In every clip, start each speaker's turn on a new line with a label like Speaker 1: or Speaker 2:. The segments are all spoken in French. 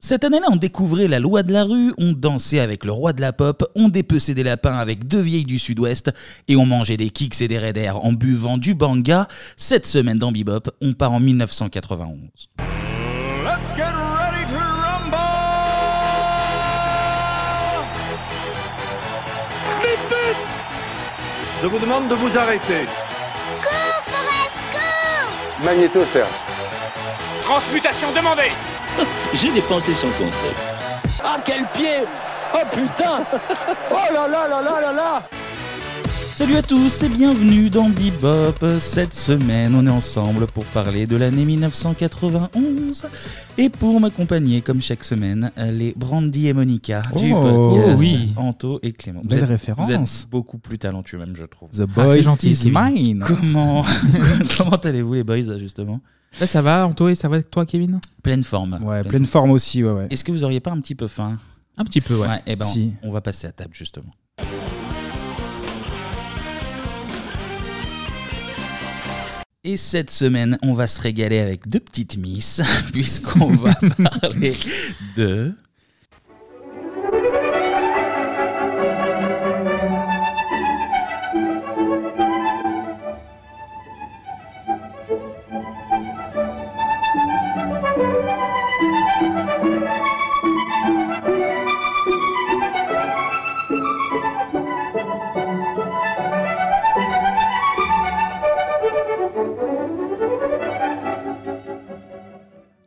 Speaker 1: Cette année-là, on découvrait la loi de la rue, on dansait avec le roi de la pop, on dépeçait des lapins avec deux vieilles du sud-ouest et on mangeait des kicks et des raiders en buvant du banga. Cette semaine dans Bebop, on part en 1991.
Speaker 2: Let's get ready to rumble! Vite, vite!
Speaker 3: Je vous demande de vous arrêter.
Speaker 4: Magnéto, sir.
Speaker 2: Transmutation demandée!
Speaker 5: J'ai dépensé sans compter.
Speaker 2: Ah, quel pied! Oh putain! Oh là là là là là là!
Speaker 1: Salut à tous et bienvenue dans Bebop. Cette semaine, on est ensemble pour parler de l'année 1991 et pour m'accompagner, comme chaque semaine, les Brandy et Monica du
Speaker 6: Oh,
Speaker 1: podcast
Speaker 6: oui.
Speaker 1: Anto et Clément. Vous
Speaker 6: Belle
Speaker 1: êtes-
Speaker 6: référence.
Speaker 1: Vous êtes beaucoup plus talentueux même, je trouve.
Speaker 6: The boy
Speaker 1: c'est
Speaker 6: Ah, gentil, is
Speaker 1: Kevin.
Speaker 6: mine.
Speaker 1: Comment comment allez-vous les boys là, justement
Speaker 6: Là, ça va, Anto, et ça va avec toi, Kevin
Speaker 1: Pleine forme.
Speaker 6: Ouais,
Speaker 1: Pleine-
Speaker 6: pleine forme aussi, ouais, ouais.
Speaker 1: Est-ce que vous auriez pas un petit peu faim
Speaker 6: Un petit peu, ouais.
Speaker 1: eh ben,
Speaker 6: Si.
Speaker 1: on va passer à table justement. Et cette semaine, on va se régaler avec deux petites misses, puisqu'on va parler de...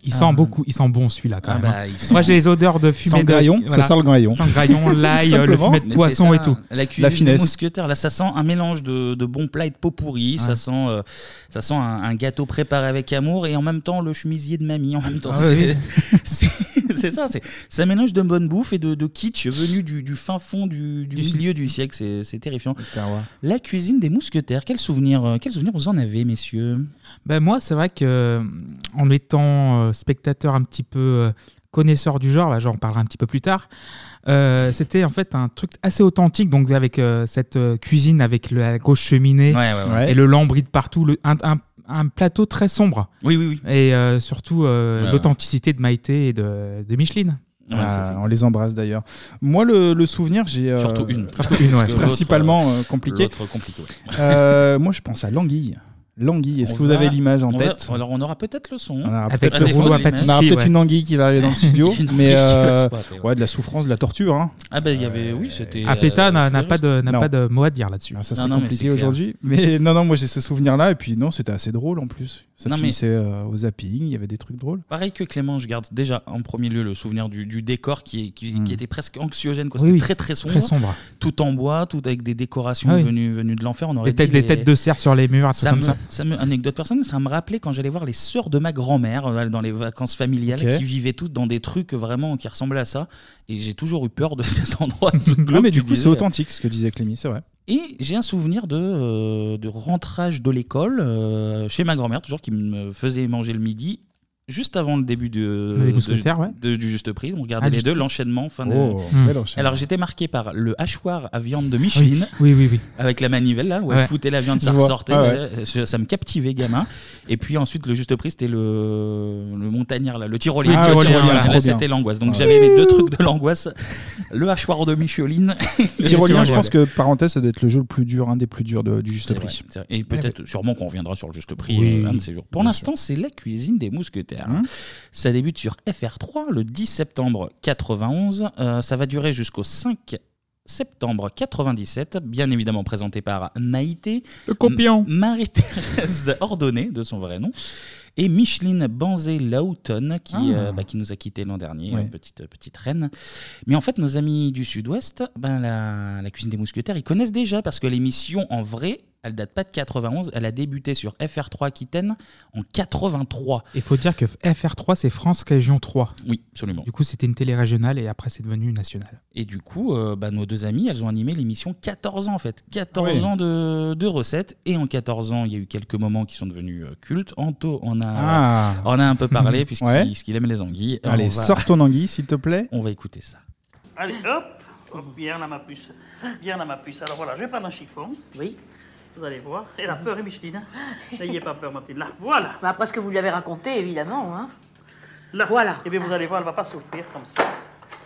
Speaker 7: Il sent beaucoup, il sent bon celui-là quand
Speaker 1: Ah
Speaker 7: même. hein.
Speaker 1: bah, ils sont-
Speaker 7: Moi j'ai les odeurs de fumée
Speaker 6: Sans
Speaker 7: de
Speaker 6: graillon,
Speaker 7: voilà.
Speaker 6: ça sent le graillon.
Speaker 7: Sans graillon, l'ail, euh, le
Speaker 6: simplement.
Speaker 7: fumée de
Speaker 1: Mais
Speaker 7: poisson
Speaker 1: c'est
Speaker 7: et
Speaker 1: ça,
Speaker 7: tout.
Speaker 1: La cuisine
Speaker 6: finesse.
Speaker 1: des mousquetaires, là, ça sent un mélange de, de bons plats et de pot pourri. Ça sent, euh, ça sent un, un gâteau préparé avec amour et en même temps le chemisier de mamie. En même temps,
Speaker 7: Ah
Speaker 1: c'est,
Speaker 7: ouais,
Speaker 1: c'est- c'est ça. C'est, c'est un mélange de bonne bouffe et de, de kitsch venu du, du fin fond du, du milieu du siècle. C'est, c'est terrifiant.
Speaker 6: Putain, ouais.
Speaker 1: La cuisine des mousquetaires. Quel souvenir, euh, quel souvenir vous en avez, messieurs
Speaker 7: Ben, moi c'est vrai que euh, en étant euh, spectateur un petit peu euh, connaisseur du genre, bah, j'en parlerai un petit peu plus tard, euh, c'était en fait un truc assez authentique, donc avec euh, cette euh, cuisine avec le- la grosse cheminée
Speaker 6: Ouais.
Speaker 7: et le lambris de partout, le- un, un- un plateau très sombre
Speaker 1: Oui, oui, oui.
Speaker 7: et euh, surtout euh,
Speaker 1: Ouais, ouais.
Speaker 7: l'authenticité de Maïté et de, de Micheline.
Speaker 1: Ouais,
Speaker 6: Ah,
Speaker 1: c'est- c'est-
Speaker 6: on les embrasse d'ailleurs. Moi, le, le souvenir, j'ai. euh,
Speaker 1: Surtout une.
Speaker 7: Surtout une,
Speaker 1: Parce
Speaker 7: ouais.
Speaker 1: que l'autre,
Speaker 6: Principalement euh, compliqué.
Speaker 1: L'autre compliqué. ouais.
Speaker 6: Euh, moi, je pense à l'anguille. L'anguille, est-ce
Speaker 1: On
Speaker 6: que vous
Speaker 1: va-
Speaker 6: avez l'image en
Speaker 1: On va-
Speaker 6: tête
Speaker 1: alors, on aura peut-être le son.
Speaker 6: On aura
Speaker 7: Avec
Speaker 6: peut-être
Speaker 1: le
Speaker 6: le
Speaker 1: rouleau à
Speaker 6: rouleau-
Speaker 1: pâtisserie,
Speaker 6: On aura peut-être
Speaker 7: ouais.
Speaker 6: une anguille qui va arriver dans le studio.
Speaker 1: Il y en a
Speaker 6: mais.
Speaker 1: qui
Speaker 6: euh,
Speaker 1: la spotent, ouais.
Speaker 6: Ouais, de la souffrance, de la torture. Hein.
Speaker 1: Ah ben il y avait, oui, Euh, c'était.
Speaker 7: Ah, Péta n'a n'a pas, de, n'a
Speaker 6: Non.
Speaker 7: pas de mot à dire là-dessus.
Speaker 6: Ah, ça
Speaker 1: Non,
Speaker 6: serait
Speaker 1: non, mais c'est
Speaker 6: compliqué
Speaker 1: clair.
Speaker 6: aujourd'hui. Mais non, non, moi j'ai ce souvenir-là. Et puis non, c'était assez drôle en plus. Ça
Speaker 1: Non, mais-
Speaker 6: finissait euh, au zapping, il y avait des trucs drôles.
Speaker 1: Pareil que Clément, je garde déjà en premier lieu le souvenir du, du décor qui, est- qui,
Speaker 6: Hmm.
Speaker 1: qui était presque anxiogène. quoi.
Speaker 7: Mm. Oui,
Speaker 1: C'était très
Speaker 7: oui.
Speaker 1: très sombre,
Speaker 7: Très sombre.
Speaker 1: tout en bois, tout avec des décorations
Speaker 7: Ah oui.
Speaker 1: venues, venues de l'enfer. On aurait
Speaker 7: Des têtes,
Speaker 1: dit
Speaker 7: des
Speaker 1: les-
Speaker 7: têtes de cerf sur les murs, un truc
Speaker 1: Ça
Speaker 7: comme
Speaker 1: me,
Speaker 7: ça.
Speaker 1: ça me- anecdote personnelle, ça me rappelait quand j'allais voir les sœurs de ma grand-mère euh, dans les vacances familiales,
Speaker 6: Ok.
Speaker 1: qui vivaient toutes dans des trucs vraiment qui ressemblaient à ça. Et j'ai toujours eu peur de ces endroits. tout
Speaker 7: Ah,
Speaker 6: Non,
Speaker 1: glauques,
Speaker 6: mais du
Speaker 1: tu
Speaker 6: coup, c'est
Speaker 1: disais.
Speaker 6: authentique ce que disait Clémy, c'est vrai.
Speaker 1: Et j'ai un souvenir de, euh, de rentrage de l'école euh, chez ma grand-mère, toujours qui me faisait manger le midi, juste avant le début de,
Speaker 7: Les
Speaker 1: de-
Speaker 7: mousquetaires, ouais.
Speaker 1: de- du juste prix. On regardait
Speaker 7: Ah,
Speaker 1: les
Speaker 7: Juste
Speaker 1: deux,
Speaker 7: Prix.
Speaker 1: l'enchaînement. Fin de- Mm.
Speaker 6: Oh,
Speaker 7: Hmm.
Speaker 6: bel enchaînement.
Speaker 1: Alors j'étais marqué par le hachoir à viande de Micheline,
Speaker 7: Oui, oui, oui.
Speaker 1: avec la manivelle là, où elle
Speaker 7: Ouais.
Speaker 1: foutait la viande,
Speaker 6: Je
Speaker 1: ça
Speaker 6: vois.
Speaker 1: ressortait.
Speaker 6: Ah
Speaker 1: euh, je- Ça me captivait, gamin. Et puis ensuite, le juste prix, c'était le, le montagnard, là, le tyrolien.
Speaker 7: Ah,
Speaker 1: Tu vois,
Speaker 7: tyrolien,
Speaker 1: tyrolien,
Speaker 7: voilà.
Speaker 1: là,
Speaker 6: Trop bien.
Speaker 1: C'était l'angoisse. Donc
Speaker 6: Ouais.
Speaker 1: j'avais mes deux trucs de l'angoisse le hachoir de Micheline. et le
Speaker 6: Tyrolien, je
Speaker 1: tyrolien.
Speaker 6: pense que parenthèse, ça doit être le jeu le plus dur, un des plus durs de- du juste
Speaker 1: C'est
Speaker 6: prix.
Speaker 1: vrai, c'est vrai. Et peut-être, sûrement qu'on reviendra sur le juste prix
Speaker 7: Oui.
Speaker 1: euh, un de ces jours. Pour l'instant, c'est la cuisine des mousquetaires.
Speaker 6: Hein
Speaker 1: ça débute sur FR3 le 10 septembre 91. Euh, ça va durer jusqu'au 5 septembre 97, bien évidemment présenté par Maïté,
Speaker 7: Le copion.
Speaker 1: Marie-Thérèse Ordonné, de son vrai nom, et Micheline Banzé-Lawton, qui,
Speaker 6: Ah.
Speaker 1: euh, bah, qui nous a quittés l'an dernier,
Speaker 6: Ouais.
Speaker 1: euh, petite, euh, petite reine. Mais en fait, nos amis du Sud-Ouest, ben, la, la cuisine des mousquetaires, ils connaissent déjà, parce que l'émission, en vrai, elle date pas de 91, elle a débuté sur FR3 Aquitaine en 83.
Speaker 7: Il faut dire que FR3, c'est France Région 3.
Speaker 1: Oui, absolument.
Speaker 7: Du coup, c'était une télé régionale et après, c'est devenu une nationale.
Speaker 1: Et du coup, euh, bah, nos deux amies, elles ont animé l'émission 14 ans en fait. 14
Speaker 6: Ah oui.
Speaker 1: ans de, de recettes. Et en 14 ans, il y a eu quelques moments qui sont devenus euh, cultes. Anto, on a,
Speaker 6: Ah,
Speaker 1: on a un peu parlé puisqu'il
Speaker 6: Ouais.
Speaker 1: puisqu'il aime les anguilles.
Speaker 6: allez,
Speaker 1: on va,
Speaker 6: sors ton anguille, s'il te plaît.
Speaker 1: On va écouter ça.
Speaker 8: Allez, hop, hop, bien à ma puce. Bien à ma puce. Alors voilà, je vais prendre un chiffon.
Speaker 9: Oui.
Speaker 8: Vous allez voir. Elle a peur, hein, Micheline. hein N'ayez pas peur, ma petite. Là, voilà.
Speaker 9: Bah, après ce que vous lui avez raconté, évidemment. Hein.
Speaker 8: Là.
Speaker 4: Voilà.
Speaker 8: Et bien vous allez voir, elle va pas souffrir comme ça.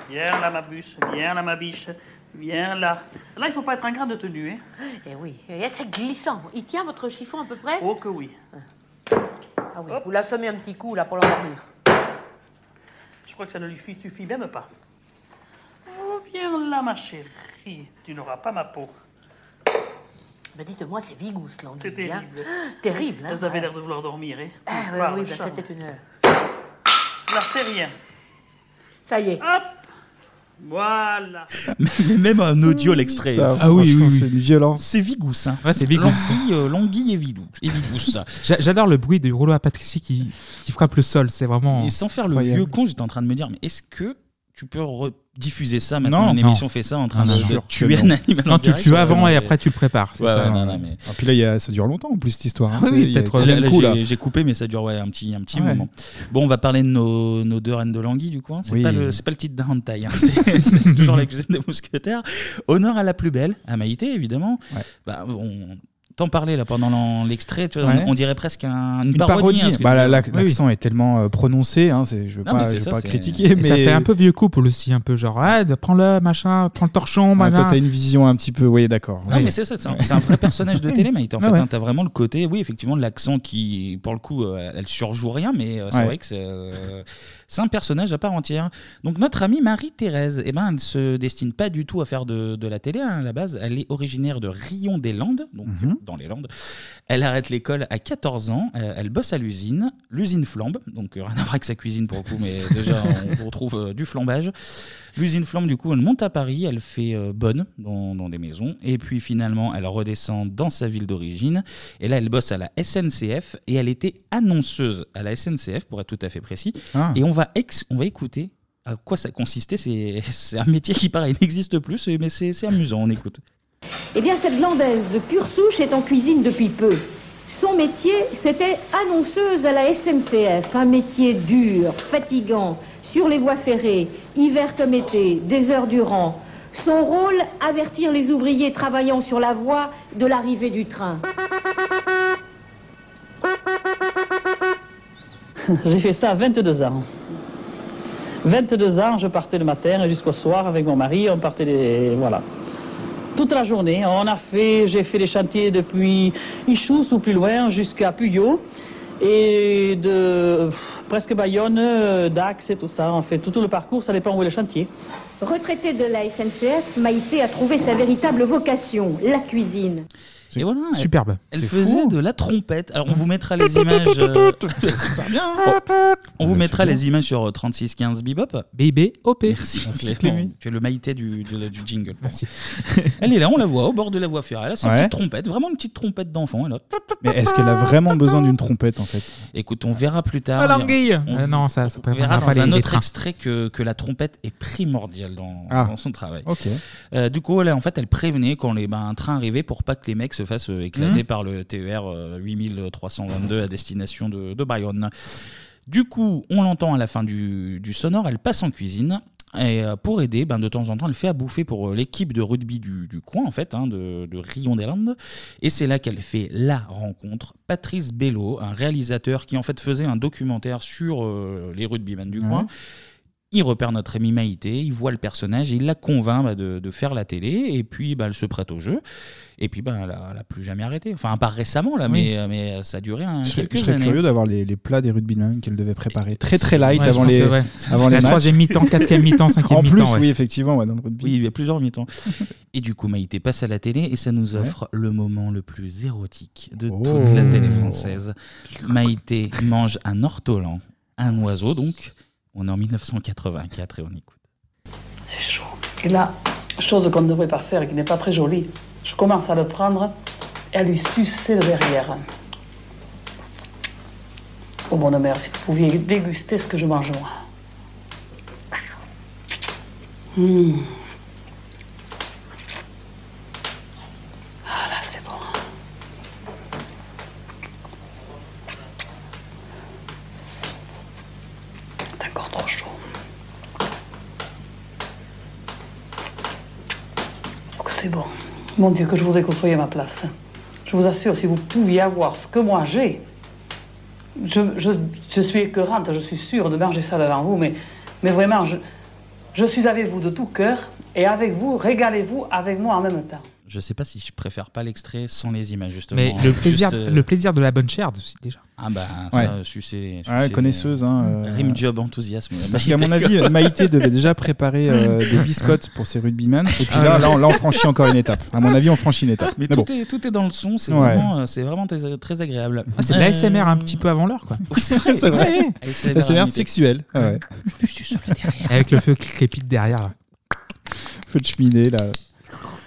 Speaker 8: Viens là, ma bûche, viens là, ma biche, viens là. Là, il faut pas être ingrat de tenue, hein.
Speaker 4: Eh oui, et c'est glissant. Il tient votre chiffon à peu près
Speaker 8: Oh que oui.
Speaker 4: Ah oui, vous l'assommez un petit coup là pour l'endormir.
Speaker 8: Je crois que ça ne lui fi- suffit même pas. Oh, viens là, ma chérie. Tu n'auras pas ma peau.
Speaker 4: Bah, dites-moi, c'est Vigous l'anguille.
Speaker 8: C'est terrible.
Speaker 4: hein. Terrible, hein,
Speaker 8: Elles avaient
Speaker 4: ouais.
Speaker 8: l'air de vouloir dormir, hein.
Speaker 4: Ah, oui,
Speaker 8: Par
Speaker 4: oui,
Speaker 8: le
Speaker 4: bah,
Speaker 8: charme.
Speaker 4: c'était une...
Speaker 8: Là, c'est rien.
Speaker 4: Ça y est.
Speaker 8: Hop Voilà.
Speaker 1: Mais même un audio l'extrait.
Speaker 6: Ça,
Speaker 7: Ah oui,
Speaker 6: franchement,
Speaker 7: oui, oui.
Speaker 6: C'est une violence.
Speaker 1: C'est Vigousse. Hein.
Speaker 7: Ouais, c'est Big Boss.
Speaker 1: Languille, euh, Languille et Vidou- et Vigousse.
Speaker 7: J'a- J'adore le bruit du rouleau à Patricie qui, qui frappe le sol. C'est vraiment.
Speaker 1: Et sans faire le
Speaker 6: Incroyable.
Speaker 1: vieux con, j'étais en train de me dire, mais est-ce que tu peux diffuser ça maintenant
Speaker 6: Non,
Speaker 1: Une
Speaker 7: non.
Speaker 1: émission fait ça en train
Speaker 7: Bien
Speaker 1: de, de
Speaker 6: sûr que
Speaker 1: tuer un
Speaker 6: non.
Speaker 1: animal. en
Speaker 7: Non, tu le
Speaker 1: direct,
Speaker 7: tues
Speaker 1: ouais,
Speaker 7: avant et
Speaker 1: c'est-
Speaker 7: après tu le prépares. c'est
Speaker 1: Ouais,
Speaker 7: ça,
Speaker 1: ouais, non,
Speaker 7: hein.
Speaker 1: non, mais.
Speaker 6: Et puis là, il y a- ça dure longtemps en plus cette histoire. hein.
Speaker 7: Ah oui,
Speaker 6: C'est- il y a-
Speaker 7: peut-être
Speaker 6: il y
Speaker 1: Là,
Speaker 6: a le
Speaker 1: là,
Speaker 6: coup, là.
Speaker 1: j'ai- j'ai coupé, mais ça dure ouais, un petit, un petit
Speaker 6: Ouais.
Speaker 1: moment. Bon, on va parler de nos, nos deux reines de Languille, du coup. hein. C'est
Speaker 6: Oui.
Speaker 1: pas le c'est pas le titre d'un hentai. hein. C'est c'est toujours la cuisine des mousquetaires. Honneur à la plus belle, à Maïté, évidemment.
Speaker 6: Ouais.
Speaker 1: Bah, on t'en parlait là pendant l'en- l'extrait. tu vois, on-
Speaker 6: Ouais.
Speaker 1: On, dirait presque un- une,
Speaker 6: Une
Speaker 1: parodie.
Speaker 6: parodie.
Speaker 1: hein, ce que
Speaker 6: Bah,
Speaker 1: tu
Speaker 6: la-
Speaker 1: dis.
Speaker 6: la-
Speaker 7: oui.
Speaker 6: L'accent est tellement euh, prononcé. hein, c'est- je ne veux
Speaker 1: Non, mais
Speaker 6: pas,
Speaker 1: c'est
Speaker 6: je veux
Speaker 1: ça,
Speaker 6: pas
Speaker 1: c'est-
Speaker 6: critiquer.
Speaker 7: Et
Speaker 6: Mais
Speaker 7: ça fait un peu vieux couple aussi, un peu genre, ah, de- prends-le, machin, prends le torchon,
Speaker 6: Ouais, toi,
Speaker 7: machin.
Speaker 6: t'as une vision un petit peu. Oui, d'accord.
Speaker 1: Non,
Speaker 6: Oui.
Speaker 1: mais c'est ça, c'est un, c'est un vrai personnage de télé, Maïté. En
Speaker 6: Ah
Speaker 1: fait,
Speaker 6: ouais.
Speaker 1: hein, t'as vraiment le côté, oui, effectivement, de l'accent qui, pour le coup, euh, elle surjoue rien, mais euh, c'est
Speaker 6: Ouais.
Speaker 1: vrai que c'est euh, c'est un personnage à part entière. Donc, notre amie Marie-Thérèse, eh ben, elle ne se destine pas du tout à faire de, de la télé hein, à la base. Elle est originaire de Rion des Landes, donc
Speaker 6: Mhm.
Speaker 1: dans les Landes. Elle arrête l'école à 14 ans, euh, elle bosse à l'usine, l'usine flambe, donc euh, rien à voir avec sa cuisine pour le coup, mais déjà on retrouve euh, du flambage. L'usine flambe, du coup, elle monte à Paris, elle fait euh, bonne dans, dans des maisons, et puis finalement elle redescend dans sa ville d'origine, et là elle bosse à la SNCF, et elle était annonceuse à la SNCF, pour être tout à fait précis,
Speaker 6: Ah.
Speaker 1: et on va, ex- on va écouter à quoi ça consistait, c'est c'est un métier qui pareil n'existe plus, mais c'est c'est amusant, on écoute.
Speaker 9: Eh bien, cette Landaise de pure souche est en cuisine depuis peu. Son métier, c'était annonceuse à la SNCF, un métier dur, fatigant, sur les voies ferrées, hiver comme été, des heures durant. Son rôle, avertir les ouvriers travaillant sur la voie de l'arrivée du train.
Speaker 10: J'ai fait ça à 22 ans. 22 ans, je partais le matin jusqu'au soir avec mon mari, on partait des... voilà. Toute la journée, on a fait, j'ai fait les chantiers depuis Ichous ou plus loin jusqu'à Puyot et de pff, presque Bayonne, euh, Dax et tout ça. On fait tout, tout le parcours, ça dépend où est le chantier.
Speaker 9: Retraitée de la SNCF, Maïté a trouvé sa véritable vocation, la cuisine.
Speaker 1: Et voilà, elle-
Speaker 7: Superbe.
Speaker 1: Elle
Speaker 6: C'est
Speaker 1: faisait
Speaker 6: fou.
Speaker 1: de la trompette. Alors on vous mettra les images. euh, hein.
Speaker 7: Oh.
Speaker 1: On vous
Speaker 6: Mais
Speaker 1: mettra
Speaker 6: c'est
Speaker 1: les images sur euh, 3615 Bebop.
Speaker 7: Bébé OP.
Speaker 1: Merci Clément. Tu es le maïté du, du, du jingle.
Speaker 7: Merci.
Speaker 1: Elle est là, on la voit au bord de la voie ferrée. Elle a sa
Speaker 6: Ouais.
Speaker 1: petite trompette, vraiment une petite trompette d'enfant. elle a-
Speaker 6: Mais est-ce qu'elle a vraiment besoin d'une trompette en fait
Speaker 1: Écoute, on verra plus tard.
Speaker 7: Ah, l'anguille
Speaker 1: on-
Speaker 7: Euh, Non, ça, ça
Speaker 1: On verra dans
Speaker 7: préparera pas les,
Speaker 1: un
Speaker 7: les
Speaker 1: autre
Speaker 7: trains.
Speaker 1: extrait que, que la trompette est primordiale dans,
Speaker 6: Ah.
Speaker 1: dans son travail.
Speaker 6: Ok.
Speaker 1: Euh, du coup, elle, en fait, elle prévenait quand les, ben, un train arrivait pour pas que les mecs se fassent euh, éclater par le TER euh, 8322 à destination de, de Bayonne. Du coup, on l'entend à la fin du, du sonore, elle passe en cuisine. Et euh, pour aider, ben, de temps en temps, elle fait à bouffer pour euh, l'équipe de rugby du, du coin, en fait, hein, de, de Rion des Landes. Et c'est là qu'elle fait la rencontre. Patrice Bello, un réalisateur qui, en fait, faisait un documentaire sur euh, les rugbymen du
Speaker 6: Ouais.
Speaker 1: coin. Il repère notre amie Maïté, il voit le personnage, et il la convainc bah, de, de faire la télé, et puis bah, elle se prête au jeu, et puis bah, elle n'a plus jamais arrêté. Enfin, pas récemment, là,
Speaker 7: Oui.
Speaker 1: mais, mais ça a duré un,
Speaker 6: Je serais,
Speaker 1: quelques
Speaker 6: je serais
Speaker 1: années.
Speaker 6: curieux d'avoir les, les plats des rugbymen qu'elle devait préparer. Très très light
Speaker 7: Ouais, je
Speaker 6: avant
Speaker 7: pense
Speaker 6: les.
Speaker 7: que, ouais.
Speaker 6: avant les
Speaker 7: la
Speaker 6: matchs.
Speaker 7: troisième mi-temps, quatrième mi-temps, cinquième
Speaker 6: En plus,
Speaker 7: mi-temps. ouais.
Speaker 6: oui, effectivement, ouais, dans le rugby.
Speaker 1: Oui, il y a plusieurs mi-temps. et du coup, Maïté passe à la télé, et ça nous offre le moment le plus érotique de
Speaker 6: Oh.
Speaker 1: toute la télé française. Maïté mange un ortolan, un oiseau donc. On est en 1984 et on écoute.
Speaker 10: C'est chaud. Et là, chose qu'on ne devrait pas faire et qui n'est pas très jolie, je commence à le prendre et à lui sucer le derrière. Oh, bonne mère, si vous pouviez déguster ce que je mange, moi. Hmm. Ah, là, c'est bon. C'est encore trop chaud. Oh, que c'est bon. Mon Dieu, que je voudrais qu'on soyez à ma place. Je vous assure, si vous pouviez avoir ce que moi j'ai, je, je- je suis écœurante, je suis sûre de manger ça devant vous, mais, mais vraiment, je, je suis avec vous de tout cœur et avec vous, régalez-vous avec moi en même temps.
Speaker 1: Je sais pas si je préfère pas l'extrait sans les images, justement.
Speaker 7: Mais le
Speaker 1: Juste,
Speaker 7: plaisir,
Speaker 1: euh,
Speaker 7: le plaisir de la bonne chair aussi, déjà.
Speaker 1: Ah bah,
Speaker 6: Ouais.
Speaker 1: ça, sucer.
Speaker 6: Ouais,
Speaker 1: sucer,
Speaker 6: connaisseuse, hein, euh,
Speaker 1: Rim job enthousiasme.
Speaker 6: Parce qu'à mon avis, Maïté devait déjà préparer euh, des biscottes pour ses rugbymen. Et puis
Speaker 1: Ah
Speaker 6: là,
Speaker 1: ouais.
Speaker 6: là, on, là, on franchit encore une étape. À mon avis, on franchit une étape.
Speaker 1: Mais,
Speaker 6: bon.
Speaker 1: tout, est, tout est dans le son, c'est
Speaker 6: Ouais.
Speaker 1: vraiment, euh, c'est vraiment très, très agréable. Euh,
Speaker 7: Ah, c'est de l'ASMR un petit peu avant l'heure, quoi.
Speaker 1: Oui, c'est vrai,
Speaker 6: C'est vrai.
Speaker 1: ouais.
Speaker 6: Ça, c'est l'air sexuel. Ah ouais.
Speaker 7: Avec le feu qui crépite derrière. là.
Speaker 6: Feu de cheminée, là.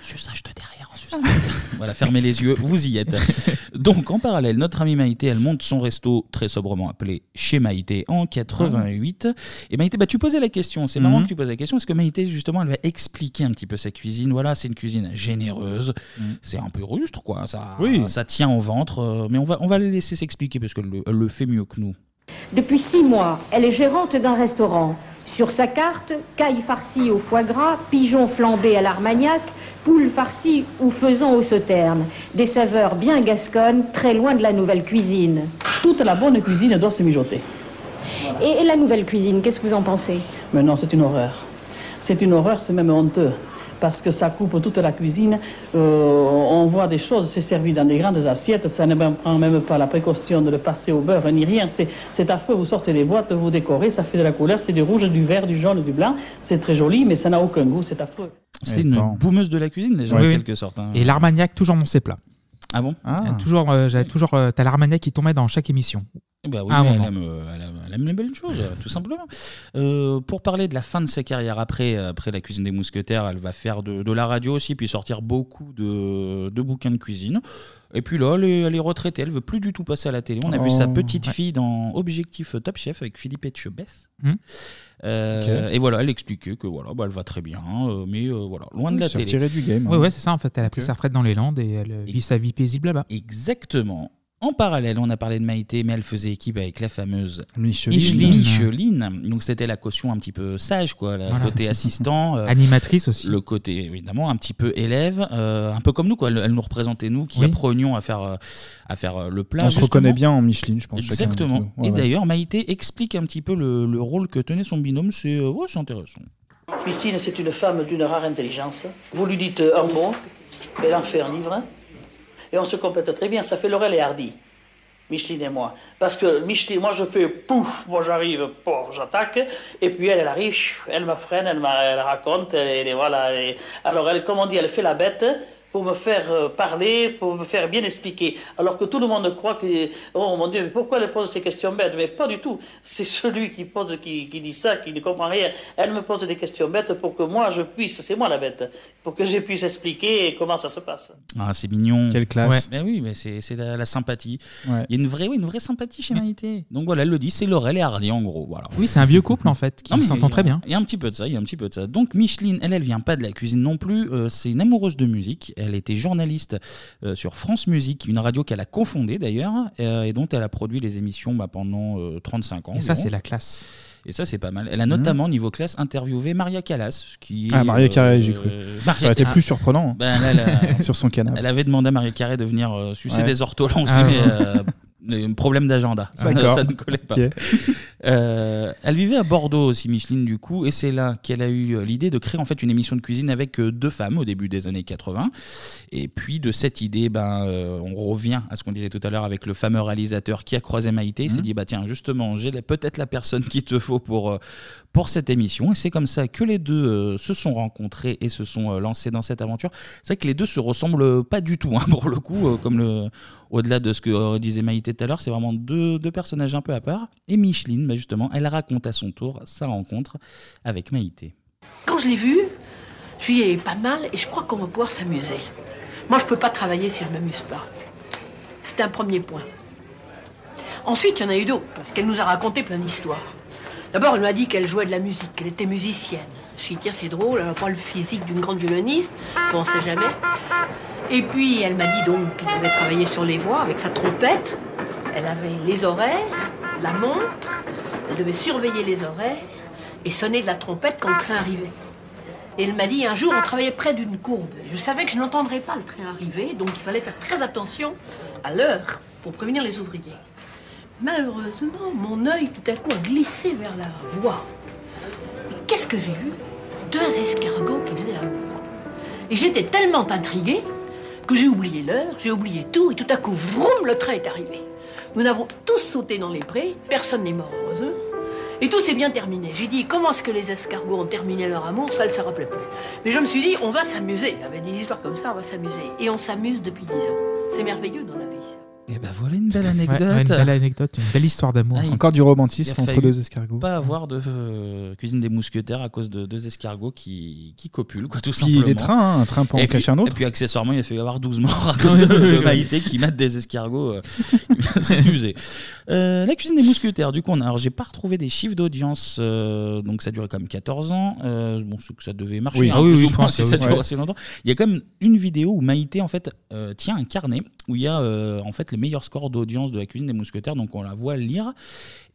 Speaker 1: Suçage de derrière, suçage de derrière. Voilà, fermez les yeux, vous y êtes. Donc, en parallèle, notre amie Maïté, elle monte son resto très sobrement appelé Chez Maïté en 88. Et Maïté, bah, tu posais la question, c'est marrant
Speaker 6: Mhm.
Speaker 1: que tu poses la question, parce que Maïté, justement, elle va expliquer un petit peu sa cuisine. Voilà, c'est une cuisine généreuse,
Speaker 7: Mhm.
Speaker 1: c'est un peu rustre, quoi. Ça,
Speaker 6: Oui.
Speaker 1: ça tient au ventre, euh, mais on va, on va la laisser s'expliquer, parce qu'elle le, elle le fait mieux que nous.
Speaker 9: Depuis six mois, elle est gérante d'un restaurant. Sur sa carte, caille farcie au foie gras, pigeon flambé à l'armagnac, poule farcie ou faisan au sauterne. Des saveurs bien gasconnes, très loin de la nouvelle cuisine.
Speaker 10: Toute la bonne cuisine doit se mijoter.
Speaker 9: Et, et la nouvelle cuisine, qu'est-ce que vous en pensez
Speaker 10: Mais non, c'est une horreur. C'est une horreur, c'est même honteux. Parce que ça coupe toute la cuisine. Euh, on voit des choses, c'est servi dans des grandes assiettes. Ça ne prend même pas la précaution de le passer au beurre, ni rien. C'est- C'est affreux. Vous sortez des boîtes, vous décorez, ça fait de la couleur. C'est du rouge, du vert, du jaune, du blanc. C'est très joli, mais ça n'a aucun goût. C'est affreux.
Speaker 1: C'était
Speaker 6: Eh
Speaker 1: une
Speaker 6: ben.
Speaker 1: boumeuse de la cuisine, déjà,
Speaker 7: Oui,
Speaker 1: en
Speaker 7: oui.
Speaker 1: quelque sorte. hein.
Speaker 7: Et l'Armagnac, toujours mon plat.
Speaker 1: Ah bon
Speaker 6: Ah.
Speaker 7: Toujours, euh, j'avais toujours, euh, t'as l'Armagnac qui tombait dans chaque émission. Ah,
Speaker 1: Eh ben oui,
Speaker 7: À un
Speaker 1: mais elle,
Speaker 7: moment.
Speaker 1: aime, euh, elle aime- elle aime les belles choses, euh, tout simplement. Euh, pour parler de la fin de sa carrière après, euh, après la cuisine des mousquetaires, elle va faire de, de la radio aussi, puis sortir beaucoup de, de bouquins de cuisine. Et puis là, elle est, elle est retraitée, elle veut plus du tout passer à la télé. On a vu
Speaker 6: Oh,
Speaker 1: sa petite
Speaker 7: ouais.
Speaker 1: fille dans Objectif Top Chef avec Philippe Etchebest.
Speaker 7: Hmm.
Speaker 1: Euh, Et voilà, elle expliquait que voilà, bah, elle va très bien, euh, mais euh, voilà, loin de la
Speaker 6: Se
Speaker 1: télé.
Speaker 6: retirer du game.
Speaker 7: Ouais,
Speaker 6: hein.
Speaker 7: ouais, c'est ça, en fait. Elle a pris
Speaker 6: Ok.
Speaker 7: sa retraite dans les Landes et elle euh, vit sa vie paisible là-bas.
Speaker 1: Exactement. En parallèle, on a parlé de Maïté, mais elle faisait équipe avec la fameuse
Speaker 6: Micheline.
Speaker 1: Micheline.
Speaker 7: Micheline.
Speaker 1: Donc c'était la caution un petit peu sage, quoi. Le
Speaker 7: Voilà.
Speaker 1: côté assistant, euh,
Speaker 7: Animatrice aussi.
Speaker 1: le côté évidemment un petit peu élève, euh, un peu comme nous, quoi. Elle, elle nous représentait, nous, qui
Speaker 7: Oui.
Speaker 1: apprenions à faire, euh, à faire euh, le plat.
Speaker 6: On se
Speaker 1: justement.
Speaker 6: reconnaît bien en Micheline, je pense. chacun d'entre
Speaker 1: Exactement.
Speaker 6: nous. Ouais,
Speaker 1: Et
Speaker 6: ouais.
Speaker 1: d'ailleurs, Maïté explique un petit peu le, le rôle que tenait son binôme. C'est euh, ouais, c'est intéressant.
Speaker 8: Christine, c'est une femme d'une rare intelligence. Vous lui dites euh, un mot, elle en fait un livre. Et on se complète très bien, ça fait Laurel et Hardy, Micheline et moi. Parce que Micheline, moi je fais pouf, moi j'arrive, pouf, j'attaque. Et puis elle, elle arrive, elle me freine, elle, m'a- elle raconte. Elle, elle- voilà, et- alors elle, comme on dit, elle fait la bête pour me faire euh, parler, pour me faire bien expliquer. Alors que tout le monde croit que, oh mon Dieu, mais pourquoi elle pose ces questions bêtes Mais pas du tout. C'est celui qui pose, qui, qui dit ça, qui ne comprend rien. Elle me pose des questions bêtes pour que moi je puisse, c'est moi la bête, pour que je puisse expliquer comment ça se passe.
Speaker 1: Ah, c'est mignon.
Speaker 6: Quelle classe.
Speaker 1: Ben oui, mais c'est c'est la, la sympathie.
Speaker 6: Ouais.
Speaker 1: Il y a une vraie, oui, une vraie sympathie chez Maïté. Donc voilà, elle le dit, c'est Laurel et Hardy en gros. Voilà.
Speaker 7: Oui, c'est un vieux couple, en fait, qui
Speaker 1: Non, mais
Speaker 7: s'entend
Speaker 1: il y a-
Speaker 7: très bien.
Speaker 1: Il y a un petit peu de ça, il y a un petit peu de ça. Donc Micheline, elle, elle vient pas de la cuisine non plus. euh, c'est une amoureuse de musique. Elle était journaliste euh, sur France Musique, une radio qu'elle a confondée d'ailleurs, euh, et dont elle a produit les émissions bah, pendant euh, 35 ans.
Speaker 7: Et ça,
Speaker 1: environ.
Speaker 7: c'est la classe. Mmh.
Speaker 1: Et ça, c'est pas mal. Elle a notamment, niveau classe, interviewé Maria Callas, ce qui
Speaker 6: Ah,
Speaker 1: est,
Speaker 6: Maria Carré, j'ai cru.
Speaker 1: Maria-
Speaker 6: Ça aurait été
Speaker 1: Ah,
Speaker 6: plus surprenant
Speaker 1: ben, là, là,
Speaker 6: hein, sur son canapé.
Speaker 1: elle avait demandé à Maria Carré de venir euh, sucer
Speaker 6: Ouais.
Speaker 1: des ortolans aussi,
Speaker 7: Ah,
Speaker 1: mais
Speaker 7: ouais.
Speaker 1: euh, euh, problème d'agenda. Ça, ne-
Speaker 6: D'accord.
Speaker 1: ça ne collait pas.
Speaker 6: Ok.
Speaker 1: Euh, elle vivait à Bordeaux aussi, Micheline, du coup, et c'est là qu'elle a eu euh, l'idée de créer en fait une émission de cuisine avec euh, deux femmes au début des années 80. Et puis de cette idée, ben, euh, on revient à ce qu'on disait tout à l'heure avec le fameux réalisateur qui a croisé Maïté. Il
Speaker 6: Hum.
Speaker 1: s'est dit, bah tiens, justement, j'ai la- peut-être la personne qu'il te faut pour, euh, pour cette émission. Et c'est comme ça que les deux euh, se sont rencontrés et se sont euh, lancés dans cette aventure. C'est vrai que les deux se ressemblent pas du tout, hein, pour le coup, euh, comme le, au-delà de ce que euh, disait Maïté tout à l'heure, c'est vraiment deux, deux personnages un peu à part. Et Micheline, bah, justement, elle raconte à son tour sa rencontre avec Maïté.
Speaker 4: Quand je l'ai vue, je lui ai pas mal et je crois qu'on va pouvoir s'amuser. Moi, je peux pas travailler si je m'amuse pas. C'était un premier point. Ensuite, il y en a eu d'autres, parce qu'elle nous a raconté plein d'histoires. D'abord, elle m'a dit qu'elle jouait de la musique, qu'elle était musicienne. Je me suis dit, tiens, c'est drôle, elle n'a pas le physique d'une grande violoniste, enfin, on ne sait jamais. Et puis, elle m'a dit donc qu'elle avait travaillé sur les voix avec sa trompette. Elle avait les oreilles, la montre, elle devait surveiller les oreilles et sonner de la trompette quand le train arrivait. Et elle m'a dit, un jour, on travaillait près d'une courbe. Je savais que je n'entendrais pas le train arriver, donc il fallait faire très attention à l'heure pour prévenir les ouvriers. Malheureusement, mon œil tout à coup a glissé vers la voie. Et Qu'est-ce que j'ai vu Deux escargots qui faisaient la Et j'étais tellement intriguée que j'ai oublié l'heure, j'ai oublié tout, et tout à coup, vroom, le train est arrivé. Nous n'avons tous sauté dans les prés, personne n'est mort, heureusement. Et tout s'est bien terminé. J'ai dit, comment est-ce que les escargots ont terminé leur amour Ça, elle ne se rappelait plus. Mais je me suis dit, on va s'amuser. Avec des histoires comme ça, on va s'amuser. Et on s'amuse depuis dix ans. C'est merveilleux dans la vie.
Speaker 1: Et ben voilà une belle anecdote.
Speaker 7: Ouais, ouais, une belle anecdote, une belle histoire d'amour.
Speaker 1: Ah, il-
Speaker 6: Encore du romantisme
Speaker 1: il a
Speaker 6: entre
Speaker 1: fallu
Speaker 6: deux escargots.
Speaker 1: Pas avoir de euh, cuisine des mousquetaires à cause de deux escargots qui, qui copulent, quoi, tout
Speaker 6: Puis
Speaker 1: simplement.
Speaker 6: les trains, hein, un train peut en
Speaker 1: Et puis-
Speaker 6: cacher un autre.
Speaker 1: Et puis accessoirement, il a fait y avoir 12 morts à cause de, de Maïté qui mate des escargots. euh, C'est amusé. Euh, la cuisine des mousquetaires, du coup, on a, alors j'ai pas retrouvé des chiffres d'audience, euh, donc ça durait quand même 14 ans. Euh, bon, c'est que ça devait marcher.
Speaker 7: Oui.
Speaker 1: hein,
Speaker 7: Ah oui,
Speaker 1: plus
Speaker 7: oui,
Speaker 1: ou
Speaker 7: je
Speaker 1: moins,
Speaker 7: pense,
Speaker 1: si
Speaker 7: oui,
Speaker 1: ça
Speaker 7: oui.
Speaker 1: dure
Speaker 7: Ouais.
Speaker 1: assez longtemps. Il y a quand même une vidéo où Maïté, en fait, euh, tient un carnet où il y a euh, en fait les meilleurs scores d'audience de la cuisine des mousquetaires, donc on la voit lire.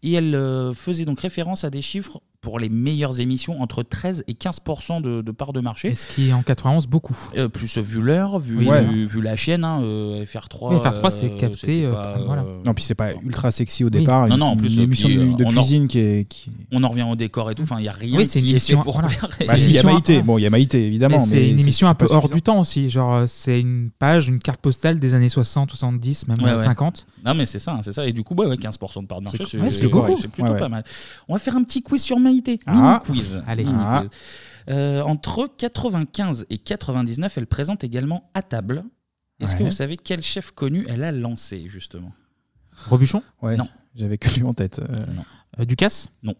Speaker 1: Et elle euh, faisait donc référence à des chiffres pour les meilleures émissions entre 13 et 15% de, de part de marché.
Speaker 7: Ce qui est en 91 beaucoup.
Speaker 1: Euh, plus euh, vu l'heure, vu,
Speaker 7: Oui, voilà.
Speaker 1: vu, vu la chaîne, hein, euh, FR3.
Speaker 7: Oui, FR3, c'est
Speaker 1: euh,
Speaker 7: capté,
Speaker 1: c'était
Speaker 7: euh,
Speaker 1: pas,
Speaker 7: voilà.
Speaker 1: euh,
Speaker 6: Non, puis c'est pas ultra sexy au départ.
Speaker 1: Non,
Speaker 6: une-
Speaker 1: non, en plus,
Speaker 6: Une émission
Speaker 1: puis,
Speaker 6: de,
Speaker 1: euh,
Speaker 6: de
Speaker 1: on en-
Speaker 6: cuisine qui est. Qui...
Speaker 1: On en revient au décor et tout. Enfin, il n'y a rien
Speaker 7: Oui, c'est une
Speaker 1: qui est fait
Speaker 7: émission-
Speaker 1: pour
Speaker 7: voilà.
Speaker 1: plaire.
Speaker 7: Bah,
Speaker 1: Et-
Speaker 6: Bah, si, il y a
Speaker 7: émission à
Speaker 6: Maïté.
Speaker 7: part.
Speaker 6: Bon, il y a Maïté, évidemment.
Speaker 7: Mais
Speaker 6: mais
Speaker 7: c'est une émission
Speaker 6: c'est
Speaker 7: un peu
Speaker 6: pas
Speaker 7: hors
Speaker 6: suffisant.
Speaker 7: du temps aussi. Genre, euh, c'est une page, une carte postale des années 60, 70, même
Speaker 1: Ouais,
Speaker 7: euh,
Speaker 1: ouais.
Speaker 7: 50.
Speaker 1: Non, mais c'est ça, hein, c'est ça. Et du coup, ouais, ouais, 15% de part de marché,
Speaker 7: C'est-
Speaker 1: c'est
Speaker 7: ouais, c'est
Speaker 1: ouais,
Speaker 7: beaucoup.
Speaker 1: c'est plutôt
Speaker 7: Ouais, ouais.
Speaker 1: pas mal. On va faire un petit quiz sur Maïté.
Speaker 7: Ah.
Speaker 1: Mini quiz.
Speaker 7: Allez.
Speaker 1: Mini
Speaker 7: Ah.
Speaker 1: quiz. Euh, entre 95 et 99, elle présente également à table. Est-ce que
Speaker 6: Ouais.
Speaker 1: vous savez quel chef connu elle a lancé, justement
Speaker 7: Rebuchon
Speaker 6: Ouais.
Speaker 1: Non.
Speaker 6: J'avais que lui en tête. euh.
Speaker 7: Euh, Ducasse
Speaker 1: Non.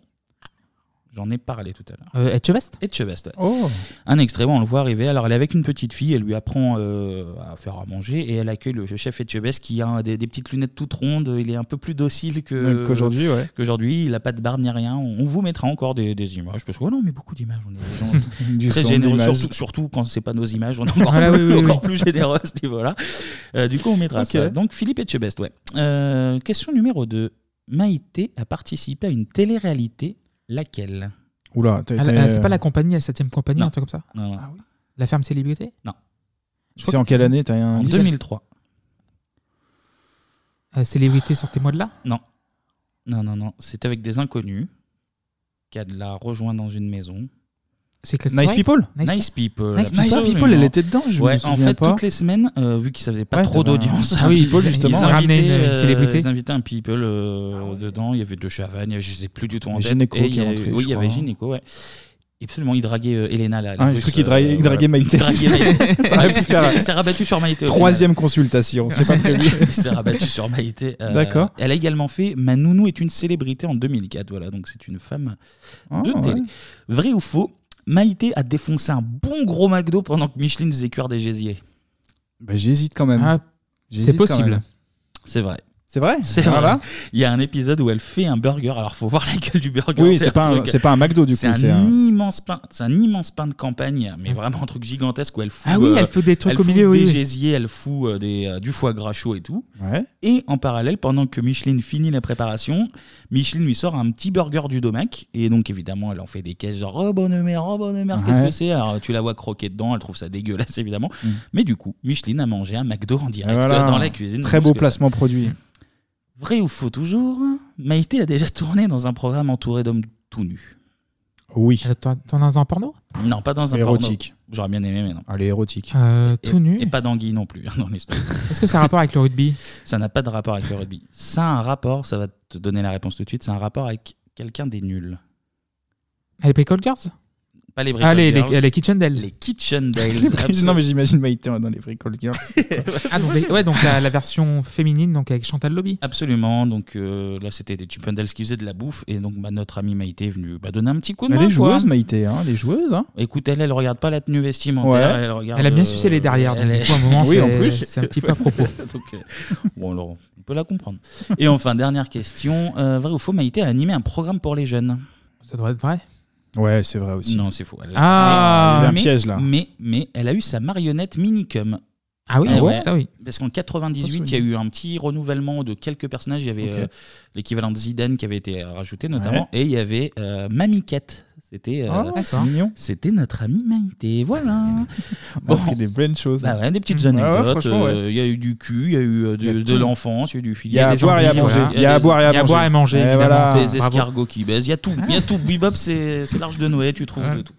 Speaker 1: J'en ai parlé tout à l'heure.
Speaker 7: Euh, Etchebest
Speaker 1: Etchebest, ouais.
Speaker 6: Oh.
Speaker 1: Un extrait, bon, on le voit arriver. Alors, elle est avec une petite fille, elle lui apprend euh, à faire à manger et elle accueille le chef Etchebest qui a des, des petites lunettes toutes rondes. Il est un peu plus docile que
Speaker 6: Euh, qu'aujourd'hui, ouais.
Speaker 1: qu'aujourd'hui. il n'a pas de barbe ni rien. On on vous mettra encore des, des images parce que, oh non, mais beaucoup d'images. On est des gens
Speaker 6: Du
Speaker 1: très
Speaker 6: son,
Speaker 1: généreux,
Speaker 6: d'image.
Speaker 1: surtout, surtout quand c'est pas nos images, on est encore,
Speaker 7: Voilà,
Speaker 1: plus,
Speaker 7: oui, oui,
Speaker 1: encore
Speaker 7: oui.
Speaker 1: plus généreux à ce niveau-là. Euh, du coup, on mettra
Speaker 6: Ok.
Speaker 1: ça. Donc, Philippe Etchebest, ouais. Euh, question numéro 2. Maïté a participé à une télé-réalité, laquelle
Speaker 6: Oula, t'as- euh,
Speaker 7: Ah,
Speaker 6: t'as-
Speaker 7: la- C'est pas la compagnie, la 7 compagnie,
Speaker 1: Non.
Speaker 7: un truc comme ça
Speaker 1: Non, non.
Speaker 7: La ferme célébrité je
Speaker 6: C'est
Speaker 7: crois
Speaker 6: en quelle année T'as un.
Speaker 1: En
Speaker 6: indice
Speaker 1: 2003.
Speaker 7: Euh, Célébrité, sortez-moi de là
Speaker 1: Non. Non, non, non. C'est avec des inconnus qu'elle l'a rejoint dans une maison.
Speaker 7: C'est Class
Speaker 6: Nice
Speaker 7: Soirée
Speaker 6: People
Speaker 7: Nice
Speaker 1: Nice People.
Speaker 7: Nice
Speaker 6: Nice
Speaker 1: absolument.
Speaker 6: People, elle était dedans, je
Speaker 1: Ouais,
Speaker 6: me
Speaker 1: en
Speaker 6: souviens
Speaker 1: fait,
Speaker 6: pas.
Speaker 1: toutes les semaines, euh, vu qu'ils avaient pas
Speaker 6: Ouais,
Speaker 1: trop
Speaker 6: t'avais un-
Speaker 1: d'audience,
Speaker 6: Ah oui,
Speaker 1: ils-
Speaker 6: People,
Speaker 1: ils
Speaker 6: justement.
Speaker 1: invitaient,
Speaker 7: Ramener une- une
Speaker 1: euh,
Speaker 7: célébrité.
Speaker 1: Ils invitaient un people euh, dedans. Il y avait de Chavagne, je sais plus du tout en
Speaker 6: Il y a
Speaker 1: tête.
Speaker 6: Gynéco
Speaker 1: Et
Speaker 6: qui
Speaker 1: il y
Speaker 6: est
Speaker 1: a-
Speaker 6: rentré,
Speaker 1: Oui,
Speaker 6: je
Speaker 1: il y avait
Speaker 6: crois.
Speaker 1: Gynéco, ouais. Absolument, il draguait euh, Helena là. la
Speaker 6: Ah, j'ai
Speaker 1: russe,
Speaker 6: cru qu'il
Speaker 1: euh,
Speaker 6: draguait, il
Speaker 1: voilà.
Speaker 6: draguait Maïté.
Speaker 1: Il draguait Maïté.
Speaker 6: Ça aurait pu
Speaker 1: Il
Speaker 6: faire
Speaker 1: s'est- il s'est rabattu sur Maïté. au final.
Speaker 6: Troisième consultation, c'était pas prévu.
Speaker 1: Il s'est rabattu sur Maïté. Euh,
Speaker 6: D'accord.
Speaker 1: Elle a également fait Ma nounou est une célébrité en 2004. Voilà, donc c'est une femme de
Speaker 6: Ah,
Speaker 1: télé.
Speaker 6: ouais.
Speaker 1: Vrai ou faux Maïté a défoncé un bon gros McDo pendant que Micheline faisait cuire des gésiers.
Speaker 6: Bah, J'hésite quand même.
Speaker 7: Ah,
Speaker 6: J'hésite
Speaker 7: C'est
Speaker 6: quand
Speaker 7: possible.
Speaker 6: même.
Speaker 1: C'est vrai.
Speaker 6: C'est vrai
Speaker 1: C'est
Speaker 6: Ah, là
Speaker 1: Il y a un épisode où elle fait un burger. Alors, faut voir la gueule du burger.
Speaker 6: Oui, c'est pas,
Speaker 1: un
Speaker 6: un-
Speaker 1: truc-
Speaker 6: c'est pas un McDo du coup.
Speaker 1: c'est un,
Speaker 6: c'est un-
Speaker 1: immense pain. C'est un immense pain de campagne, mais vraiment un truc gigantesque où elle fout.
Speaker 7: Ah oui,
Speaker 1: euh,
Speaker 7: elle fait des
Speaker 1: elle
Speaker 7: trucs au
Speaker 1: fout
Speaker 7: milieu,
Speaker 1: des
Speaker 7: oui. oui.
Speaker 1: gésiers, elle fout euh, des, euh, du foie gras chaud et tout.
Speaker 6: Ouais.
Speaker 1: Et en parallèle, pendant que Micheline finit la préparation, Micheline lui sort un petit burger du domac. Et donc, évidemment, elle en fait des caisses genre Oh bonne mère, oh bonne mère, qu'est-ce
Speaker 6: Ouais.
Speaker 1: que c'est Alors, tu la vois croquer dedans, elle trouve ça dégueulasse, évidemment.
Speaker 6: Mm.
Speaker 1: Mais du coup, Micheline a mangé un McDo en direct euh,
Speaker 6: Voilà.
Speaker 1: dans la cuisine.
Speaker 6: Très
Speaker 1: Parce
Speaker 6: beau
Speaker 1: que-
Speaker 6: placement
Speaker 1: Mm.
Speaker 6: produit.
Speaker 1: Vrai ou faux toujours, hein. Maïté a déjà tourné dans un programme entouré d'hommes tout nus.
Speaker 6: Oui.
Speaker 7: Elle tourne tourne dans un porno
Speaker 1: Non, pas dans un porno.
Speaker 6: Érotique.
Speaker 1: J'aurais bien aimé, mais non.
Speaker 6: Allez, érotique.
Speaker 7: Euh,
Speaker 1: Et-
Speaker 7: Tout nu
Speaker 1: Et pas d'anguille non plus hein, dans l'histoire.
Speaker 7: Est-ce que ça a rapport avec le rugby
Speaker 1: Ça n'a pas de rapport avec le rugby. Ça a un rapport, ça va te donner la réponse tout de suite, c'est un rapport avec quelqu'un des nuls.
Speaker 7: Elle est Play Call Girls
Speaker 1: Pas les Bricol
Speaker 7: Allez,
Speaker 1: Girls,
Speaker 7: elle est Kitchen Dell.
Speaker 1: les Kitchen Dales.
Speaker 6: non, mais j'imagine Maïté hein, dans les bricoles.
Speaker 7: Ah, donc, les- ouais, donc la, la version féminine, donc avec Chantal Lobby.
Speaker 1: Absolument, donc euh, là c'était des Chip and Dales qui faisaient de la bouffe et donc bah, notre amie Maïté est venue bah, donner un petit coup de
Speaker 6: Elle
Speaker 1: main.
Speaker 6: est
Speaker 1: quoi.
Speaker 6: joueuse, Maïté. Hein, elle est joueuse. Hein.
Speaker 1: Écoute, elle, elle regarde pas la tenue vestimentaire.
Speaker 6: Ouais.
Speaker 1: Elle, regarde,
Speaker 7: Elle a bien
Speaker 1: euh,
Speaker 7: sucé les derrière.
Speaker 1: elle
Speaker 7: Donc,
Speaker 1: est-
Speaker 7: du coup, à un moment,
Speaker 6: Oui,
Speaker 7: c'est-
Speaker 6: en plus.
Speaker 7: c'est un petit peu à propos.
Speaker 1: Donc, euh, bon, alors, on peut la comprendre. Et enfin, dernière question. Euh, vrai ou faux, Maïté a animé un programme pour les jeunes
Speaker 7: Ça doit être vrai.
Speaker 6: Ouais, c'est vrai aussi.
Speaker 1: Non, c'est faux. Elle-
Speaker 7: Ah,
Speaker 6: il y a un
Speaker 1: mais,
Speaker 6: piège, là.
Speaker 1: Mais, mais elle a eu sa marionnette Minicum.
Speaker 7: Ah oui,
Speaker 1: Ah ouais.
Speaker 7: ça oui. Oh,
Speaker 1: Parce qu'en 98, il y a eu un petit renouvellement de quelques personnages. Il y avait
Speaker 6: Ok.
Speaker 1: euh, l'équivalent de Zidane qui avait été euh, rajouté, notamment. Et il y avait euh, Mamie Cat. C'était euh,
Speaker 7: Ah, c'est mignon.
Speaker 1: C'était notre amie Maïté, voilà. Ah,
Speaker 6: On a appris des bonnes choses.
Speaker 1: Bah ouais, des petites
Speaker 6: Ah Ouais, ouais,
Speaker 1: anecdotes. euh, Il
Speaker 6: franchement, ouais.
Speaker 1: y a eu du cul, il y a eu euh,
Speaker 6: Il y a
Speaker 1: de, de
Speaker 6: tout.
Speaker 1: l'enfance, il y a eu du
Speaker 6: Il y a à
Speaker 1: des
Speaker 6: boire et à
Speaker 1: envies,
Speaker 6: manger.
Speaker 1: voilà.
Speaker 6: Il y a à boire et à
Speaker 1: Il y a
Speaker 6: manger. Et
Speaker 1: évidemment.
Speaker 6: voilà.
Speaker 1: Des
Speaker 6: Bravo.
Speaker 1: escargots qui baissent. Il y a tout. Il y a tout. Bebop, c'est c'est l'arche de Noé, tu trouves de tout.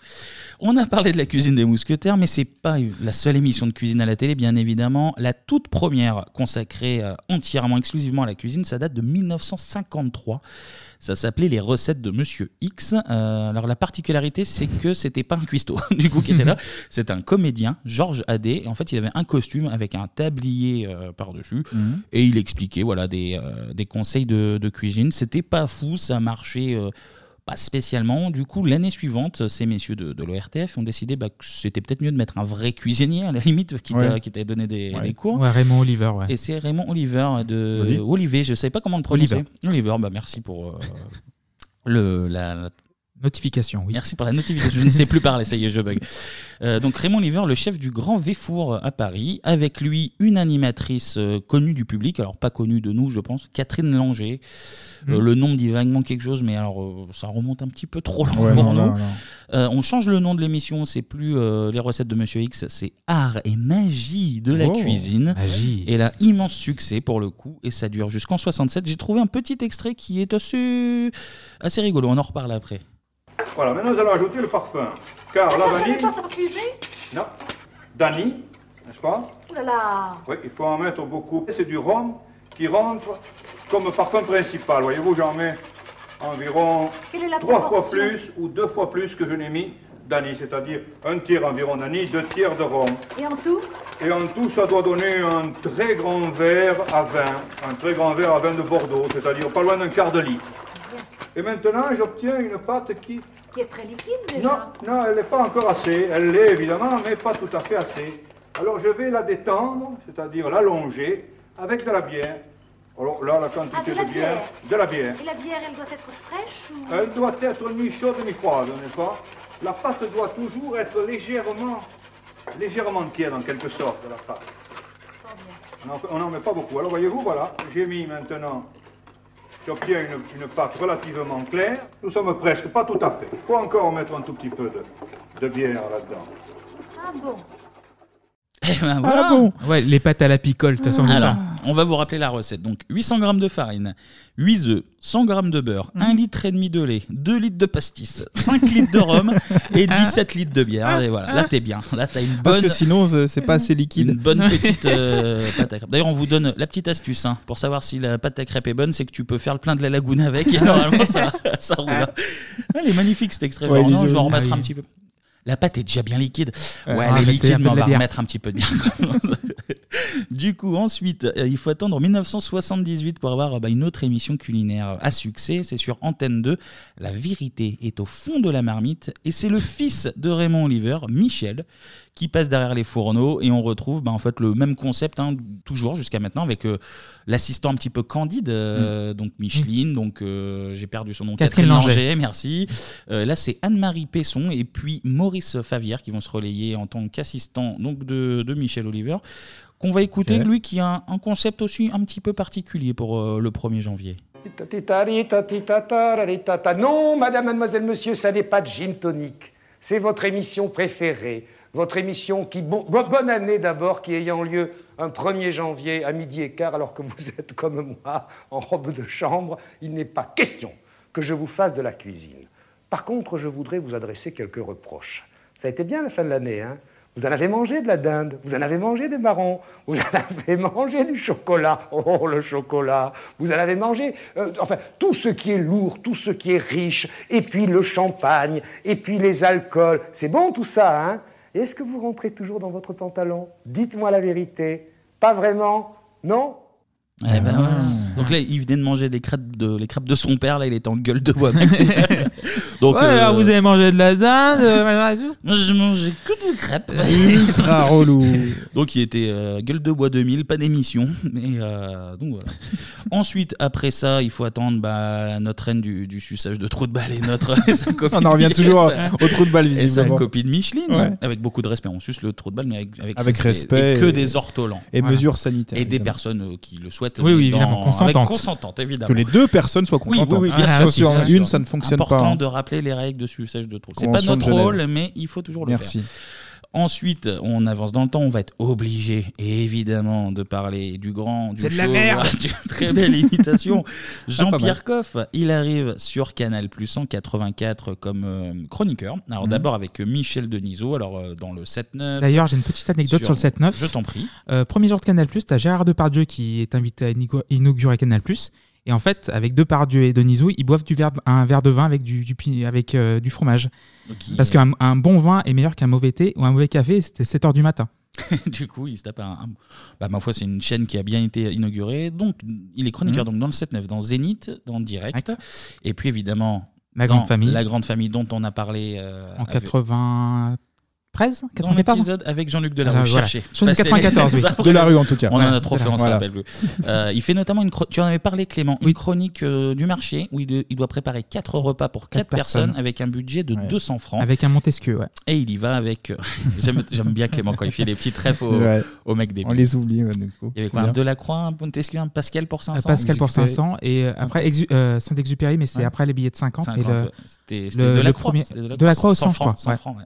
Speaker 1: On a parlé de la cuisine des mousquetaires, mais c'est pas la seule émission de cuisine à la télé, bien évidemment. La toute première consacrée euh, entièrement, exclusivement à la cuisine, ça date de 1953. Ça s'appelait les recettes de Monsieur X. Euh, alors la particularité, c'est que c'était pas un cuistot du coup qui était là, c'était un comédien, Georges Adé. Et en fait, il avait un costume avec un tablier euh, par-dessus
Speaker 6: Mhm.
Speaker 1: et il expliquait voilà des, euh, des conseils de, de cuisine. C'était pas fou, ça marchait. euh, pas spécialement. Du coup, l'année suivante, ces messieurs de, de l'ORTF ont décidé bah, que c'était peut-être mieux de mettre un vrai cuisinier, à la limite, qui t'a
Speaker 7: Ouais.
Speaker 1: qui t'a donné des,
Speaker 7: Ouais.
Speaker 1: des cours.
Speaker 7: Ouais, Raymond Oliver, ouais.
Speaker 1: Et c'est Raymond Oliver de
Speaker 7: Oli-
Speaker 1: Olivier, je ne sais pas comment le prononcer.
Speaker 7: Oliver.
Speaker 1: bah, merci pour euh, le, la, la-
Speaker 7: Notification, oui.
Speaker 1: Merci pour la notification. Je ne sais plus parler, ça y est, je bug. Euh, donc Raymond Oliver, le chef du Grand Véfour à Paris, avec lui une animatrice euh, connue du public, alors pas connue de nous, je pense, Catherine Langer. Euh,
Speaker 7: Mm.
Speaker 1: le nom me dit vaguement quelque chose, mais alors euh, ça remonte un petit peu trop loin
Speaker 6: Ouais,
Speaker 1: pour
Speaker 6: non,
Speaker 1: nous.
Speaker 6: non, non.
Speaker 1: Euh, on change le nom de l'émission, c'est plus euh, les recettes de Monsieur X, c'est Art et magie de la
Speaker 7: Oh,
Speaker 1: cuisine.
Speaker 7: magie.
Speaker 1: Et là, immense succès pour le coup, et ça dure jusqu'en 67. J'ai trouvé un petit extrait qui est assez, assez rigolo, on en reparle après.
Speaker 3: Voilà, maintenant nous allons ajouter le parfum. Car la vanille,
Speaker 11: parfumé
Speaker 3: non, Dani, n'est-ce pas
Speaker 11: Ouh là là
Speaker 3: Oui, il faut en mettre beaucoup. C'est du rhum qui rentre comme parfum principal. Voyez-vous, j'en mets environ
Speaker 11: Quelle est la
Speaker 3: trois fois
Speaker 11: proportion
Speaker 3: plus ou deux fois plus que je n'ai mis d'anis, c'est-à-dire un tiers environ d'anis, deux tiers de rhum.
Speaker 11: Et en tout
Speaker 3: Et en tout, ça doit donner un très grand verre à vin, un très grand verre à vin de Bordeaux, c'est-à-dire pas loin d'un quart de litre. Et maintenant, j'obtiens une pâte qui...
Speaker 11: Qui est très liquide
Speaker 3: Non,
Speaker 11: déjà
Speaker 3: non, elle n'est pas encore assez. Elle l'est évidemment, mais pas tout à fait assez. Alors je vais la détendre, c'est-à-dire l'allonger, avec de la bière. Alors là, la quantité
Speaker 11: Ah, de la bière.
Speaker 3: de la bière.
Speaker 11: Et la bière, elle doit être fraîche ou...
Speaker 3: Euh, Elle doit être ni chaude ni froide, n'est-ce pas La pâte doit toujours être légèrement, légèrement tiède en quelque sorte, la pâte. On en- On n'en met pas beaucoup. Alors voyez-vous, voilà, j'ai mis maintenant, j'obtiens une, une pâte relativement claire. Nous sommes presque, pas tout à fait. Il faut encore mettre un tout petit peu de, de bière là-dedans.
Speaker 11: Ah bon
Speaker 1: Eh ben,
Speaker 6: Ah,
Speaker 1: voilà.
Speaker 7: Ouais, les pâtes à la picole, de Ah toute façon, c'est
Speaker 1: Alors,
Speaker 7: ça.
Speaker 1: on va vous rappeler la recette. Donc, 800 g de farine, 8 œufs, 100 g de beurre, 1 litre et demi de lait, 2 litres de pastis, 5 litres de rhum et 17 litres de bière. Et voilà, là t'es bien. Là t'as une bonne.
Speaker 6: Parce que sinon, c'est c'est pas assez liquide.
Speaker 1: Une bonne petite euh, pâte à crêpes. D'ailleurs, on vous donne la petite astuce hein, pour savoir si la pâte à crêpes est bonne, c'est que tu peux faire le plein de la lagune avec et normalement ça, ça roule. hein. Elle est magnifique cet extrait.
Speaker 7: Ouais,
Speaker 1: Genre,
Speaker 7: il est
Speaker 1: non, je vais en
Speaker 7: joli.
Speaker 1: remettre
Speaker 7: Ah
Speaker 1: un
Speaker 7: oui.
Speaker 1: petit peu. La pâte est déjà bien liquide. Ouais,
Speaker 7: Ouais,
Speaker 1: elle est
Speaker 7: arrêtez, un
Speaker 1: liquide,
Speaker 7: peu
Speaker 1: mais on
Speaker 7: de la
Speaker 1: va
Speaker 7: bière.
Speaker 1: remettre un petit peu de bière. du coup, ensuite, euh, il faut attendre 1978 pour avoir euh, bah, une autre émission culinaire à succès. C'est sur Antenne 2. La vérité est au fond de la marmite. Et c'est le fils de Raymond Oliver, Michel, qui passe derrière les fourneaux. Et on retrouve bah, en fait le même concept, hein, toujours jusqu'à maintenant, avec euh, l'assistant un petit peu candide, euh, donc Micheline. Donc euh, j'ai perdu son nom.
Speaker 7: Mm. Catherine Langer.
Speaker 1: Eh, merci. Euh, là, c'est Anne-Marie Pesson et puis Maurice Favière qui vont se relayer en tant qu'assistant donc de, de Michel Oliver, qu'on va écouter,
Speaker 12: Ok.
Speaker 1: lui qui a un, un concept aussi un petit peu particulier pour euh, le 1er janvier.
Speaker 13: Titatitatitataritata. Non, madame, mademoiselle, monsieur, ça n'est pas de gin tonic. C'est votre émission préférée. Votre émission qui. bon- bon- bonne année d'abord, qui ayant lieu un 1er janvier à midi et quart, alors que vous êtes comme moi, en robe de chambre, il n'est pas question que je vous fasse de la cuisine. Par contre, je voudrais vous adresser quelques reproches. Ça a été bien la fin de l'année, hein Vous en avez mangé de la dinde, vous en avez mangé des marrons, vous en avez mangé du chocolat, oh le chocolat, vous en avez mangé, euh, enfin tout ce qui est lourd, tout ce qui est riche, et puis le champagne, et puis les alcools, c'est bon tout ça, hein Et Est-ce que vous rentrez toujours dans votre pantalon Dites-moi la vérité. Pas vraiment Non
Speaker 1: Eh ben, voilà. Donc là, il venait de manger les crêpes de, les crêpes de son père, là, il est en gueule de bois. Maxime. Donc, euh,
Speaker 7: Ouais, alors, vous avez mangé de la dinde, euh,
Speaker 1: Moi, je mangeais que des crêpes.
Speaker 7: Ultra relou.
Speaker 1: Donc il était euh, gueule de bois 2000, pas d'émission. Mais euh, donc voilà. Ensuite, après ça, il faut attendre bah, notre reine du, du suçage de trou de balle et notre et sa copine-
Speaker 6: On en revient
Speaker 1: et
Speaker 6: toujours
Speaker 1: sa-
Speaker 6: au trou de balle,
Speaker 1: Et sa
Speaker 6: visiblement.
Speaker 1: copine Micheline, hein,
Speaker 6: Ouais.
Speaker 1: avec beaucoup de respect. On suce le trou de balle, mais avec,
Speaker 6: Avec respect
Speaker 1: Et, que
Speaker 6: et-
Speaker 1: des ortolans.
Speaker 6: et mesures sanitaires,
Speaker 1: Et des
Speaker 6: évidemment.
Speaker 1: personnes euh, qui le souhaitent.
Speaker 6: Oui, oui,
Speaker 1: dans-
Speaker 6: évidemment,
Speaker 1: avec
Speaker 6: consentantes.
Speaker 1: consentantes, évidemment.
Speaker 6: Que les deux personnes soient
Speaker 1: Oui, oui,
Speaker 6: consentantes.
Speaker 1: oui, bien
Speaker 6: Ah,
Speaker 1: sûr,
Speaker 6: sur
Speaker 1: bien
Speaker 6: une,
Speaker 1: sûr.
Speaker 6: ça ne fonctionne
Speaker 1: Important
Speaker 6: pas, hein.
Speaker 1: de rappeler rappeler les règles de suçage de trous. C'est pas
Speaker 6: Convention de
Speaker 1: notre
Speaker 6: Genève.
Speaker 1: rôle, mais il faut toujours le
Speaker 6: Merci.
Speaker 1: faire. Ensuite, on avance dans le temps, on va être obligé, évidemment, de parler du grand, du
Speaker 6: C'est de la
Speaker 1: chauve.
Speaker 6: merde.
Speaker 1: Très belle imitation.
Speaker 6: Ah, pas mal.
Speaker 1: Jean-Pierre Coff, il arrive sur Canal Plus en 84 comme euh, chroniqueur. Alors
Speaker 7: Mhm.
Speaker 1: d'abord avec Michel Denisot, alors euh, dans le 7-9.
Speaker 7: D'ailleurs, j'ai une petite anecdote sur, le 7-9.
Speaker 1: Je t'en prie.
Speaker 7: Euh, premier jour de Canal, tu as Gérard Depardieu qui est invité à inigo- inaugurer Canal. Et en fait, avec Depardieu et Denisou, ils boivent du verre, un verre de vin avec du, du pi- avec, euh, du fromage.
Speaker 1: Ok.
Speaker 7: Parce qu'un un bon vin est meilleur qu'un mauvais thé ou un mauvais café, et c'était 7 h du matin.
Speaker 1: du coup, il se tape un. un- Bah, ma foi, c'est une chaîne qui a bien été inaugurée. Donc, il est chroniqueur
Speaker 7: Mhm.
Speaker 1: donc dans le 7-9, dans Zénith, dans Direct. Et puis, évidemment.
Speaker 7: La
Speaker 1: dans
Speaker 7: Grande Famille.
Speaker 1: La grande famille dont on a parlé euh,
Speaker 7: En
Speaker 1: avec-
Speaker 7: 93
Speaker 1: dans
Speaker 7: 94
Speaker 1: l'épisode avec Jean-Luc
Speaker 7: Ah,
Speaker 1: Delarue.
Speaker 7: voilà.
Speaker 1: Cherchez.
Speaker 7: Je sais
Speaker 1: Passez
Speaker 7: 94,
Speaker 1: les-
Speaker 7: oui.
Speaker 1: les- On en a trop fait, on se rappelle plus. Euh, il fait notamment une. chro- Tu en avais parlé, Clément, une chronique euh, du marché où il, de- il doit préparer 4 repas pour 4
Speaker 7: Quatre
Speaker 1: personnes,
Speaker 7: personnes.
Speaker 1: avec un budget de
Speaker 7: Ouais.
Speaker 1: 200 francs.
Speaker 7: Avec un Montesquieu, ouais.
Speaker 1: Et il y va avec. euh, J'aime j'aime bien Clément quand il fait des petits trèfles au,
Speaker 7: Ouais.
Speaker 1: au mec des.
Speaker 6: On les oublie, ouais, du coup.
Speaker 1: Il y avait
Speaker 6: C'est
Speaker 1: quoi Un
Speaker 6: bien.
Speaker 1: Delacroix, un Montesquieu, un Pascal pour 500
Speaker 7: Pascal pour 500 et euh, après Exu- euh, Saint-Exupéry, mais c'est
Speaker 1: Ouais.
Speaker 7: après les billets de 50. et
Speaker 1: 50,
Speaker 7: le-
Speaker 1: ouais. C'était c'était
Speaker 7: le-
Speaker 1: de la
Speaker 7: le
Speaker 1: croix.
Speaker 7: premier-
Speaker 1: c'était
Speaker 7: de la croix au 100, je
Speaker 1: francs,
Speaker 7: crois.
Speaker 1: 100
Speaker 7: ouais.
Speaker 1: francs, ouais.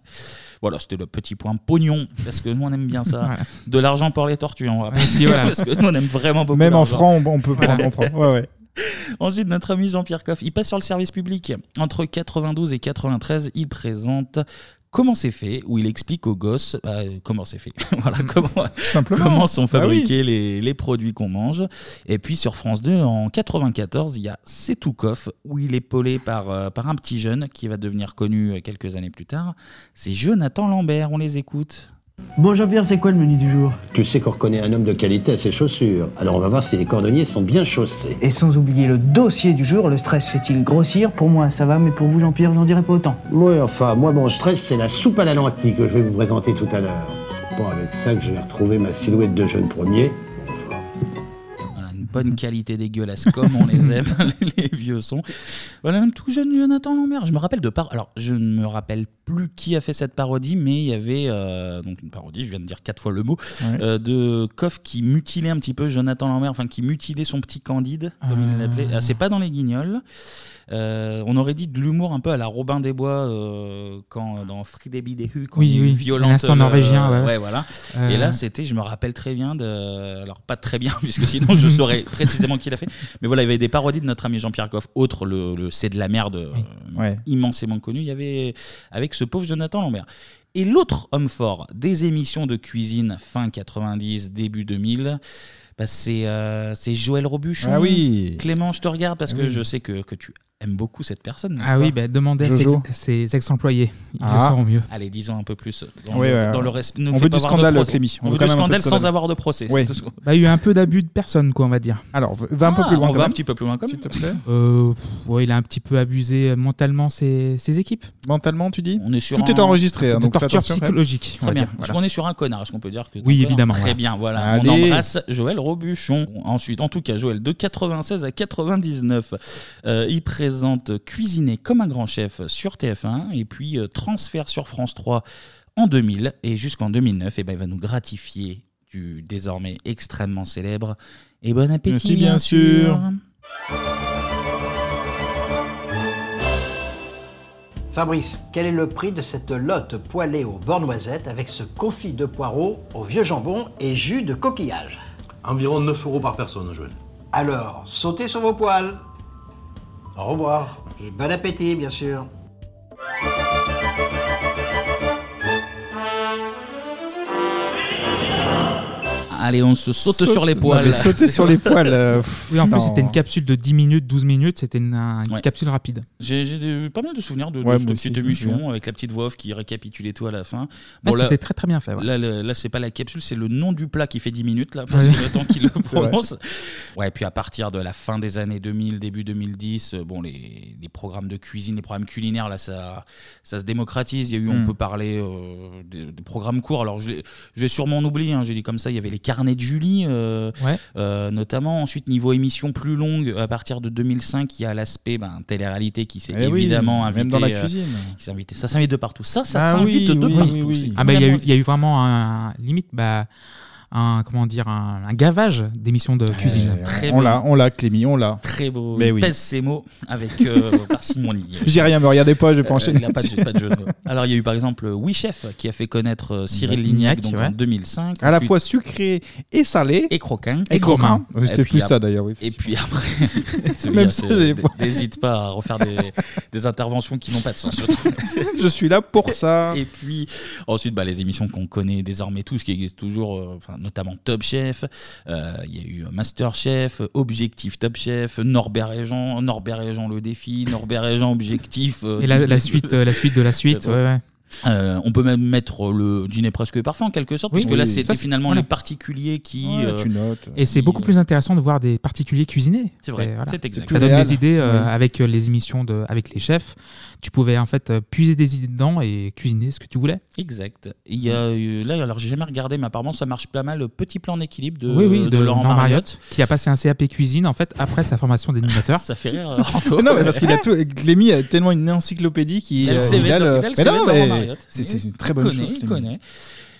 Speaker 1: Voilà, c'était le petit point pognon, parce que nous on aime bien ça.
Speaker 7: Voilà.
Speaker 1: De l'argent pour les tortues, on rappelle.
Speaker 7: Si, voilà.
Speaker 1: parce que nous on aime vraiment beaucoup.
Speaker 6: Même en
Speaker 1: l'argent.
Speaker 6: francs, on- on peut
Speaker 1: Voilà.
Speaker 6: prendre en francs. Ouais, ouais.
Speaker 1: Ensuite, notre ami Jean-Pierre Coff, il passe sur le service public. Entre 92 et 93, il présente. Comment c'est fait Où il explique aux gosses euh, comment c'est fait. voilà comment,
Speaker 6: simplement.
Speaker 1: comment sont
Speaker 6: Bah oui.
Speaker 1: fabriqués les, les produits qu'on mange. Et puis sur France 2, en 94, il y a C'est tout Coff, où il est épaulé par, euh, par un petit jeune qui va devenir connu euh, quelques années plus tard. C'est Jonathan Lambert, on les écoute.
Speaker 12: Bon Jean-Pierre, c'est quoi le menu du jour
Speaker 14: Tu sais qu'on reconnaît un homme de qualité à ses chaussures. Alors on va voir si les cordonniers sont bien chaussés.
Speaker 12: Et sans oublier le dossier du jour, le stress fait-il grossir Pour moi, ça va, mais pour vous, Jean-Pierre, j'en dirai pas autant.
Speaker 14: Oui, enfin, moi, mon stress, c'est la soupe à la lentille que je vais vous présenter tout à l'heure. C'est pas avec ça que je vais retrouver ma silhouette de jeune premier.
Speaker 1: Une bonne qualité dégueulasse, comme on les aime, les vieux sons. Voilà, un tout jeune Jonathan Lambert. Je me rappelle de par. Alors, je ne me rappelle plus qui a fait cette parodie, mais il y avait euh, donc une parodie, je viens de dire quatre fois le mot,
Speaker 6: Ouais.
Speaker 1: euh, de Coff qui mutilait un petit peu Jonathan Lambert, enfin qui mutilait son petit Candide, comme il l'appelait. Ah, c'est pas dans les guignols. Euh, on aurait dit de l'humour un peu à la Robin des Bois euh, quand euh, dans Free Débit des Hues, quand
Speaker 7: Oui,
Speaker 1: il
Speaker 7: oui,
Speaker 1: violente
Speaker 7: l'instant
Speaker 1: le-
Speaker 7: norvégien, ouais.
Speaker 1: voilà.
Speaker 7: Euh,
Speaker 1: Et là, c'était, je me rappelle très bien de. Alors, pas très bien, puisque sinon je saurais précisément qui l'a fait. Mais voilà, il y avait des parodies de notre ami Jean-Pierre Coff, autre le, le C'est de la merde, euh,
Speaker 6: Ouais.
Speaker 1: immensément connu. Il y avait avec ce pauvre Jonathan Lambert. Et l'autre homme fort des émissions de cuisine fin 90, début 2000, bah, c'est euh, c'est Joël Robuchon.
Speaker 6: Ah oui.
Speaker 1: Clément, je te regarde parce
Speaker 7: Ah
Speaker 1: que
Speaker 7: oui.
Speaker 1: je sais que, que tu aimes beaucoup cette personne. n'est-ce
Speaker 7: Ah oui,
Speaker 1: pas
Speaker 7: bah, demandez à ses,
Speaker 1: Jojo.
Speaker 7: ses ex-employés, ils le
Speaker 1: Ah.
Speaker 7: sauront mieux.
Speaker 1: Allez, disons un peu plus euh, dans,
Speaker 7: Oui,
Speaker 1: le,
Speaker 7: ouais,
Speaker 1: dans
Speaker 7: ouais.
Speaker 1: le respect. ne
Speaker 7: On
Speaker 1: fais
Speaker 7: veut
Speaker 1: pas
Speaker 7: du
Speaker 1: avoir de
Speaker 7: scandale,
Speaker 1: procès.
Speaker 7: Clémy.
Speaker 1: On,
Speaker 7: On
Speaker 1: veut du
Speaker 7: veut quand même un peu de
Speaker 1: scandale sans
Speaker 7: scandale.
Speaker 1: avoir de procès. c'est
Speaker 7: Ouais.
Speaker 1: tout ce qu'on-
Speaker 7: Bah, il y a eu un peu d'abus de personne, quoi, on va dire.
Speaker 6: Alors, va un peu
Speaker 1: Ah,
Speaker 6: plus
Speaker 1: On
Speaker 6: loin quand
Speaker 1: va un
Speaker 6: même.
Speaker 1: petit peu plus loin quand même.
Speaker 7: Euh, pff, ouais, il a un petit peu abusé euh, mentalement ses, ses équipes.
Speaker 6: Mentalement, tu dis
Speaker 1: On est sur
Speaker 7: Tout est
Speaker 1: un-
Speaker 7: enregistré, hein, De donc fais torture attention quand même. psychologique,
Speaker 1: Très
Speaker 7: on va
Speaker 1: bien.
Speaker 7: dire,
Speaker 1: Parce
Speaker 7: voilà.
Speaker 1: qu'on est sur un connard, est-ce qu'on peut dire que c'est
Speaker 7: Oui,
Speaker 1: un connard
Speaker 7: évidemment,
Speaker 1: Très
Speaker 7: voilà.
Speaker 1: bien, voilà. On
Speaker 7: Allez.
Speaker 1: embrasse Joël Robuchon. Ensuite, en tout cas, Joël, de 96 à 99, euh, il présente Cuisiner comme un grand chef sur TF1 et puis euh, Transfert sur France 3 en 2000 et jusqu'en 2009. Et ben, il va nous gratifier du désormais extrêmement célèbre. Et bon appétit,
Speaker 6: Merci,
Speaker 1: bien,
Speaker 6: bien
Speaker 1: sûr.
Speaker 6: sûr.
Speaker 15: Fabrice, quel est le prix de cette lotte poêlée aux bornoisettes avec ce confit de poireaux au vieux jambon et jus de coquillage
Speaker 16: Environ 9 euros par personne, Joël.
Speaker 15: Alors, sautez sur vos poils
Speaker 16: Au revoir.
Speaker 15: et bon appétit, bien sûr.
Speaker 1: Allez, on se saute,
Speaker 7: Saute-
Speaker 1: sur les
Speaker 7: non,
Speaker 1: poils.
Speaker 7: mais sauter sur les poils, euh, pff,
Speaker 1: Oui, en plus,
Speaker 7: non.
Speaker 1: c'était une
Speaker 7: capsule de 10 minutes, 12 minutes, c'était une, un- une
Speaker 1: Ouais.
Speaker 7: capsule rapide.
Speaker 1: J'ai j'ai de- pas mal de souvenirs de, de
Speaker 7: Ouais,
Speaker 1: cette
Speaker 7: moi aussi,
Speaker 1: petite
Speaker 7: je me
Speaker 1: émission
Speaker 7: souviens.
Speaker 1: avec la petite voix off qui récapitulait tout à la fin.
Speaker 7: Ah, c'était très, très bien fait, ouais.
Speaker 1: Là, le- là, c'est pas la capsule, c'est le nom du plat qui fait 10 minutes, là, parce
Speaker 7: Ouais.
Speaker 1: que le temps qu'il le
Speaker 7: C'est vrai.
Speaker 1: prononce. Ouais, puis à partir de la fin des années 2000, début 2010, euh, bon, les, les programmes de cuisine, les programmes culinaires, là, ça, ça se démocratise. Il y a eu, on
Speaker 6: Hmm.
Speaker 1: peut parler euh, des, des programmes courts. Alors, je, l'ai- je vais sûrement en oublier, hein, j'ai dit comme ça, il y avait les carnets de Julie, euh,
Speaker 7: Ouais.
Speaker 1: euh, notamment. Ensuite, niveau émission plus longue, à partir de 2005, il y a l'aspect ben, télé-réalité qui s'est
Speaker 6: Eh oui,
Speaker 1: évidemment
Speaker 6: même
Speaker 1: invité.
Speaker 6: dans la
Speaker 1: euh,
Speaker 6: cuisine.
Speaker 1: qui s'est invité. Ça s'invite de partout. Ça, ça
Speaker 7: Ah
Speaker 1: s'invite
Speaker 7: oui,
Speaker 1: de
Speaker 7: oui,
Speaker 1: partout.
Speaker 7: oui, oui.
Speaker 1: C'est
Speaker 7: Ah bah, il y, a eu-
Speaker 1: vraiment-
Speaker 7: il y a eu vraiment un limite, bah, un comment dire un, un gavage d'émissions
Speaker 1: Ah,
Speaker 7: de cuisine.
Speaker 1: Très
Speaker 6: on
Speaker 1: beau.
Speaker 6: l'a, on l'a, Clémy, on l'a.
Speaker 1: Très beau.
Speaker 6: Mais
Speaker 1: Il
Speaker 6: oui.
Speaker 1: pèse ses mots avec euh, parcimonie.
Speaker 6: J'ai rien, me regardez pas, je vais pas
Speaker 1: Euh,
Speaker 6: enchaîner
Speaker 1: il a pas de,
Speaker 6: là-dessus.
Speaker 1: pas de jeu de mots. Alors, il y a eu par exemple Oui Chef qui a fait connaître euh, Cyril
Speaker 6: Lignac,
Speaker 1: Lignac, donc
Speaker 6: ouais.
Speaker 1: en 2005.
Speaker 6: À la
Speaker 1: Ensuite,
Speaker 6: fois sucré et salé.
Speaker 1: Et croquant.
Speaker 6: Et croquant. Ah, C'était
Speaker 1: Et puis
Speaker 6: plus ça
Speaker 1: ap-
Speaker 6: d'ailleurs, oui.
Speaker 1: Et puis après, c'est
Speaker 6: Même
Speaker 1: bien,
Speaker 6: ça,
Speaker 1: c'est-
Speaker 6: j'avais pas.
Speaker 1: n'hésite pas à refaire des, des interventions qui n'ont pas de sens.
Speaker 6: Je suis là pour ça.
Speaker 1: Et puis ensuite, bah, les émissions qu'on connaît désormais tous, qui existent toujours, euh, enfin, notamment Top Chef. euh, Il y a eu Master Chef, Objectif Top Chef, Norbert et Jean, Norbert et Jean le défi, Norbert et Jean Objectif. euh,
Speaker 7: Et la, la suite, euh, la suite de la suite.
Speaker 1: Euh,
Speaker 7: ouais, ouais.
Speaker 1: euh, on peut même mettre le dîner presque parfait en quelque sorte,
Speaker 7: Oui,
Speaker 1: puisque
Speaker 7: oui,
Speaker 1: là
Speaker 7: oui. Ça,
Speaker 1: c'était
Speaker 7: c'est-
Speaker 1: finalement
Speaker 7: voilà.
Speaker 1: les particuliers qui.
Speaker 7: Ouais,
Speaker 1: euh,
Speaker 7: tu notes. Et c'est beaucoup plus intéressant de voir des particuliers cuisiner.
Speaker 1: C'est vrai, c'est exact. C'est plus
Speaker 7: Ça donne
Speaker 1: réel.
Speaker 7: des idées euh,
Speaker 1: Ouais.
Speaker 7: avec euh, les émissions de, avec les chefs. Tu pouvais en fait euh, puiser des idées dedans et cuisiner ce que tu voulais.
Speaker 1: Exact. Il y a eu- là, alors j'ai jamais regardé, mais apparemment ça marche pas mal. le Petit plan en équilibre de,
Speaker 7: oui, oui, de,
Speaker 1: Laurent
Speaker 7: Laurent
Speaker 1: Mariotte.
Speaker 7: Mariotte, qui a passé un CAP cuisine en fait après sa formation d'animateur.
Speaker 1: Ça fait rire. euh,
Speaker 6: Mais non, mais parce qu'il a tout. Clémy a tellement une encyclopédie qui.
Speaker 1: Il a le
Speaker 6: euh,
Speaker 1: CV
Speaker 6: il a
Speaker 1: de-
Speaker 6: le-
Speaker 1: il a le
Speaker 6: Mais
Speaker 1: CV
Speaker 6: non,
Speaker 1: de Laurent
Speaker 6: mais
Speaker 1: Mariotte.
Speaker 6: c'est-
Speaker 1: Il
Speaker 6: C'est une très bonne
Speaker 1: connaît,
Speaker 6: chose.
Speaker 1: il
Speaker 6: Clémy.
Speaker 1: connaît.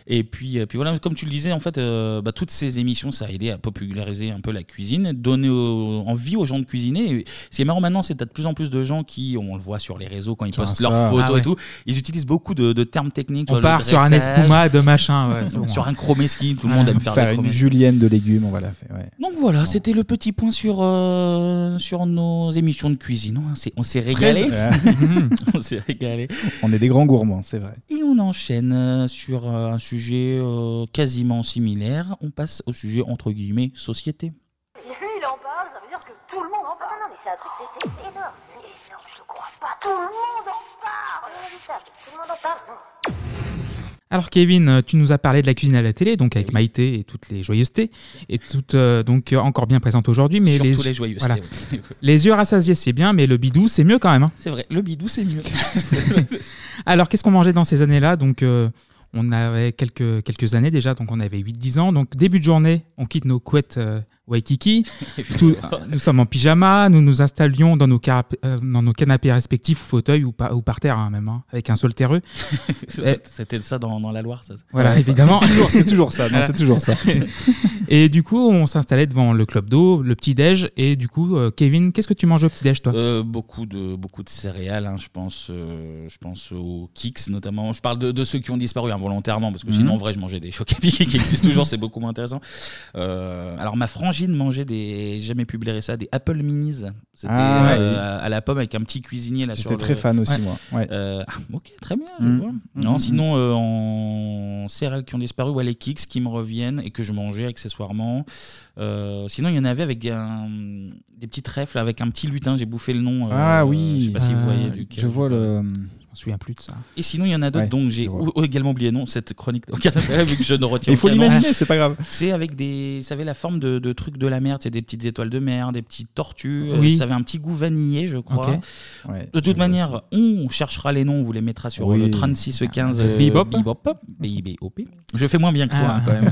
Speaker 1: Et puis, euh, puis voilà, comme tu le disais, en fait, euh, bah, toutes ces émissions, ça a aidé à populariser un peu la cuisine, donner au- envie aux gens de cuisiner. Et ce qui est marrant maintenant, c'est que tu as de plus en plus de gens qui, on le voit sur les réseaux quand ils
Speaker 7: Sur
Speaker 1: postent
Speaker 7: Insta.
Speaker 1: leurs photos
Speaker 7: Ah ouais.
Speaker 1: et tout, ils utilisent beaucoup de, de termes techniques. tu vois,
Speaker 7: On
Speaker 1: le
Speaker 7: part sur un
Speaker 1: dressage,
Speaker 7: espuma de machin, ouais, c'est bon. hein.
Speaker 1: sur un chromeski, tout le monde aime faire,
Speaker 6: Faire
Speaker 1: des
Speaker 6: une
Speaker 1: chromeski.
Speaker 6: julienne de légumes, on va la faire. ouais.
Speaker 1: Donc voilà, c'était le petit point sur, euh, sur nos émissions de cuisine. On s'est- On s'est régalé.
Speaker 6: Ouais.
Speaker 1: on s'est régalé.
Speaker 6: On est des grands gourmands, c'est vrai.
Speaker 1: Et on enchaîne euh, sur euh, un sujet euh, quasiment similaire. On passe au sujet entre guillemets société.
Speaker 11: Si lui il en parle, ça veut dire que tout le monde en parle. Non, non, mais c'est un truc, c'est c'est énorme. C'est énorme, je te crois pas. Tout le monde en parle. Tout le monde en parle.
Speaker 7: Alors Kevin, euh, tu nous as parlé de la cuisine à la télé, donc avec Maïté et toutes les joyeusetés, et toutes euh, donc euh, encore bien présentes aujourd'hui, mais
Speaker 1: Surtout
Speaker 7: les,
Speaker 1: les joyeusetés, oui.
Speaker 7: les yeux rassasiés c'est bien, mais le bidou c'est mieux quand même. hein.
Speaker 1: C'est vrai, le bidou c'est mieux.
Speaker 7: Alors, qu'est-ce qu'on mangeait dans ces années-là Donc, euh, on avait quelques, quelques années déjà, donc on avait 8-10 ans. Donc, début de journée, on quitte nos couettes euh, Waikiki. Tout- nous sommes en pyjama, nous nous installions dans nos, carap- euh, dans nos canapés respectifs, ou fauteuils, ou, par- ou par terre hein, même, hein, avec un sol terreux. Et-
Speaker 1: C'était ça dans, dans la Loire, ça.
Speaker 7: voilà, évidemment.
Speaker 6: C'est toujours- c'est toujours ça, non, c'est toujours ça.
Speaker 7: et du coup, on s'installait devant le club d'eau, le petit-déj. Et du coup, euh, Kevin, qu'est-ce que tu manges au petit-déj, toi
Speaker 1: Euh, beaucoup de beaucoup de céréales hein, je pense euh, je pense aux Kix notamment je parle de, de ceux qui ont disparu involontairement parce que
Speaker 7: Mhm.
Speaker 1: sinon en vrai je mangeais des chocapic qui existent toujours c'est beaucoup moins intéressant Euh, alors ma frangine mangeait des j'ai jamais publié ça des Apple Minis c'était
Speaker 6: Ah, ouais.
Speaker 1: euh, à la pomme avec un petit cuisinier là
Speaker 6: J'étais
Speaker 1: sur le-
Speaker 6: très fan aussi,
Speaker 1: Ouais.
Speaker 6: moi. Ouais.
Speaker 1: Euh, ah, ok très bien je
Speaker 6: Mhm.
Speaker 1: vois.
Speaker 6: Mhm.
Speaker 1: non sinon euh, en céréales qui ont disparu ou les Kix qui me reviennent et que je mangeais accessoirement euh, sinon il y en avait avec un- des petites trèfles avec un petit lutin j'ai bouffé le nom euh,
Speaker 6: Ah
Speaker 1: je
Speaker 6: oui.
Speaker 1: sais pas si vous
Speaker 6: Ah,
Speaker 1: voyez duquel.
Speaker 6: Je vois le.
Speaker 7: Je m'en souviens plus de ça.
Speaker 1: Et sinon, il y en a d'autres
Speaker 6: Ouais,
Speaker 1: dont j'ai ou- ou également oublié le nom, cette chronique aucun intérêt vu que je ne retiens
Speaker 6: Il faut
Speaker 1: aucun nom.
Speaker 6: l'imaginer, c'est pas grave.
Speaker 1: C'est avec des, ça avait la forme de, de trucs de la mer, c'est des petites étoiles de mer, des petites tortues, euh,
Speaker 7: Oui.
Speaker 1: ça avait un petit goût vanillé, je crois.
Speaker 7: Ok.
Speaker 6: Ouais,
Speaker 1: de toute manière, on cherchera les noms, on vous les mettra sur
Speaker 7: Oui.
Speaker 1: le 36 15
Speaker 6: Ah,
Speaker 1: euh,
Speaker 7: Bebop.
Speaker 1: Bebop, B-I-B-O-P. Je fais moins bien que toi
Speaker 7: Ah.
Speaker 1: hein, quand même.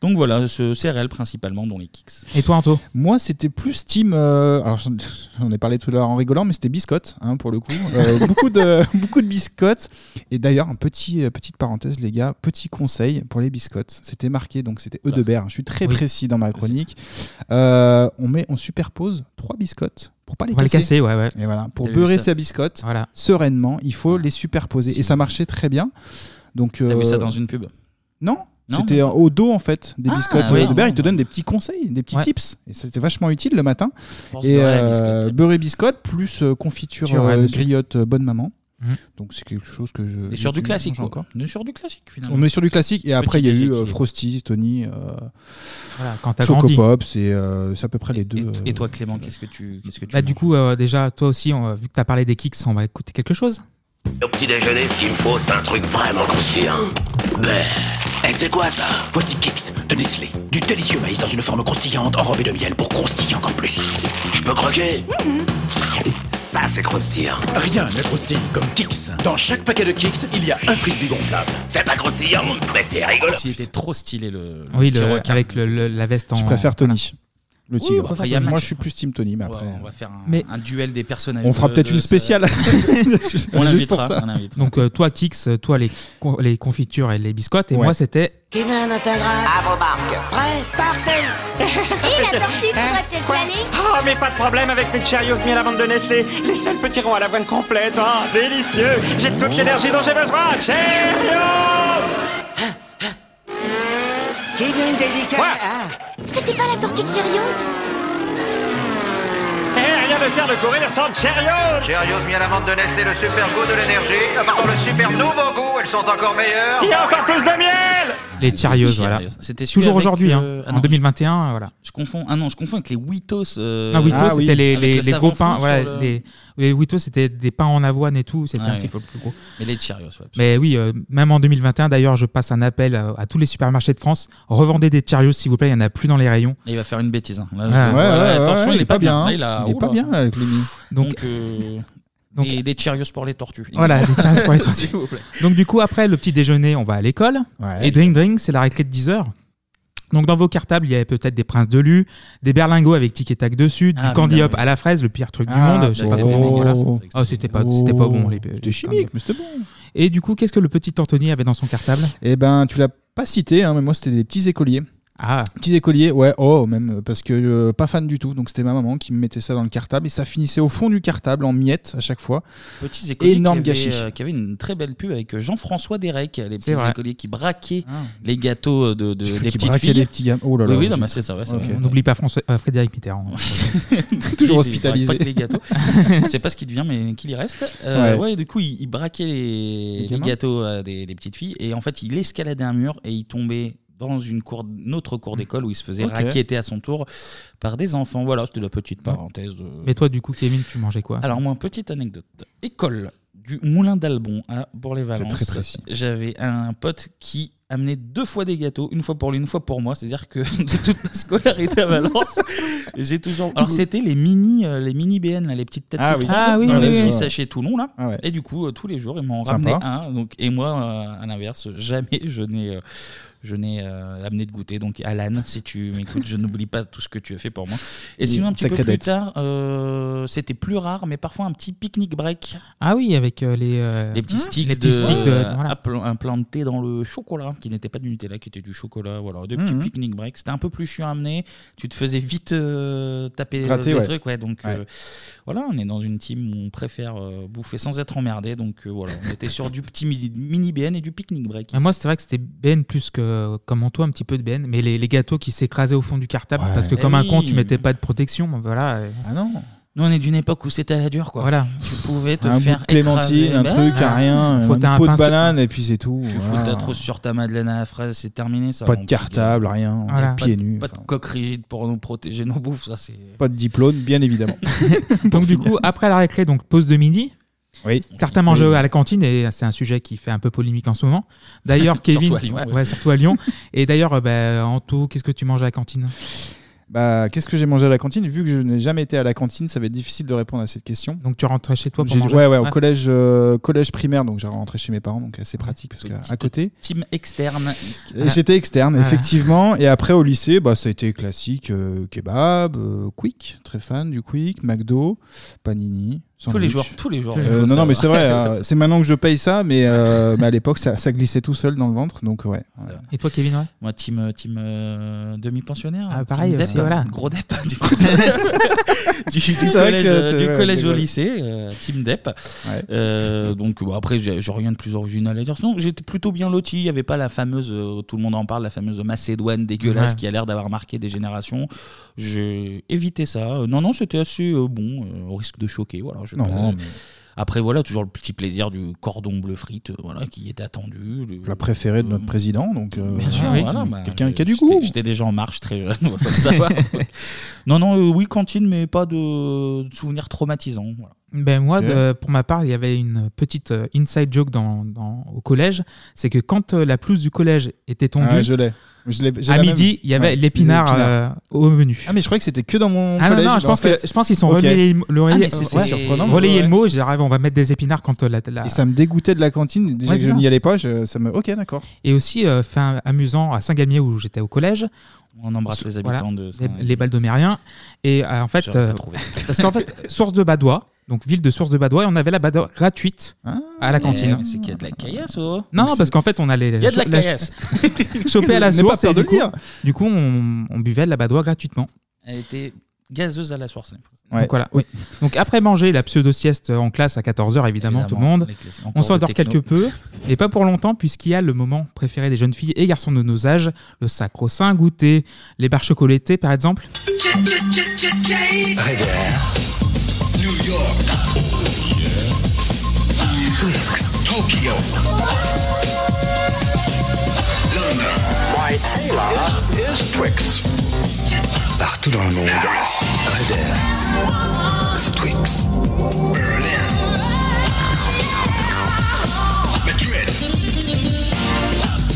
Speaker 1: Donc voilà, ce céréales principalement dont les kicks.
Speaker 7: Et toi, Anto
Speaker 6: Moi, c'était plus team. euh, alors, j'en- j'en ai parlé tout à l'heure en rigolant, mais c'était biscotte, hein, pour le coup. Euh, beaucoup, de, beaucoup de biscottes. Et d'ailleurs, un petit, euh, petite parenthèse, les gars, petit conseil pour les biscottes. C'était marqué, donc c'était Eudebert. Je suis très
Speaker 7: Oui.
Speaker 6: précis dans ma chronique. Euh, on, met, on superpose trois biscottes pour pas les
Speaker 7: On va les casser, ouais, ouais.
Speaker 6: Et voilà, pour
Speaker 7: T'as vu
Speaker 6: beurrer
Speaker 7: ça
Speaker 6: sa biscotte
Speaker 7: Voilà.
Speaker 6: sereinement, il faut les superposer. Et ça marchait très bien. Donc,
Speaker 1: T'as
Speaker 6: euh,
Speaker 1: vu ça dans une pub
Speaker 6: Non,
Speaker 1: Non,
Speaker 6: c'était
Speaker 1: même pas.
Speaker 6: au dos en fait des
Speaker 1: Ah,
Speaker 6: biscottes
Speaker 1: oui,
Speaker 6: de Hildebert.
Speaker 1: non,
Speaker 6: Il te donne des petits conseils, des petits
Speaker 1: Ouais.
Speaker 6: tips. Et ça, c'était vachement utile le matin.
Speaker 1: pense
Speaker 6: Et
Speaker 1: beurre et
Speaker 6: euh, beurre et biscotte plus euh, confiture
Speaker 1: Confiture, ouais,
Speaker 6: euh,
Speaker 1: bien sûr.
Speaker 6: griotte euh, bonne maman.
Speaker 7: Mhm.
Speaker 6: Donc c'est quelque chose que je.
Speaker 1: Et sur
Speaker 6: je-
Speaker 1: du
Speaker 6: je
Speaker 1: classique
Speaker 6: mange
Speaker 1: quoi.
Speaker 6: encore.
Speaker 1: On est Sur du classique finalement.
Speaker 6: On est sur du classique et après il y a
Speaker 1: Petit
Speaker 6: eu
Speaker 1: déjeuner
Speaker 6: euh,
Speaker 1: qui est-
Speaker 6: Frosty, Tony, euh,
Speaker 7: Voilà, quand t'as
Speaker 6: Choco
Speaker 7: grandi.
Speaker 6: Pops et euh, c'est à peu près les deux.
Speaker 1: Et, t-
Speaker 6: euh,
Speaker 1: et toi Clément, qu'est-ce que tu, qu'est-ce que tu
Speaker 7: Bah, du coup, euh, déjà, toi aussi, on- vu que t'as parlé des kicks, on va écouter quelque chose.
Speaker 17: Au petit déjeuner, ce qu'il me faut, c'est un truc vraiment croustillant. Ben, hey, c'est quoi ça Voici Kix de Nestlé. Du délicieux maïs dans une forme croustillante, enrobée de miel pour croustiller encore plus. Mm-hmm. Je peux croquer Ça, c'est croustillant.
Speaker 18: Rien ne croustille comme Kix. Dans chaque paquet de Kix, il y a un frisbee gonflable.
Speaker 17: C'est pas croustillant, mais c'est rigolo.
Speaker 1: C'était trop stylé le.
Speaker 7: Oui,
Speaker 1: petit
Speaker 7: le-
Speaker 1: requin.
Speaker 7: avec le- le- la veste en.
Speaker 6: Je préfère Tony. Le
Speaker 1: Oui,
Speaker 6: tigre.
Speaker 1: on peut faire Tony.
Speaker 6: euh, moi, je suis plus Team Tony, mais après. euh,
Speaker 1: On va faire un,
Speaker 6: Mais-
Speaker 1: un duel des personnages.
Speaker 6: On fera
Speaker 1: de-
Speaker 6: peut-être
Speaker 1: de
Speaker 6: une
Speaker 1: ce-
Speaker 6: spéciale.
Speaker 1: euh, on
Speaker 7: Juste
Speaker 1: l'invitera.
Speaker 7: pour ça.
Speaker 1: on l'invitera.
Speaker 7: Donc euh, toi Kix, euh, toi les, co- les confitures et les biscottes, et
Speaker 1: Ouais.
Speaker 7: moi c'était
Speaker 11: Tu veux un autographe À vos marques. Prêt Partez Et la tortue, pourra-t-elle s'aller
Speaker 19: Ah, mais pas de problème avec mes Cheerios ni la bande de Nestlé. Les seuls petits ronds à l'avoine complète. Ah, délicieux. J'ai
Speaker 1: Oh.
Speaker 19: toute l'énergie dont j'ai besoin. Cheerios
Speaker 11: Qui veut une dédicace C'était pas la tortue de Cheerios
Speaker 19: Eh, rien ne sert de courir sans Cheerios
Speaker 18: Cheerios mis à la vente de Nestlé, le super goût de l'énergie. Ah, pardon, le super nouveau goût, elles sont encore meilleures.
Speaker 19: Il y a encore plus de miel
Speaker 7: les Cheerios, voilà.
Speaker 1: Cheerios. C'était celui
Speaker 7: Toujours
Speaker 1: avec,
Speaker 7: aujourd'hui, hein,
Speaker 1: euh, ah
Speaker 7: en
Speaker 1: non,
Speaker 7: 2021, euh, voilà.
Speaker 1: Je confonds. Ah non, je confonds avec les Witos. euh,
Speaker 7: Ah, Wito,
Speaker 1: avec
Speaker 7: c'était les, les,
Speaker 1: le
Speaker 7: les
Speaker 1: savon
Speaker 7: gros
Speaker 1: fond
Speaker 7: pains,
Speaker 1: sur
Speaker 7: voilà,
Speaker 1: le-
Speaker 7: les, les Wito, c'était des pains en avoine et tout, c'était
Speaker 1: Ah
Speaker 7: un
Speaker 1: oui.
Speaker 7: petit peu plus gros.
Speaker 1: Mais les Cheerios, ouais, absolument.
Speaker 7: Mais oui, euh, même en 2021, d'ailleurs, je passe un appel euh, à, à tous les supermarchés de France, revendez des Cheerios, s'il vous plaît, il n'y en a plus dans les rayons.
Speaker 1: Et il va faire une bêtise. hein. Là,
Speaker 7: Ouais.
Speaker 1: je-
Speaker 7: Ouais,
Speaker 1: voilà,
Speaker 7: ouais,
Speaker 1: attention,
Speaker 7: ouais,
Speaker 1: il est pas bien. Là, il a-
Speaker 7: Il est pas
Speaker 1: Oula.
Speaker 7: bien, là, avec Lenny.
Speaker 1: Donc,
Speaker 7: Donc-
Speaker 1: euh,
Speaker 7: donc-
Speaker 1: et des Cheerios pour les tortues.
Speaker 7: Voilà, des Cheerios pour les tortues.
Speaker 1: S'il vous plaît.
Speaker 7: Donc du coup, après le petit déjeuner, on va à l'école.
Speaker 1: Ouais.
Speaker 7: et Dring Dring, c'est la récré de 10 heures. Donc dans vos cartables, il y avait peut-être des princes de lu, des berlingots avec tic et tac dessus,
Speaker 1: Ah,
Speaker 7: du candy
Speaker 1: putain,
Speaker 7: hop à la fraise, le pire truc du
Speaker 6: Ah,
Speaker 7: monde. Je sais pas
Speaker 6: d'accord.
Speaker 7: comment on dit, voilà.
Speaker 6: Oh.
Speaker 7: Ah, c'était pas, c'était pas bon. les-
Speaker 6: C'était
Speaker 7: les
Speaker 6: chimique,
Speaker 7: candy
Speaker 6: mais c'était bon.
Speaker 7: Et du coup, qu'est-ce que le petit Anthony avait dans son cartable
Speaker 6: Eh ben, tu l'as pas cité, hein, mais moi, c'était des petits écoliers.
Speaker 7: Ah.
Speaker 6: Petits écoliers, ouais, oh, même, parce que euh, pas fan du tout. Donc, c'était ma maman qui me mettait ça dans le cartable et ça finissait au fond du cartable en miettes à chaque fois.
Speaker 1: Petits écoliers
Speaker 6: Énorme
Speaker 1: qui, avaient,
Speaker 6: gâchis.
Speaker 1: euh, qui avaient une très belle pub avec euh, Jean-François Derek, les petits
Speaker 6: vrai.
Speaker 1: écoliers qui braquaient les gâteaux euh, de, de-
Speaker 6: J'ai cru
Speaker 1: des
Speaker 6: qu'ils
Speaker 1: petites
Speaker 6: braquaient
Speaker 1: filles.
Speaker 6: les petits gars. Oh là là,
Speaker 1: oui, oui, non,
Speaker 6: j'ai-
Speaker 1: mais c'est ça. Ouais, c'est
Speaker 6: Ok.
Speaker 1: vrai.
Speaker 7: On n'oublie pas François- euh, Frédéric Mitterrand.
Speaker 1: Il- il
Speaker 6: Toujours
Speaker 1: braque
Speaker 6: hospitalisé.
Speaker 1: Pas que les gâteaux. On sait pas ce qui devient, mais qu'il y reste. Euh, ouais.
Speaker 6: Ouais.
Speaker 1: du coup, il, il braquait les, les
Speaker 6: gamins
Speaker 1: gâteaux euh, des, des petites filles. Et en fait, il escaladait un mur et il tombait dans une, cour, une autre cour d'école où il se faisait
Speaker 7: Ok.
Speaker 1: raqueter à son tour par des enfants. Voilà, c'était la petite parenthèse. euh,
Speaker 7: Mais toi, du coup, Kevin, tu mangeais quoi
Speaker 1: alors moi, petite anecdote. École du Moulin d'Albon à Bourg-les-Valences.
Speaker 7: C'est très précis.
Speaker 1: J'avais un pote qui amenait deux fois des gâteaux, une fois pour lui, une fois pour moi. C'est-à-dire que de toute ma scolarité à Valence, j'ai toujours. Alors c'était les mini, euh, les mini BN, là, les petites têtes
Speaker 7: Ah
Speaker 1: qui
Speaker 7: oui.
Speaker 1: tremblent
Speaker 7: Ah oui,
Speaker 1: dans
Speaker 7: oui,
Speaker 1: les
Speaker 7: oui,
Speaker 1: petits
Speaker 7: oui.
Speaker 1: sachets Toulon là.
Speaker 7: Ah ouais.
Speaker 1: Et du coup, euh, tous les jours, ils m'en
Speaker 7: Sympa.
Speaker 1: ramenaient un. Donc et moi, euh, à l'inverse, jamais je n'ai. euh, je n'ai euh, amené de goûter, donc Alan, si tu m'écoutes, je n'oublie pas tout ce que tu as fait pour moi. Et
Speaker 7: Il-
Speaker 1: sinon, un petit peu
Speaker 7: sacrée
Speaker 1: plus
Speaker 7: dette.
Speaker 1: tard, euh, c'était plus rare, mais parfois un petit pique-nique break.
Speaker 7: Ah oui, avec euh, les, euh,
Speaker 1: Les petits sticks,
Speaker 7: les petits
Speaker 1: de,
Speaker 7: sticks de-
Speaker 1: euh,
Speaker 7: voilà.
Speaker 1: appl- implantés dans le chocolat, qui n'était pas du Nutella, qui était du chocolat. Voilà, des petits
Speaker 7: Mhm.
Speaker 1: pique-nique break. C'était un peu plus chiant à amener. Tu te faisais vite euh, taper
Speaker 6: Gratter,
Speaker 1: des
Speaker 6: ouais.
Speaker 1: trucs. Ouais, donc
Speaker 6: Ouais.
Speaker 1: euh, voilà, on est dans une team où on préfère euh, bouffer sans être emmerdé. Donc euh, voilà, on était sur du petit midi- mini BN et du pique-nique break.
Speaker 7: Ah, moi, c'est vrai que c'était BN plus que, comme en toi, un petit peu de BN, mais les, les gâteaux qui s'écrasaient au fond du cartable, parce que
Speaker 1: Eh
Speaker 7: comme un
Speaker 1: oui.
Speaker 7: con, tu mettais pas de protection, voilà.
Speaker 6: Ah non
Speaker 1: Nous, on est d'une époque où c'était à la dure, quoi.
Speaker 7: Voilà.
Speaker 1: Tu pouvais te
Speaker 6: un bout
Speaker 1: faire
Speaker 6: de clémentine,
Speaker 1: écraser.
Speaker 6: un
Speaker 1: Ben,
Speaker 6: truc, un rien,
Speaker 7: Faut
Speaker 6: une
Speaker 7: t'as un
Speaker 6: peau de
Speaker 7: pinceau.
Speaker 6: banane et puis c'est tout.
Speaker 1: Tu
Speaker 6: Voilà.
Speaker 1: fous ta trousse sur ta madeleine à la fraise, c'est terminé ça.
Speaker 6: Pas
Speaker 1: mon
Speaker 6: de
Speaker 1: petit
Speaker 6: cartable,
Speaker 1: gars.
Speaker 6: rien,
Speaker 1: Voilà.
Speaker 6: pieds
Speaker 1: Pas de-
Speaker 6: nus,
Speaker 1: Pas de coque rigide pour nous protéger nos bouffes, ça c'est.
Speaker 6: Pas de diplôme, bien évidemment.
Speaker 7: donc, du coup, après la récré, donc pause de midi,
Speaker 6: Oui.
Speaker 7: certains mangeaient à la cantine, et c'est un sujet qui fait un peu polémique en ce moment. D'ailleurs,
Speaker 6: Surtout
Speaker 7: Kevin.
Speaker 6: à Lyon,
Speaker 7: ouais,
Speaker 6: ouais.
Speaker 7: ouais, surtout à Lyon. et d'ailleurs, euh, bah, Anto, qu'est-ce que tu manges à la cantine
Speaker 6: Bah, qu'est-ce que j'ai mangé à la cantine Vu que je n'ai jamais été à la cantine, ça va être difficile de répondre à cette question.
Speaker 7: Donc, tu rentrais chez toi pour
Speaker 6: J'ai-
Speaker 7: manger
Speaker 6: Ouais, ouais, au
Speaker 7: Ouais.
Speaker 6: collège, euh, collège primaire, donc j'ai rentré chez mes parents, donc assez pratique parce qu'à côté.
Speaker 1: Team externe.
Speaker 6: Et J'étais externe,
Speaker 1: Voilà.
Speaker 6: effectivement. Et après, au lycée, bah, ça a été classique euh, kebab, euh, quick, très fan du quick, McDo, panini.
Speaker 1: Tous les
Speaker 6: sandwich.
Speaker 1: jours, tous les jours.
Speaker 6: Euh,
Speaker 1: Il faut
Speaker 6: non, non,
Speaker 1: savoir.
Speaker 6: mais c'est vrai, euh, c'est maintenant que je paye ça, mais, euh, mais à l'époque, ça, ça glissait tout seul dans le ventre, donc ouais. ouais.
Speaker 7: Et toi, Kevin, ouais
Speaker 1: Moi, team, euh, team euh, demi-pensionnaire.
Speaker 7: Ah,
Speaker 1: team
Speaker 7: pareil,
Speaker 1: dep, hein.
Speaker 7: aussi, voilà.
Speaker 1: Gros dep, du coup. du, du
Speaker 7: C'est vrai
Speaker 1: collège,
Speaker 7: que
Speaker 1: euh,
Speaker 7: t'es-
Speaker 1: du
Speaker 7: ouais,
Speaker 1: collège
Speaker 7: t'es
Speaker 1: au
Speaker 7: gros.
Speaker 1: lycée, euh, team dep. Euh, donc, bon, après, j'ai j'ai rien de plus original à dire. Sinon, j'étais plutôt bien loti. Il n'y avait pas la fameuse, euh, tout le monde en parle, la fameuse Macédoine dégueulasse
Speaker 7: Ouais.
Speaker 1: qui a l'air d'avoir marqué des générations. J'ai évité ça. Euh, Non, non, c'était assez euh, bon, euh, au risque de choquer. Voilà, je vais
Speaker 6: Non,
Speaker 1: pas-
Speaker 6: mais-
Speaker 1: Après, voilà, toujours le petit plaisir du cordon bleu frite, euh, voilà, qui est attendu. Le-
Speaker 6: La préférée de
Speaker 7: Mm.
Speaker 6: notre président, donc euh,
Speaker 7: Ah
Speaker 1: Bien sûr,
Speaker 6: voilà,
Speaker 1: voilà,
Speaker 6: donc
Speaker 1: bah,
Speaker 6: quelqu'un qui a du
Speaker 1: j'étais-
Speaker 6: goût.
Speaker 1: J'étais déjà en marche très jeune, on va pas le savoir. non, non, euh, oui, cantine, mais pas de, de souvenirs traumatisants. voilà.
Speaker 7: Ben moi,
Speaker 6: Ok.
Speaker 7: de- pour ma part, il y avait une petite euh, inside joke dans, dans- au collège. C'est que quand euh, la pelouse du collège était tombée,
Speaker 6: Ah ouais, je l'ai. Je l'ai- j'ai
Speaker 7: à
Speaker 6: la
Speaker 7: midi,
Speaker 6: même.
Speaker 7: il y avait
Speaker 6: Ouais,
Speaker 7: l'épinard
Speaker 6: l'épinard.
Speaker 7: euh, au menu.
Speaker 6: Ah mais je croyais que c'était que dans mon
Speaker 7: Ah non,
Speaker 6: collège,
Speaker 7: non,
Speaker 6: mais
Speaker 7: je pense,
Speaker 6: en fait-
Speaker 7: que, je pense qu'ils ont
Speaker 6: Ok.
Speaker 7: relayé, le- le-
Speaker 6: Ah, mais
Speaker 7: euh,
Speaker 6: c'est- c'est
Speaker 7: ouais,
Speaker 6: surprenant,
Speaker 7: relayé
Speaker 6: ouais.
Speaker 7: le mot, j'arrive, on va mettre des épinards quand euh, la, la-
Speaker 6: Et ça me dégoûtait de la cantine. Déjà
Speaker 7: Ouais,
Speaker 6: que
Speaker 7: c'est
Speaker 6: je
Speaker 7: ça.
Speaker 6: n'y allais pas, je- ça me. Ok, d'accord.
Speaker 7: Et aussi, euh, fait un- amusant à Saint-Gamier où j'étais au collège.
Speaker 1: On embrasse les habitants de
Speaker 7: les,
Speaker 1: Saint-Gamier.
Speaker 7: les Baldomériens. Et euh, en fait,
Speaker 1: J'aurais pas
Speaker 7: euh,
Speaker 1: trouvé.
Speaker 7: parce qu'en fait, source de Badois, donc ville de source de Badois, et on avait la Badois gratuite
Speaker 6: Ah.
Speaker 7: à la cantine.
Speaker 1: Mais C'est qu'il y a de la caillasse, oh.
Speaker 7: Non, parce qu'en fait, on allait
Speaker 1: Il y a de la
Speaker 7: cho- la-
Speaker 1: caillasse.
Speaker 7: choper à la
Speaker 1: N'aie pas
Speaker 7: source.
Speaker 1: peur
Speaker 7: et
Speaker 1: de
Speaker 7: du
Speaker 1: le
Speaker 7: coup-
Speaker 1: dire.
Speaker 7: Du coup, on, on buvait de la Badois gratuitement.
Speaker 1: Elle était gazeuse à la source.
Speaker 7: Donc voilà. oui. Donc après manger la pseudo-sieste en classe à 14h, évidemment,
Speaker 1: Évidemment,
Speaker 7: tout le monde,
Speaker 1: les classiques. Encore
Speaker 7: on s'endort
Speaker 1: des technos.
Speaker 7: quelque peu, et pas pour longtemps, puisqu'il y a le moment préféré des jeunes filles et garçons de nos âges, le sacro-saint goûter, les barres chocolatées par exemple.
Speaker 18: New York. Tokyo. London. My tailor is Twix. Partout dans le monde. Paris. C'est Twix. Berlin. Madrid.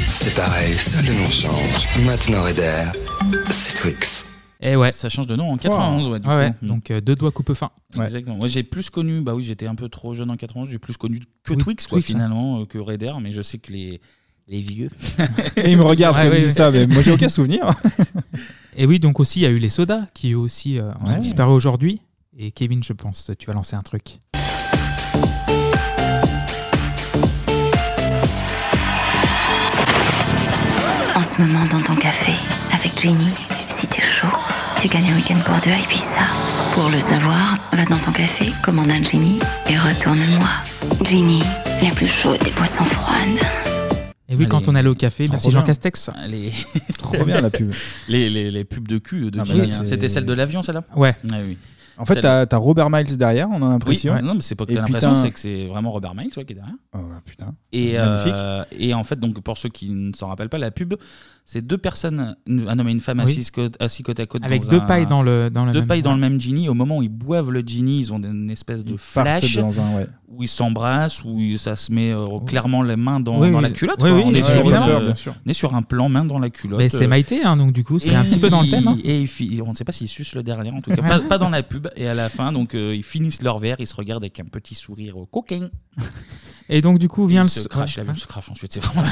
Speaker 18: C'est pareil, seul le nom change. Maintenant, Raider, c'est Twix.
Speaker 7: Et ouais.
Speaker 1: Ça change de nom en 91, ouais, du coup.
Speaker 7: Donc euh, deux doigts coupe fin.
Speaker 1: Exactement. Moi, j'ai plus connu, bah oui, j'étais un peu trop jeune en 91, j'ai plus connu que
Speaker 7: Oui,
Speaker 1: Twix, quoi,
Speaker 7: Twix, hein.
Speaker 1: finalement, euh, que Raider, mais je sais que les, les vieux.
Speaker 6: Et ils me regardent comme je dis ça, mais moi j'ai aucun souvenir.
Speaker 7: Et oui, donc aussi, il y a eu les sodas qui aussi euh, ont
Speaker 6: Ouais.
Speaker 7: disparu aujourd'hui. Et Kevin, je pense, tu vas lancer un truc.
Speaker 20: En ce moment, dans ton café, avec Winnie, si t'es chaud, tu gagnes un week-end pour deux et puis ça. Pour le savoir, va dans ton café, commande un Ginny et retourne-moi. Ginny, la plus chaude des boissons froides.
Speaker 7: Et oui, quand on allait au café, merci Jean Castex.
Speaker 1: Les...
Speaker 7: Trop bien, la pub.
Speaker 1: Les, les, les pubs de cul de
Speaker 6: Ah, bah
Speaker 1: Ginny,
Speaker 6: là,
Speaker 1: hein.
Speaker 6: c'est-
Speaker 1: C'était celle de l'avion, celle-là
Speaker 7: Ouais.
Speaker 1: Ah oui.
Speaker 6: En fait,
Speaker 1: Celle-
Speaker 6: t'as as Robert Miles derrière, on a l'impression.
Speaker 1: Oui, non, mais c'est pas que
Speaker 6: Et
Speaker 1: t'as l'impression,
Speaker 6: putain, Oh,
Speaker 1: c'est que c'est vraiment Robert Miles ouais, qui est derrière.
Speaker 6: putain.
Speaker 1: Et,
Speaker 6: Magnifique.
Speaker 1: euh, et en fait, donc, pour ceux qui ne s'en rappellent pas, la pub, c'est deux personnes, une- un homme et une femme,
Speaker 7: Oui.
Speaker 1: assis, côte, assis côte à côte.
Speaker 7: Avec
Speaker 1: dans
Speaker 7: deux
Speaker 1: un-
Speaker 7: pailles dans le- dans le
Speaker 1: deux
Speaker 7: même-
Speaker 1: pailles dans le même genie. Au moment où ils boivent le genie, ils ont une espèce de
Speaker 6: partent
Speaker 1: flash
Speaker 6: dans un, ouais.
Speaker 1: où ils s'embrassent, où ils- ça se met euh, clairement les mains dans,
Speaker 7: Oh. Oui,
Speaker 1: dans
Speaker 7: oui.
Speaker 1: la culotte.
Speaker 7: Oui,
Speaker 1: quoi.
Speaker 7: oui,
Speaker 1: on, est
Speaker 7: oui,
Speaker 1: sur une,
Speaker 7: évidemment.
Speaker 1: euh,
Speaker 7: Bien sûr.
Speaker 1: on est sur un plan main dans la culotte.
Speaker 7: Mais c'est
Speaker 1: euh,
Speaker 7: Maïté, hein, donc du coup, c'est un petit peu dans le thème, hein.
Speaker 1: Et il fi- on ne sait pas s'ils sucent le dernier, en tout cas, pas, pas dans la pub. Et à la fin, donc euh, ils finissent leur verre, ils se regardent avec un petit sourire euh, coquin.
Speaker 7: Et donc, du coup, vient
Speaker 1: Ils
Speaker 7: le.
Speaker 1: se crachent,
Speaker 7: ouais.
Speaker 1: la même se crache ensuite, c'est vraiment.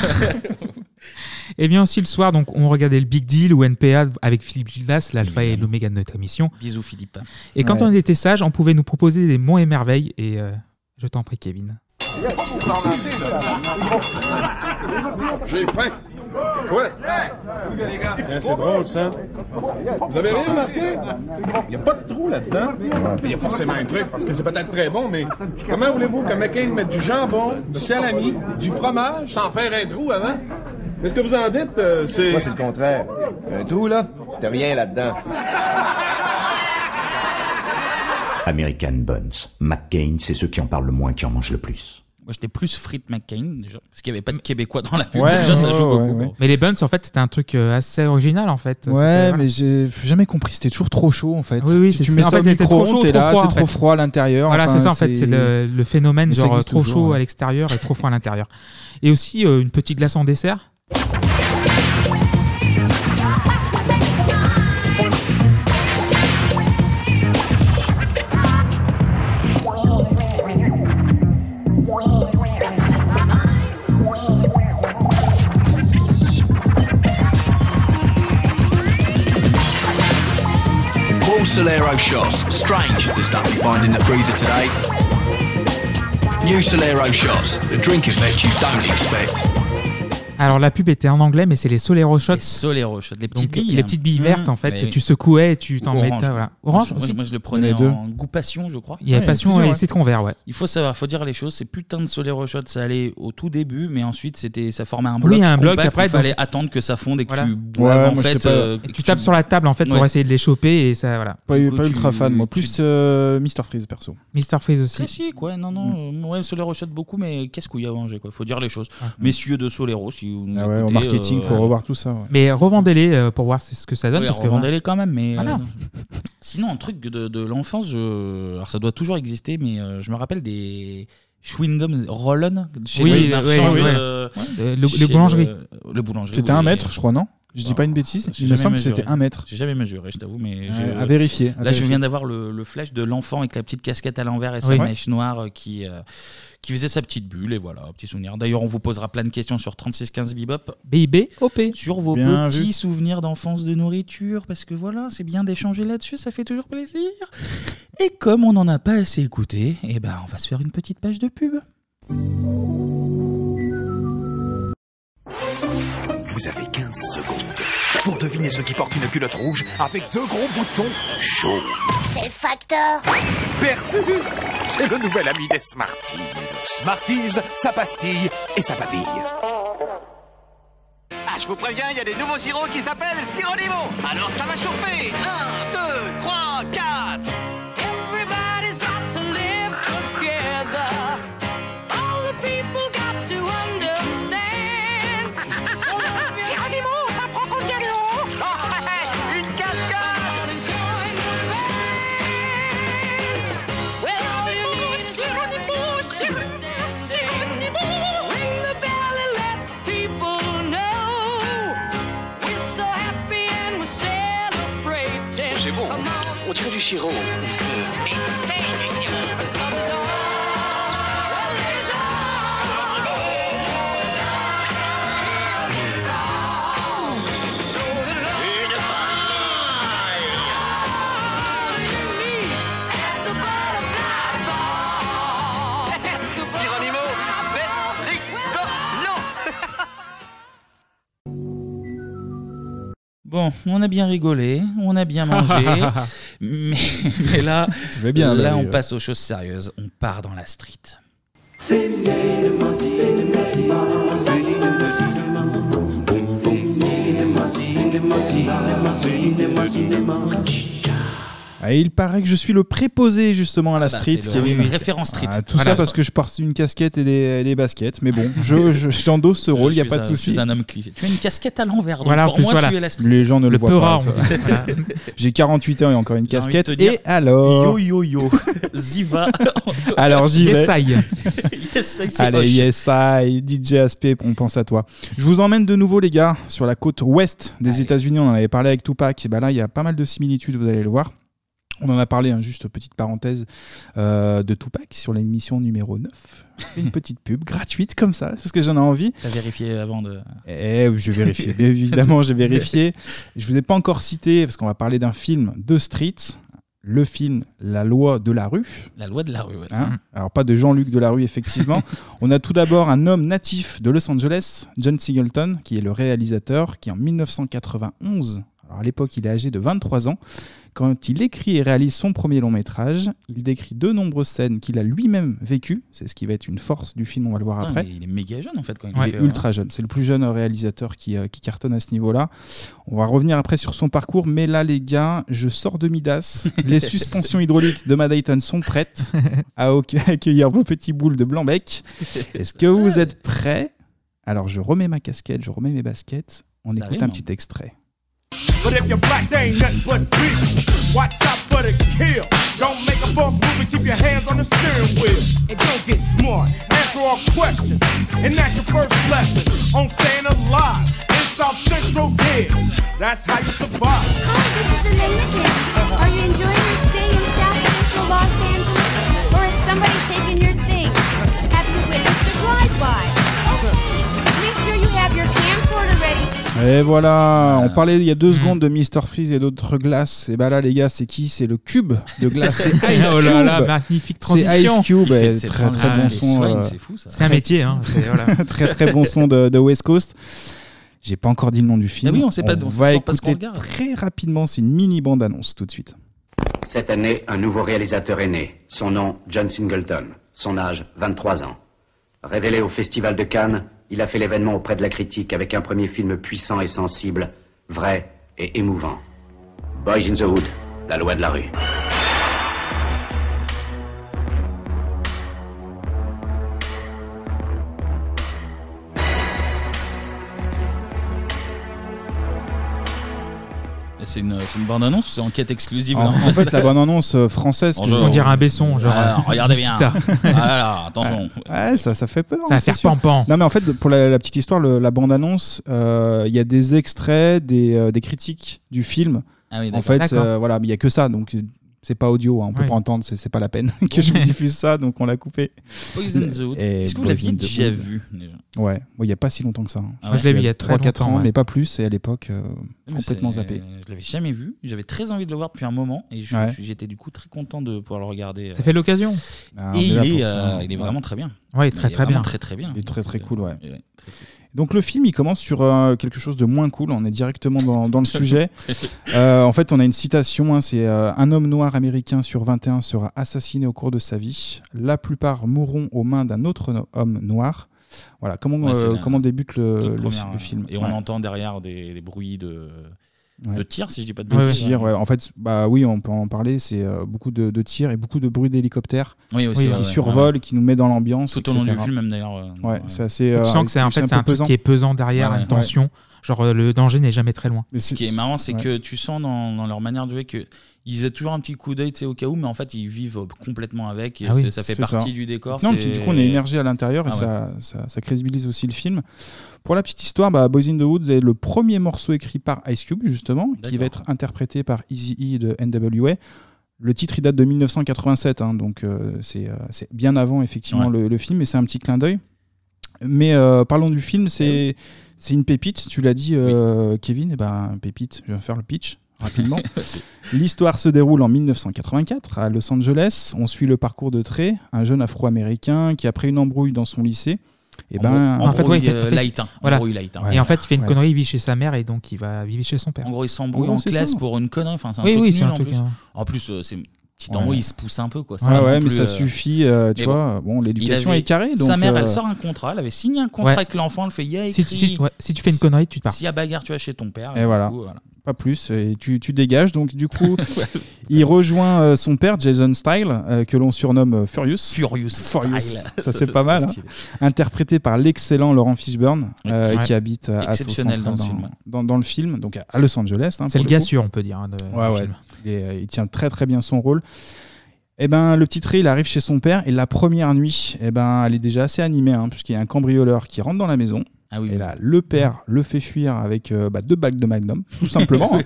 Speaker 7: Et vient aussi le soir, donc on regardait le Big Deal ou NPA avec Philippe Gildas, l'alpha et l'oméga de notre émission.
Speaker 1: Bisous Philippe.
Speaker 7: Et quand
Speaker 1: Ouais.
Speaker 7: on était sage, on pouvait nous proposer des monts et merveilles. Et euh, je t'en prie, Kevin.
Speaker 21: J'ai faim. C'est quoi? Tiens, c'est drôle, ça. Vous avez rien remarqué? Il n'y a pas de trou là-dedans. Il y a forcément un truc, parce que c'est peut-être très bon, mais comment voulez-vous que McCain mette du jambon, du salami, du fromage, sans faire un trou avant? Mais ce que vous en dites, euh, c'est...
Speaker 22: Moi, c'est le contraire. Un trou, là, t'as rien là-dedans.
Speaker 23: American Buns. McCain, c'est ceux qui en parlent le moins qui en mangent le plus.
Speaker 1: Moi, j'étais plus frites McCain, déjà, parce qu'il n'y avait pas de Québécois dans la pub.
Speaker 6: Ouais,
Speaker 1: déjà, ça
Speaker 6: ouais,
Speaker 1: joue
Speaker 6: ouais,
Speaker 1: beaucoup.
Speaker 6: ouais.
Speaker 7: Mais les buns, en fait, c'était un truc euh, assez original, en fait. C'était-
Speaker 6: Ouais,
Speaker 7: voilà.
Speaker 6: mais j'ai jamais compris. C'était toujours trop chaud en fait.
Speaker 7: Oui, oui,
Speaker 6: tu, tu
Speaker 7: c'est-
Speaker 6: mets
Speaker 7: en
Speaker 6: ça
Speaker 7: fait,
Speaker 6: au
Speaker 7: c'était trop
Speaker 6: micro-ondes,
Speaker 7: chaud,
Speaker 6: t'es
Speaker 7: trop
Speaker 6: là,
Speaker 7: froid, en
Speaker 6: c'est trop
Speaker 7: fait.
Speaker 6: froid à l'intérieur.
Speaker 7: Voilà,
Speaker 6: enfin,
Speaker 7: c'est ça en fait, c'est le, le phénomène
Speaker 6: Mais ça
Speaker 7: genre
Speaker 6: existe
Speaker 7: trop
Speaker 6: toujours,
Speaker 7: chaud
Speaker 6: ouais.
Speaker 7: à l'extérieur et trop froid à l'intérieur. Et aussi euh, une petite glace en dessert.
Speaker 18: Paul Solero shots. Strange, the stuff you find in the freezer today. New Solero shots, the drink effect you don't expect.
Speaker 7: Alors la pub était en anglais, mais c'est les Solero Shots. Les
Speaker 1: Solero Shots, les petites billes,
Speaker 7: Les
Speaker 1: hein.
Speaker 7: petites billes
Speaker 1: Mmh.
Speaker 7: vertes en
Speaker 1: Mais
Speaker 7: fait.
Speaker 1: oui.
Speaker 7: Tu secouais et tu t'en
Speaker 1: Ou
Speaker 7: mettais.
Speaker 1: orange.
Speaker 7: Voilà. Orange
Speaker 1: Moi,
Speaker 7: aussi.
Speaker 1: moi, je le prenais en goût passion, je crois.
Speaker 7: Il y avait passion et citron vert, ouais.
Speaker 1: Il faut savoir, faut dire les choses. Ces putains de Solero Shots, ça allait au tout début, mais ensuite, c'était, ça formait un
Speaker 7: Oui,
Speaker 1: bloc.
Speaker 7: un bloc,
Speaker 1: compact,
Speaker 7: après,
Speaker 1: Il fallait
Speaker 7: donc-
Speaker 1: attendre que ça fonde et que
Speaker 7: Voilà.
Speaker 1: tu boives, en fait. euh,
Speaker 7: Et
Speaker 1: que
Speaker 7: tu tapes sur la table en fait pour
Speaker 1: Ouais.
Speaker 7: essayer de les choper et ça voilà.
Speaker 6: Pas, pas ultra fan, moi. Plus euh, Mr. Freeze perso.
Speaker 7: Mister Freeze aussi.
Speaker 1: Classique, ouais, non, non.
Speaker 6: Mm.
Speaker 1: euh, Ouais, Solero Shot beaucoup, mais qu'est-ce qu'il y a à manger, quoi. Faut dire les choses. Messieurs de Solero, si vous nous
Speaker 6: Ah ouais, au
Speaker 1: écoutez,
Speaker 6: marketing,
Speaker 1: euh,
Speaker 6: faut revoir tout ça. ouais.
Speaker 7: Mais revendez-les euh, pour voir ce ce que ça donne
Speaker 1: Oui,
Speaker 7: parce que Ah,
Speaker 1: revendez-les quand même, mais
Speaker 7: Voilà.
Speaker 1: euh, Sinon, un truc de, de l'enfance, je... alors ça doit toujours exister, mais euh, je me rappelle des chewing-gums Rollon chez
Speaker 7: Oui,
Speaker 1: le
Speaker 7: oui,
Speaker 1: marchand,
Speaker 7: oui, oui.
Speaker 1: euh,
Speaker 7: Ouais. Euh, le-
Speaker 1: chez
Speaker 7: le boulangerie.
Speaker 1: Le boulangerie.
Speaker 6: C'était
Speaker 1: oui.
Speaker 6: un mètre, je crois, non Je dis pas une bêtise. Il me semble que c'était un mètre.
Speaker 1: J'ai jamais mesuré, je t'avoue, mais
Speaker 6: Euh,
Speaker 1: j'ai-
Speaker 6: à vérifier, à
Speaker 1: Là, je
Speaker 6: vérifier.
Speaker 1: viens d'avoir le, le flash de l'enfant avec la petite casquette à l'envers et sa
Speaker 6: Oui.
Speaker 1: mèche noire euh, qui euh, qui faisait sa petite bulle et voilà, un petit souvenir. D'ailleurs, on vous posera plein de questions sur 3615 Bibop.
Speaker 7: BIB, OP.
Speaker 1: Sur vos
Speaker 7: Bien
Speaker 1: petits
Speaker 7: vu.
Speaker 1: souvenirs d'enfance de nourriture, parce que voilà, c'est bien d'échanger là-dessus, ça fait toujours plaisir. Et comme on n'en a pas assez écouté, eh ben, on va se faire une petite page de pub.
Speaker 18: Vous avez 15 secondes pour deviner ce qui porte une culotte rouge avec deux gros boutons chauds.
Speaker 11: C'est le facteur.
Speaker 18: Perdu C'est le nouvel ami des Smarties. Smarties, sa pastille et sa papille.
Speaker 2: Ah, je vous préviens, il y a des nouveaux sirops qui s'appellent Siro Limo. Alors ça va chauffer. 1, 2, 3, 4. Everybody's got to live together. All the people got to understand. Siro Limo, ça prend combien de haut Une cascade Well, all you need is Siro Limo, Siro Limo. Ring the bell and let the people know. We're so happy and we're celebrating.
Speaker 17: C'est bon, on dirait du sirop.
Speaker 2: Sironimo, c'est rigolo
Speaker 1: Bon, on a bien rigolé, on a bien mangé, mais, mais là,
Speaker 6: Tu fais bien,
Speaker 1: là,
Speaker 6: Valérie,
Speaker 1: on
Speaker 6: ouais.
Speaker 1: passe aux choses sérieuses, on part dans la street.
Speaker 6: Ah, et il paraît que je suis le préposé justement à la
Speaker 1: bah,
Speaker 6: street.
Speaker 1: t'es le-
Speaker 6: Kevin.
Speaker 1: oui, oui, référence street.
Speaker 6: Ah, tout
Speaker 1: Voilà.
Speaker 6: ça parce que je porte une casquette et des, des baskets. Mais bon, je- je- j'endosse ce rôle, il n'y a
Speaker 1: suis
Speaker 6: pas de
Speaker 1: un-
Speaker 6: souci.
Speaker 1: Je suis un homme cliché. Tu as une casquette à l'envers, donc
Speaker 6: Voilà, en
Speaker 1: pour
Speaker 6: plus,
Speaker 1: moi,
Speaker 6: voilà.
Speaker 1: tu es la street.
Speaker 6: Les gens ne le,
Speaker 1: Le
Speaker 6: voient
Speaker 1: peu
Speaker 6: pas.
Speaker 1: rare,
Speaker 6: ça.
Speaker 1: on dit. Voilà.
Speaker 6: J'ai 48 ans et encore une
Speaker 1: J'ai envie
Speaker 6: casquette.
Speaker 1: de te dire,
Speaker 6: et alors
Speaker 1: Yo, yo, yo. Ziva.
Speaker 6: Alors j'y vais.
Speaker 1: yes, Oh, I, c'est
Speaker 6: Allez,
Speaker 1: Hoche.
Speaker 6: yes, I, DJ Aspect, on pense à toi. Je vous emmène de nouveau, les gars, sur la côte ouest des États-Unis. On en avait parlé avec Tupac. Et ben là, il y a pas mal de similitudes, vous allez le voir. On en a parlé, hein, juste petite parenthèse, euh, de Tupac sur l'émission numéro 9. Une petite pub gratuite comme ça, parce que j'en ai envie.
Speaker 1: T'as vérifié avant de.
Speaker 6: Eh, j'ai vérifié, bien évidemment, j'ai vérifié. Je vous ai pas encore cité, parce qu'on va parler d'un film de Street, le film La loi de la rue.
Speaker 1: La loi de la rue, ouais.
Speaker 6: Hein Alors, pas de Jean-Luc Delarue, effectivement. On a tout d'abord un homme natif de Los Angeles, John Singleton, qui est le réalisateur, qui en 1991, alors à l'époque il est âgé de 23 ans, quand il écrit et réalise son premier long métrage, il décrit de nombreuses scènes qu'il a lui-même vécues. C'est ce qui va être une force du film, on va le voir
Speaker 1: Putain,
Speaker 6: après.
Speaker 1: mais il est méga jeune, en fait, quand il
Speaker 6: Il
Speaker 1: le
Speaker 6: est
Speaker 1: fait, euh, ouais.
Speaker 6: ultra jeune. C'est le plus jeune réalisateur qui, euh, qui cartonne à ce niveau-là. On va revenir après sur son parcours, mais là, les gars, je sors de Midas. les suspensions hydrauliques de ma Dayton sont prêtes à accu- accueillir vos petits boules de blanc-bec. Est-ce que vous êtes prêts Alors, je remets ma casquette, je remets mes baskets. On écoute
Speaker 5: arrive,
Speaker 6: un
Speaker 5: hein.
Speaker 6: petit extrait.
Speaker 5: But if you're black, they ain't nothing but beef. Watch out for the kill. Don't make a false move and keep your hands on the steering wheel. And don't get smart. Answer all questions. And that's your first lesson on staying alive in South Central Dead. That's how you survive. Hi, this is Elaine again. Are you enjoying your stay in South Central Los Angeles? Or is somebody taking your things? Have you witnessed a drive-by? Make sure you have your camcorder ready
Speaker 6: Et voilà,
Speaker 1: Euh.
Speaker 6: on parlait il y a
Speaker 1: Hmm.
Speaker 6: deux secondes de Mr Freeze et d'autres glaces. Et bah là, les gars, c'est qui C'est le cube de glace. C'est Ice
Speaker 7: Oh là là,
Speaker 6: Cube.
Speaker 7: magnifique
Speaker 6: C'est Ice
Speaker 7: transition.
Speaker 6: Cube,
Speaker 7: Il fait
Speaker 6: eh,
Speaker 7: de ses
Speaker 6: très très
Speaker 7: transitions
Speaker 6: bon
Speaker 7: des
Speaker 6: son.
Speaker 7: swings,
Speaker 6: euh,
Speaker 7: Ah, c'est fou, ça. C'est un métier, hein, c'est- voilà.
Speaker 6: très très bon son de, de West Coast. J'ai pas encore dit le nom du film.
Speaker 1: Ah oui, on sait pas, on sait
Speaker 6: va
Speaker 1: toujours pas ce qu'on
Speaker 6: écouter très rapidement. C'est une mini bande annonce tout de suite.
Speaker 9: Cette année, un nouveau réalisateur est né. Son nom, John Singleton. Son âge, 23 ans. Révélé au Festival de Cannes, il a fait l'événement auprès de la critique avec un premier film puissant et sensible, vrai et émouvant. Boys in the Hood, la loi de la rue.
Speaker 1: C'est une, c'est une bande-annonce, c'est enquête exclusive.
Speaker 6: En,
Speaker 1: là.
Speaker 6: en fait, la bande-annonce euh, française.
Speaker 1: Bonjour. On dirait un Besson, genre,
Speaker 6: Ah,
Speaker 1: euh, regardez bien.
Speaker 6: putain.
Speaker 1: Ah là là, attention.
Speaker 6: Ouais, ouais, ça, ça fait peur.
Speaker 1: Ça
Speaker 6: hein,
Speaker 1: fait
Speaker 6: c'est sûr.
Speaker 1: pan-pan.
Speaker 6: Non, mais en fait, pour la, la petite histoire, le- la bande-annonce, euh, il y a des extraits, des, euh, des critiques du film.
Speaker 1: Ah oui,
Speaker 6: en
Speaker 1: d'accord.
Speaker 6: fait,
Speaker 1: D'accord.
Speaker 6: euh, voilà, mais il y a que ça, donc c'est pas audio, hein, on peut
Speaker 1: Ouais.
Speaker 6: pas entendre, c'est c'est pas la peine que je vous diffuse ça, donc on l'a coupé.
Speaker 1: Poison the Hood.
Speaker 6: Et
Speaker 1: Est-ce que vous
Speaker 6: Poison
Speaker 1: l'aviez
Speaker 6: the
Speaker 1: déjà
Speaker 6: Hood.
Speaker 1: vu, déjà
Speaker 6: Ouais, Bon, il y a pas si longtemps que ça. hein.
Speaker 1: Ah
Speaker 6: pense
Speaker 1: ouais. Je l'ai
Speaker 6: qu'il
Speaker 1: vu
Speaker 6: y
Speaker 1: il y
Speaker 6: a
Speaker 1: a très
Speaker 6: 3-4 ans,
Speaker 1: longtemps, ouais.
Speaker 6: mais pas plus, et à l'époque, euh,
Speaker 1: Mais
Speaker 6: complètement
Speaker 1: c'est-
Speaker 6: zappé.
Speaker 1: Je l'avais jamais vu. J'avais très envie de le voir depuis un moment et je-
Speaker 6: Ouais.
Speaker 1: je- j'étais du coup très content de pouvoir le regarder. euh,
Speaker 7: Ça fait l'occasion.
Speaker 6: Ah, on
Speaker 1: et
Speaker 6: est
Speaker 1: il
Speaker 6: là
Speaker 1: est,
Speaker 6: pour ça.
Speaker 1: euh, il est vraiment très bien.
Speaker 7: Ouais,
Speaker 1: Il
Speaker 7: très
Speaker 1: est
Speaker 7: très
Speaker 1: vraiment
Speaker 7: bien.
Speaker 1: Très très bien.
Speaker 6: Il est très très cool, ouais. Donc le film, il commence sur euh, quelque chose de moins cool. On est directement dans, dans le sujet. Euh, en fait, on a une citation. hein, c'est euh, un homme noir américain sur 21 sera assassiné au cours de sa vie. La plupart mourront aux mains d'un autre no- homme noir. Voilà. Comment
Speaker 1: Ouais, c'est
Speaker 6: euh,
Speaker 1: la
Speaker 6: comment débute le,
Speaker 1: Toute
Speaker 6: le-
Speaker 1: première, euh,
Speaker 6: le film
Speaker 1: Et on
Speaker 6: Ouais.
Speaker 1: entend derrière des, des bruits de,
Speaker 6: Ouais.
Speaker 1: de tir, si je dis pas de
Speaker 6: Le
Speaker 1: bêtises.
Speaker 6: tir, ouais. En fait, bah oui, on peut en parler. C'est euh, beaucoup de, de tirs et beaucoup de bruits d'hélicoptères
Speaker 1: Oui, aussi,
Speaker 6: qui
Speaker 1: ouais, ouais.
Speaker 6: survolent, qui nous met dans l'ambiance.
Speaker 1: Tout au long
Speaker 6: etc..
Speaker 1: du film, même, d'ailleurs, euh,
Speaker 6: Ouais,
Speaker 1: ouais.
Speaker 6: c'est assez.
Speaker 7: Tu
Speaker 6: euh,
Speaker 7: sens que c'est en fait
Speaker 6: peu
Speaker 7: c'est un truc
Speaker 6: pesant.
Speaker 7: qui est pesant derrière,
Speaker 1: Ouais,
Speaker 7: une
Speaker 1: ouais.
Speaker 7: tension. Genre euh, le danger n'est jamais très loin.
Speaker 1: Ce qui est marrant, c'est que tu sens dans, dans leur manière de jouer que ils aient toujours un petit coup d'œil tu sais, au cas où, mais en fait ils vivent complètement avec. Et
Speaker 6: Ah oui,
Speaker 1: c'est- ça fait
Speaker 6: c'est
Speaker 1: partie
Speaker 6: ça.
Speaker 1: du décor.
Speaker 6: Non,
Speaker 1: c'est-
Speaker 6: puis du coup, on est immergé à l'intérieur et
Speaker 1: Ah ouais.
Speaker 6: ça, ça, ça crédibilise aussi le film. Pour la petite histoire, bah, Boys in the Woods est le premier morceau écrit par Ice Cube, justement, qui va être interprété par Easy E de NWA. Le titre, il date de 1987, hein, donc euh, c'est euh, c'est bien avant, effectivement, le, le film, et c'est un petit clin d'œil. Mais euh, parlons du film, c'est c'est une pépite, tu l'as dit, euh, Kevin, et ben, pépite, je vais faire le pitch rapidement. L'histoire se déroule en 1984 à Los Angeles. On suit le parcours de Trey, un jeune afro-américain qui, après une embrouille dans son lycée, et ben,
Speaker 1: Embrouille, En fait, ouais, il fait- euh, light, hein.
Speaker 7: Voilà.
Speaker 1: Embrouille light, hein.
Speaker 7: Et en fait, il fait une
Speaker 1: Ouais.
Speaker 7: connerie, il vit chez sa mère et donc il va vivre chez son père.
Speaker 1: En gros, ils s'embrouillent
Speaker 7: En
Speaker 1: en,
Speaker 7: gros, c'est
Speaker 1: classe
Speaker 7: ça.
Speaker 1: pour une connerie. Enfin, c'est un
Speaker 7: Oui,
Speaker 1: truc
Speaker 7: oui, c'est
Speaker 1: nul,
Speaker 7: un
Speaker 1: en
Speaker 7: truc,
Speaker 1: plus.
Speaker 7: hein.
Speaker 1: En plus, euh, c'est une petite
Speaker 6: Ouais.
Speaker 1: embrouille, ils se poussent un peu. Quoi. C'est
Speaker 6: Ouais,
Speaker 1: pas
Speaker 6: ouais,
Speaker 1: non
Speaker 6: mais
Speaker 1: plus,
Speaker 6: ça
Speaker 1: euh,
Speaker 6: suffit, euh, tu
Speaker 1: mais
Speaker 6: vois, bon, l'éducation
Speaker 1: Il
Speaker 6: est carrée,
Speaker 1: Sa
Speaker 6: donc,
Speaker 1: mère,
Speaker 6: euh,
Speaker 1: elle sort un contrat. Elle avait signé un contrat
Speaker 6: Ouais.
Speaker 1: avec l'enfant. Elle fait yeah,
Speaker 7: Si tu- si- ouais, si tu fais une connerie, tu te pars.
Speaker 1: S'il y a bagarre, tu vas chez ton père.
Speaker 6: Et
Speaker 1: du
Speaker 6: voilà.
Speaker 1: coup, euh, voilà.
Speaker 6: Pas plus, et tu, tu dégages. Donc, du coup, il rejoint euh, son père, Jason Style, euh, que l'on surnomme euh, Furious.
Speaker 1: Furious.
Speaker 6: Furious.
Speaker 1: Style.
Speaker 6: Ça,
Speaker 1: Ça,
Speaker 6: c'est
Speaker 1: c'est
Speaker 6: pas mal.
Speaker 1: très
Speaker 6: hein. Interprété par l'excellent Laurent Fishburne, euh,
Speaker 1: Ouais.
Speaker 6: qui habite à- à
Speaker 1: Exceptionnel
Speaker 6: South Central
Speaker 1: dans ce film.
Speaker 6: dans, dans le film, donc à Los Angeles. hein,
Speaker 7: C'est
Speaker 6: pour
Speaker 7: le gars
Speaker 6: coup.
Speaker 7: sûr, on peut dire, hein, de-
Speaker 6: Ouais,
Speaker 7: du
Speaker 6: ouais.
Speaker 7: film.
Speaker 6: Il, est- euh, il tient très très bien son rôle. Et ben, le petit Trey, il arrive chez son père et la première nuit, et ben, elle est déjà assez animée, hein, puisqu'il y a un cambrioleur qui rentre dans la maison.
Speaker 7: Ah
Speaker 6: et là, le père le fait fuir avec euh, bah, deux balles de magnum, tout simplement. hein.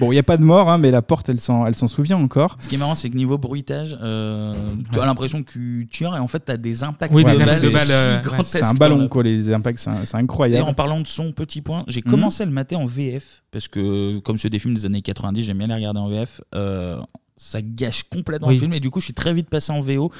Speaker 6: Bon, il n'y a pas de mort, hein, mais la porte, elle s'en elle s'en souvient encore.
Speaker 1: Ce qui est marrant, c'est que niveau bruitage, euh, tu as l'impression que tu tires et en fait, tu as des impacts
Speaker 6: Ouais,
Speaker 1: de
Speaker 6: mais
Speaker 1: balles
Speaker 6: c'est-
Speaker 7: euh,
Speaker 6: hein.
Speaker 1: gigantesques.
Speaker 6: C'est un ballon, quoi, les impacts, c'est un- c'est
Speaker 1: Et
Speaker 6: incroyable.
Speaker 1: en parlant de son petit point, j'ai
Speaker 6: Mhm.
Speaker 1: commencé à le mater en VF parce que comme c'est des films des années 90, j'aime bien les regarder en VF. euh, ça gâche complètement
Speaker 7: Oui.
Speaker 1: le film et du coup, je suis très vite passé en VO.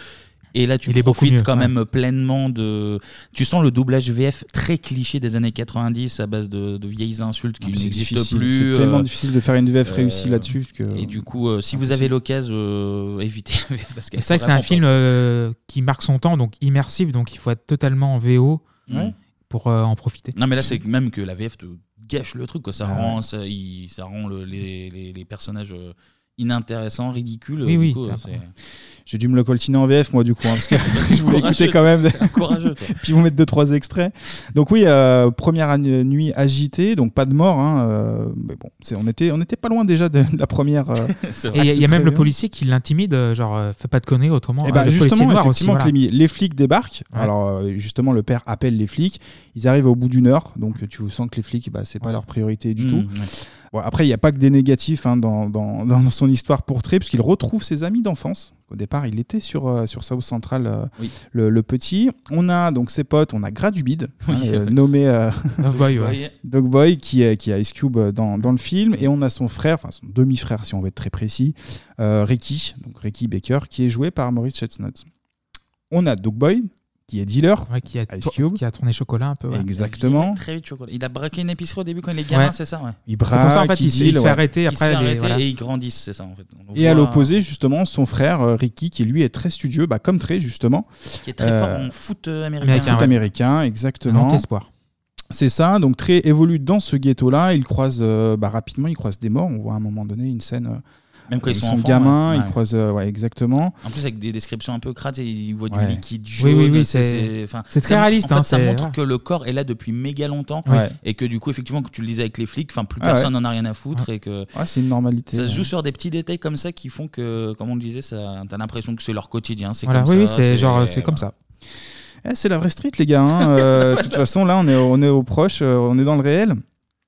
Speaker 1: Et là, tu
Speaker 7: Il est beaucoup
Speaker 1: profites
Speaker 7: mieux,
Speaker 1: quand
Speaker 7: ouais.
Speaker 1: même pleinement de. Tu sens le doublage VF très cliché des années 90 à base de, de vieilles insultes qui
Speaker 6: Ah, Mais c'est
Speaker 1: n'existent
Speaker 6: difficile,
Speaker 1: plus.
Speaker 6: C'est tellement
Speaker 1: euh,
Speaker 6: difficile de faire une VF
Speaker 1: euh,
Speaker 6: réussie là-dessus. parce que-
Speaker 1: Et du coup, euh, si vous avez l'occasion, euh, évitez la VF parce
Speaker 7: C'est
Speaker 1: qu'elle
Speaker 7: vrai que c'est
Speaker 1: vraiment
Speaker 7: un
Speaker 1: pas-
Speaker 7: film euh, qui marque son temps, donc immersif, donc il faut être totalement en VO
Speaker 1: Ouais.
Speaker 7: pour euh, en profiter.
Speaker 1: Non, mais là, c'est même que la VF te gâche le truc. Quoi. Ça,
Speaker 7: Ah
Speaker 1: rend, ça, il- ça rend le- les, les- les personnages euh, inintéressants, ridicules.
Speaker 7: Oui,
Speaker 1: Du
Speaker 7: oui,
Speaker 1: coup,
Speaker 7: t'as-
Speaker 1: c'est-
Speaker 6: J'ai dû me le coltiner en VF, moi, du coup, hein, parce que je voulais
Speaker 1: Courageux,
Speaker 6: écouter quand même.
Speaker 1: courageux, toi.
Speaker 6: Puis vous mettre deux, trois extraits. Donc, oui, euh, première an- nuit agitée, donc pas de mort. hein, euh, mais bon, c'est- on était, on était pas loin déjà de, de la première. euh,
Speaker 7: Et il y a- il y, a
Speaker 6: acte
Speaker 7: même le
Speaker 6: prévu.
Speaker 7: policier qui l'intimide, euh, genre euh, fais pas de conneries autrement.
Speaker 6: Et
Speaker 7: Euh,
Speaker 6: bah
Speaker 7: le policier
Speaker 6: justement,
Speaker 7: noir
Speaker 6: effectivement,
Speaker 7: aussi, voilà.
Speaker 6: Clémy, les flics débarquent.
Speaker 7: Ouais.
Speaker 6: Alors euh, justement, le père appelle les flics. Ils arrivent au bout d'une heure, donc euh, tu sens que les flics, bah, c'est pas leur priorité du
Speaker 1: Mmh,
Speaker 6: tout.
Speaker 1: ouais.
Speaker 6: Bon, après, il n'y a pas que des négatifs hein, dans, dans- dans son histoire pour Trey, puisqu'il retrouve ses amis d'enfance. Au départ, il était sur, euh, sur South Central, euh,
Speaker 1: Oui.
Speaker 6: le, le petit. On a donc ses potes, on a Gradubid,
Speaker 1: Oui,
Speaker 6: hein,
Speaker 1: c'est
Speaker 6: euh,
Speaker 1: vrai.
Speaker 6: nommé euh,
Speaker 7: Dogboy, Ah, ouais.
Speaker 6: Dogboy, qui, est- qui a Ice Cube euh, dans, dans le film. Et on a son frère, enfin son demi-frère si on veut être très précis, euh, Ricky, donc Ricky Baker, qui est joué par Maurice Chestnut. On a Dogboy, qui est dealer,
Speaker 7: qui, a
Speaker 6: Ice Cube.
Speaker 7: qui a tourné chocolat un peu. ouais.
Speaker 6: Exactement.
Speaker 1: Très vite chocolat. Il a braqué une épicerie au début quand il est gamin,
Speaker 7: Ouais.
Speaker 1: c'est ça ouais.
Speaker 6: Il braque, C'est pour ça, en fait, il il se- il se deal, fait ouais. arrêter
Speaker 1: Il
Speaker 6: après,
Speaker 1: se fait
Speaker 6: les-
Speaker 1: arrêter
Speaker 6: voilà.
Speaker 1: et ils grandissent, c'est ça en fait. On
Speaker 6: Et à
Speaker 1: voit-
Speaker 6: l'opposé, justement, son frère euh, Ricky, qui lui est très studieux, bah, comme Trey, justement.
Speaker 1: Qui est très fort en foot, euh, américain.
Speaker 6: Foot
Speaker 1: Américain, ouais.
Speaker 6: américain, exactement.
Speaker 1: Un grand espoir.
Speaker 6: C'est ça, donc Trey évolue dans ce ghetto-là. Il croise euh, bah, rapidement, il croise des morts. On voit à un moment donné une scène. euh,
Speaker 1: Même quand ils sont enfants,
Speaker 6: gamins,
Speaker 1: ouais.
Speaker 6: ils
Speaker 1: Ouais.
Speaker 6: croisent, euh, ouais, exactement.
Speaker 1: En plus, avec des descriptions un peu crades, et ils voient
Speaker 6: Ouais.
Speaker 1: du liquide jaune.
Speaker 6: Oui, oui, oui,
Speaker 1: c'est-
Speaker 6: c'est-
Speaker 1: c'est enfin, ça
Speaker 6: c'est très
Speaker 1: montre-
Speaker 6: réaliste,
Speaker 1: En
Speaker 6: hein,
Speaker 1: fait, ça
Speaker 6: c'est-
Speaker 1: montre
Speaker 6: ouais.
Speaker 1: que le corps est là depuis méga longtemps.
Speaker 6: Ouais.
Speaker 1: Et que du coup, effectivement, que tu le disais avec les flics, enfin, plus
Speaker 6: Ouais,
Speaker 1: personne
Speaker 6: ouais.
Speaker 1: n'en a rien à foutre. Et que
Speaker 6: Ouais, c'est une normalité.
Speaker 1: ça se
Speaker 6: ouais.
Speaker 1: joue sur des petits détails comme ça qui font que, comme on le disait, ça- t'as l'impression que c'est leur quotidien. C'est
Speaker 6: Voilà,
Speaker 1: comme
Speaker 6: oui,
Speaker 1: ça,
Speaker 6: oui, c'est genre, c'est comme
Speaker 1: voilà.
Speaker 6: Eh, c'est la vraie street, les gars. hein. Euh, de toute façon, là, on est, on est au proche, euh, on est dans le réel.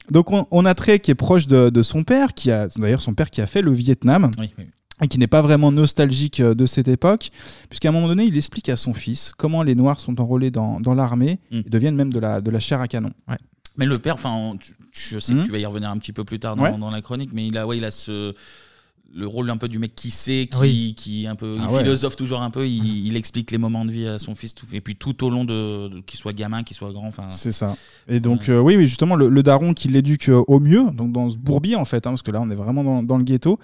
Speaker 6: Donc, on, on a Trey qui est proche de, de son père, qui a d'ailleurs son père qui a fait le Vietnam. Et qui n'est pas vraiment nostalgique euh, de cette époque, puisqu'à un moment donné, il explique à son fils comment les Noirs sont enrôlés dans, dans l'armée
Speaker 1: Mm.
Speaker 6: et deviennent même de la, de la chair à canon.
Speaker 1: Mais le père, enfin, on- tu- je sais que tu vas y revenir un petit peu plus tard dans,
Speaker 6: Hmm. Ouais.
Speaker 1: dans la chronique, mais il a, ouais, il a ce le rôle un peu du mec qui sait, qui,
Speaker 6: Ah Oui.
Speaker 1: qui est un peu,
Speaker 6: Ah
Speaker 1: il
Speaker 6: ouais. Mhm.
Speaker 1: philosophe toujours un peu, il, il explique les moments de vie à son fils, tout, et puis tout au long de, de- qu'il soit gamin, qu'il soit grand, enfin.
Speaker 6: C'est ça. Et donc, euh, oui, oui, justement, le, le daron qui l'éduque euh, au mieux, donc dans ce bourbier en fait, hein, parce que là, on est vraiment dans, dans le ghetto.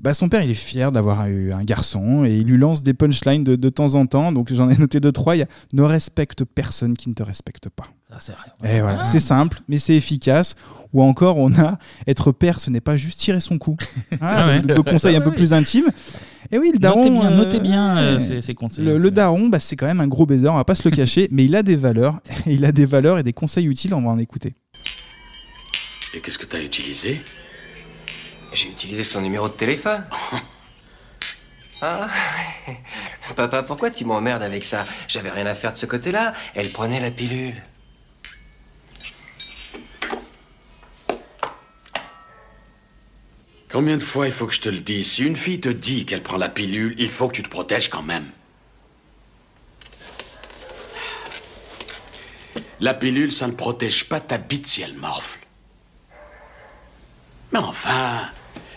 Speaker 6: Bah, son père, il est fier d'avoir eu un garçon et il lui lance des punchlines de, de temps en temps. Donc, j'en ai noté deux, trois. Il y a Ne respecte personne qui ne te respecte pas.
Speaker 1: Ça, c'est vrai.
Speaker 6: Et voilà, c'est simple, mais c'est efficace. Ou encore, on a être père, ce n'est pas juste tirer son coup. Hein,
Speaker 1: Ah ouais.
Speaker 6: De conseils un peu
Speaker 1: Oui.
Speaker 6: plus intimes. Et oui, le daron.
Speaker 1: Notez bien,
Speaker 6: euh,
Speaker 1: notez bien, euh,
Speaker 6: ouais.
Speaker 1: ces- ces conseils.
Speaker 6: Le, le daron, bah, c'est quand même un gros baiser, on va pas se le cacher, mais il a des valeurs. Il a des valeurs et des conseils utiles, on va en écouter.
Speaker 4: Et qu'est-ce que t'as utilisé
Speaker 8: J'ai utilisé son numéro de téléphone. Ah Papa, pourquoi tu m'emmerdes avec ça J'avais rien à faire de ce côté-là. Elle prenait la pilule.
Speaker 17: Combien de fois il faut que je te le dise Si une fille te dit qu'elle prend la pilule, il faut que tu te protèges quand même. La pilule, ça ne protège pas ta bite si elle morfle. Mais enfin,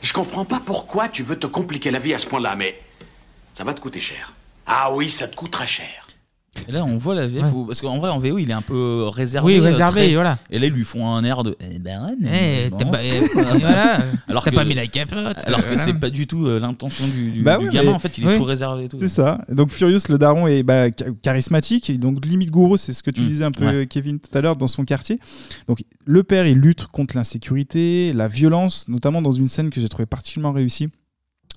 Speaker 17: je comprends pas pourquoi tu veux te compliquer la vie à ce point-là, mais ça va te coûter cher. Ah oui, ça te coûtera cher.
Speaker 1: Et là, on voit la VF,
Speaker 7: Ouais.
Speaker 1: où- parce qu'en vrai, en VO, il est un peu réservé.
Speaker 7: Oui,
Speaker 1: euh,
Speaker 7: réservé, voilà.
Speaker 1: Et là, ils lui font un air de. Eh ben,
Speaker 7: Eh,
Speaker 1: bon.
Speaker 7: t'as pas- eh, voilà,
Speaker 1: Alors
Speaker 7: t'as
Speaker 1: que-
Speaker 7: pas mis la capote.
Speaker 1: Alors que
Speaker 7: Voilà.
Speaker 1: c'est pas du tout euh, l'intention du, du-
Speaker 6: Bah
Speaker 1: du
Speaker 6: ouais,
Speaker 1: gamin,
Speaker 6: mais-
Speaker 1: en fait, il est
Speaker 6: oui.
Speaker 1: tout réservé et tout.
Speaker 6: C'est ça. Et Donc Furious, le daron est bah, cha- charismatique, et donc limite gourou, c'est ce que tu
Speaker 1: Mm,
Speaker 6: disais un peu euh,
Speaker 1: ouais.
Speaker 6: Kevin tout à l'heure dans son quartier. Donc le père, il lutte contre l'insécurité, la violence, notamment dans une scène que j'ai trouvé particulièrement réussie.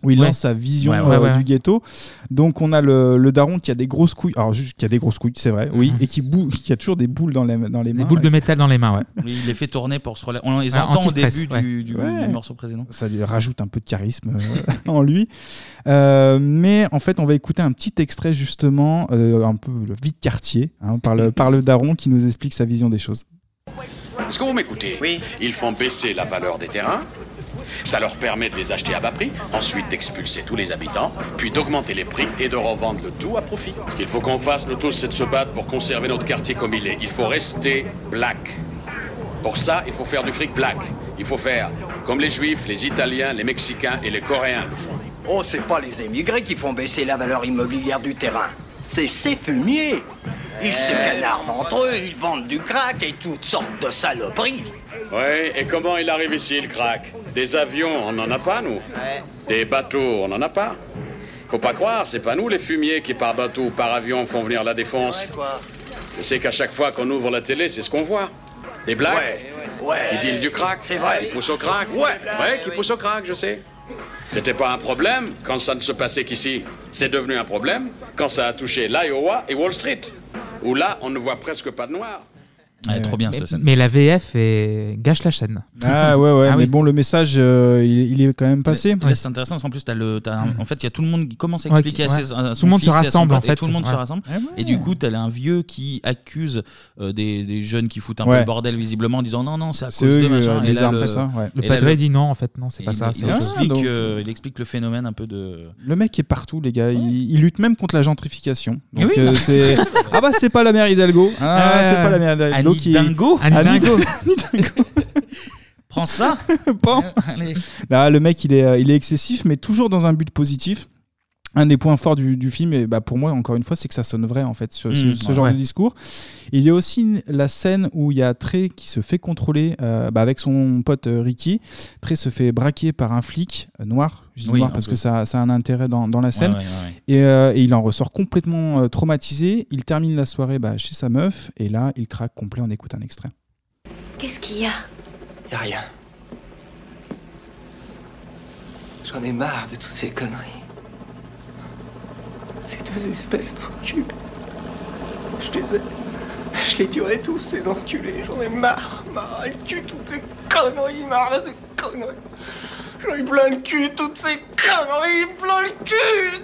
Speaker 6: Où il
Speaker 7: Ouais.
Speaker 6: lance sa vision
Speaker 7: Ouais, ouais,
Speaker 6: euh,
Speaker 7: ouais,
Speaker 6: du
Speaker 7: ouais.
Speaker 6: ghetto. Donc on a le, le daron qui a des grosses couilles, alors juste qui a des grosses couilles, c'est vrai, oui, et qui, bou- qui a toujours des boules dans les, dans les mains.
Speaker 7: boules de métal dans les mains, ouais.
Speaker 1: Oui, Il les fait tourner pour se relâcher. On les
Speaker 6: Alors,
Speaker 1: entend au
Speaker 6: anti-stress,
Speaker 1: début
Speaker 6: ouais.
Speaker 1: du, du-
Speaker 6: Ouais.
Speaker 1: du morceau précédent.
Speaker 6: Ça lui rajoute un peu de charisme euh, en lui. Euh, mais en fait, on va écouter un petit extrait justement, euh, un peu le vide quartier, hein, par, le, par le daron qui nous explique sa vision des choses.
Speaker 17: Est-ce que vous m'écoutez Oui. Ils font baisser la valeur des terrains. Ça leur permet de les acheter à bas prix, ensuite d'expulser tous les habitants, puis d'augmenter les prix et de revendre le tout à profit. Ce qu'il faut qu'on fasse, nous tous, c'est de se battre pour conserver notre quartier comme il est. Il faut rester black. Pour ça, il faut faire du fric black. Il faut faire comme les juifs, les italiens, les mexicains et les coréens le font.
Speaker 8: Oh, c'est pas les émigrés qui font baisser la valeur immobilière du terrain. C'est ces fumiers. Ils se
Speaker 14: Eh.
Speaker 8: canardent entre eux, ils vendent du crack et toutes sortes de saloperies.
Speaker 17: Oui, et comment il arrive ici, le crack Des avions, on n'en a pas, nous Des bateaux, on n'en a pas. Faut pas croire, c'est pas nous les fumiers qui par bateau ou par avion font venir la défense. Je sais qu'à chaque fois qu'on ouvre la télé, c'est ce qu'on voit. Des blagues Qui dealent du crack Qui poussent au crack Ouais, ouais qui poussent au crack, je sais. C'était pas un problème quand ça ne se passait qu'ici. C'est devenu un problème quand ça a touché l'Iowa et Wall Street, où là, on ne voit presque pas de noirs.
Speaker 1: Ouais, trop bien cette scène.
Speaker 7: Mais la VF est- gâche la scène.
Speaker 6: Ah ouais, ouais,
Speaker 7: Ah
Speaker 6: mais
Speaker 7: oui.
Speaker 6: bon, le message, euh, il, il est quand même
Speaker 7: Ah,
Speaker 6: passé.
Speaker 1: Là, c'est intéressant parce qu'en plus, t'as le, t'as un- en fait, il y a tout le monde qui commence à
Speaker 7: Mm. Ouais,
Speaker 1: expliquer
Speaker 7: qui-
Speaker 1: à,
Speaker 7: ouais.
Speaker 1: ses, à son
Speaker 7: Tout le monde
Speaker 1: fils
Speaker 7: se
Speaker 1: et à son
Speaker 7: rassemble,
Speaker 1: pote,
Speaker 7: en
Speaker 1: et
Speaker 7: fait.
Speaker 1: tout le monde se
Speaker 7: Ouais.
Speaker 1: rassemble.
Speaker 7: Ah ouais.
Speaker 1: Et du coup, t'as un vieux qui accuse euh, des, des jeunes qui foutent un peu
Speaker 7: Ouais.
Speaker 1: le bordel visiblement en disant non, non, c'est à
Speaker 6: C'est
Speaker 1: cause
Speaker 6: eux,
Speaker 1: de
Speaker 6: euh,
Speaker 1: machin.
Speaker 6: les
Speaker 1: et là,
Speaker 6: armes,
Speaker 1: le,
Speaker 6: tout ça, ouais.
Speaker 1: et
Speaker 7: Le
Speaker 1: là,
Speaker 7: padre, il dit non, en fait, non, c'est pas
Speaker 1: il-
Speaker 7: ça, c'est
Speaker 1: Il,
Speaker 7: autre chose. Ah,
Speaker 1: explique,
Speaker 7: Donc-
Speaker 1: euh, il explique le phénomène un peu de.
Speaker 6: Le mec est partout, les gars. Il, il lutte même contre la gentrification. Donc,
Speaker 1: Oui,
Speaker 6: euh,
Speaker 1: non.
Speaker 6: c'est... Ah bah, c'est pas la mère Hidalgo. Ah,
Speaker 1: Euh,
Speaker 6: c'est pas la mère Hidalgo.
Speaker 1: Annie
Speaker 6: qui-
Speaker 1: Dingo.
Speaker 6: Annie
Speaker 1: Annie
Speaker 6: Dingo.
Speaker 1: Prends ça
Speaker 6: Bon. Là, le mec, il est, euh, il est excessif, mais toujours dans un but positif. Un des points forts du, du film, et bah pour moi, encore une fois, c'est que ça sonne vrai, en fait, ce, ce-
Speaker 1: Mmh,
Speaker 6: ce genre
Speaker 1: ouais.
Speaker 6: de discours. Il y a aussi une- la scène où il y a Trey qui se fait contrôler euh, bah, avec son pote euh, Ricky. Trey se fait braquer par un flic euh, noir. Je dis
Speaker 1: Oui,
Speaker 6: noir
Speaker 1: un
Speaker 6: parce
Speaker 1: peu.
Speaker 6: que ça, ça a un intérêt dans, dans la scène.
Speaker 1: ouais, ouais,
Speaker 6: Et, euh, et il en ressort complètement euh, traumatisé. Il termine la soirée bah, chez sa meuf, et là, il craque complet. On écoute un extrait.
Speaker 20: Qu'est-ce qu'il y a
Speaker 8: Y a rien.
Speaker 3: J'en ai marre de toutes ces conneries. Ces deux espèces d'enculés. Je les ai. Je les tuerai tous, ces enculés. J'en ai marre, marre le cul, toutes ces conneries, marre de ces conneries. J'en ai plein le cul, toutes ces conneries, plein le cul.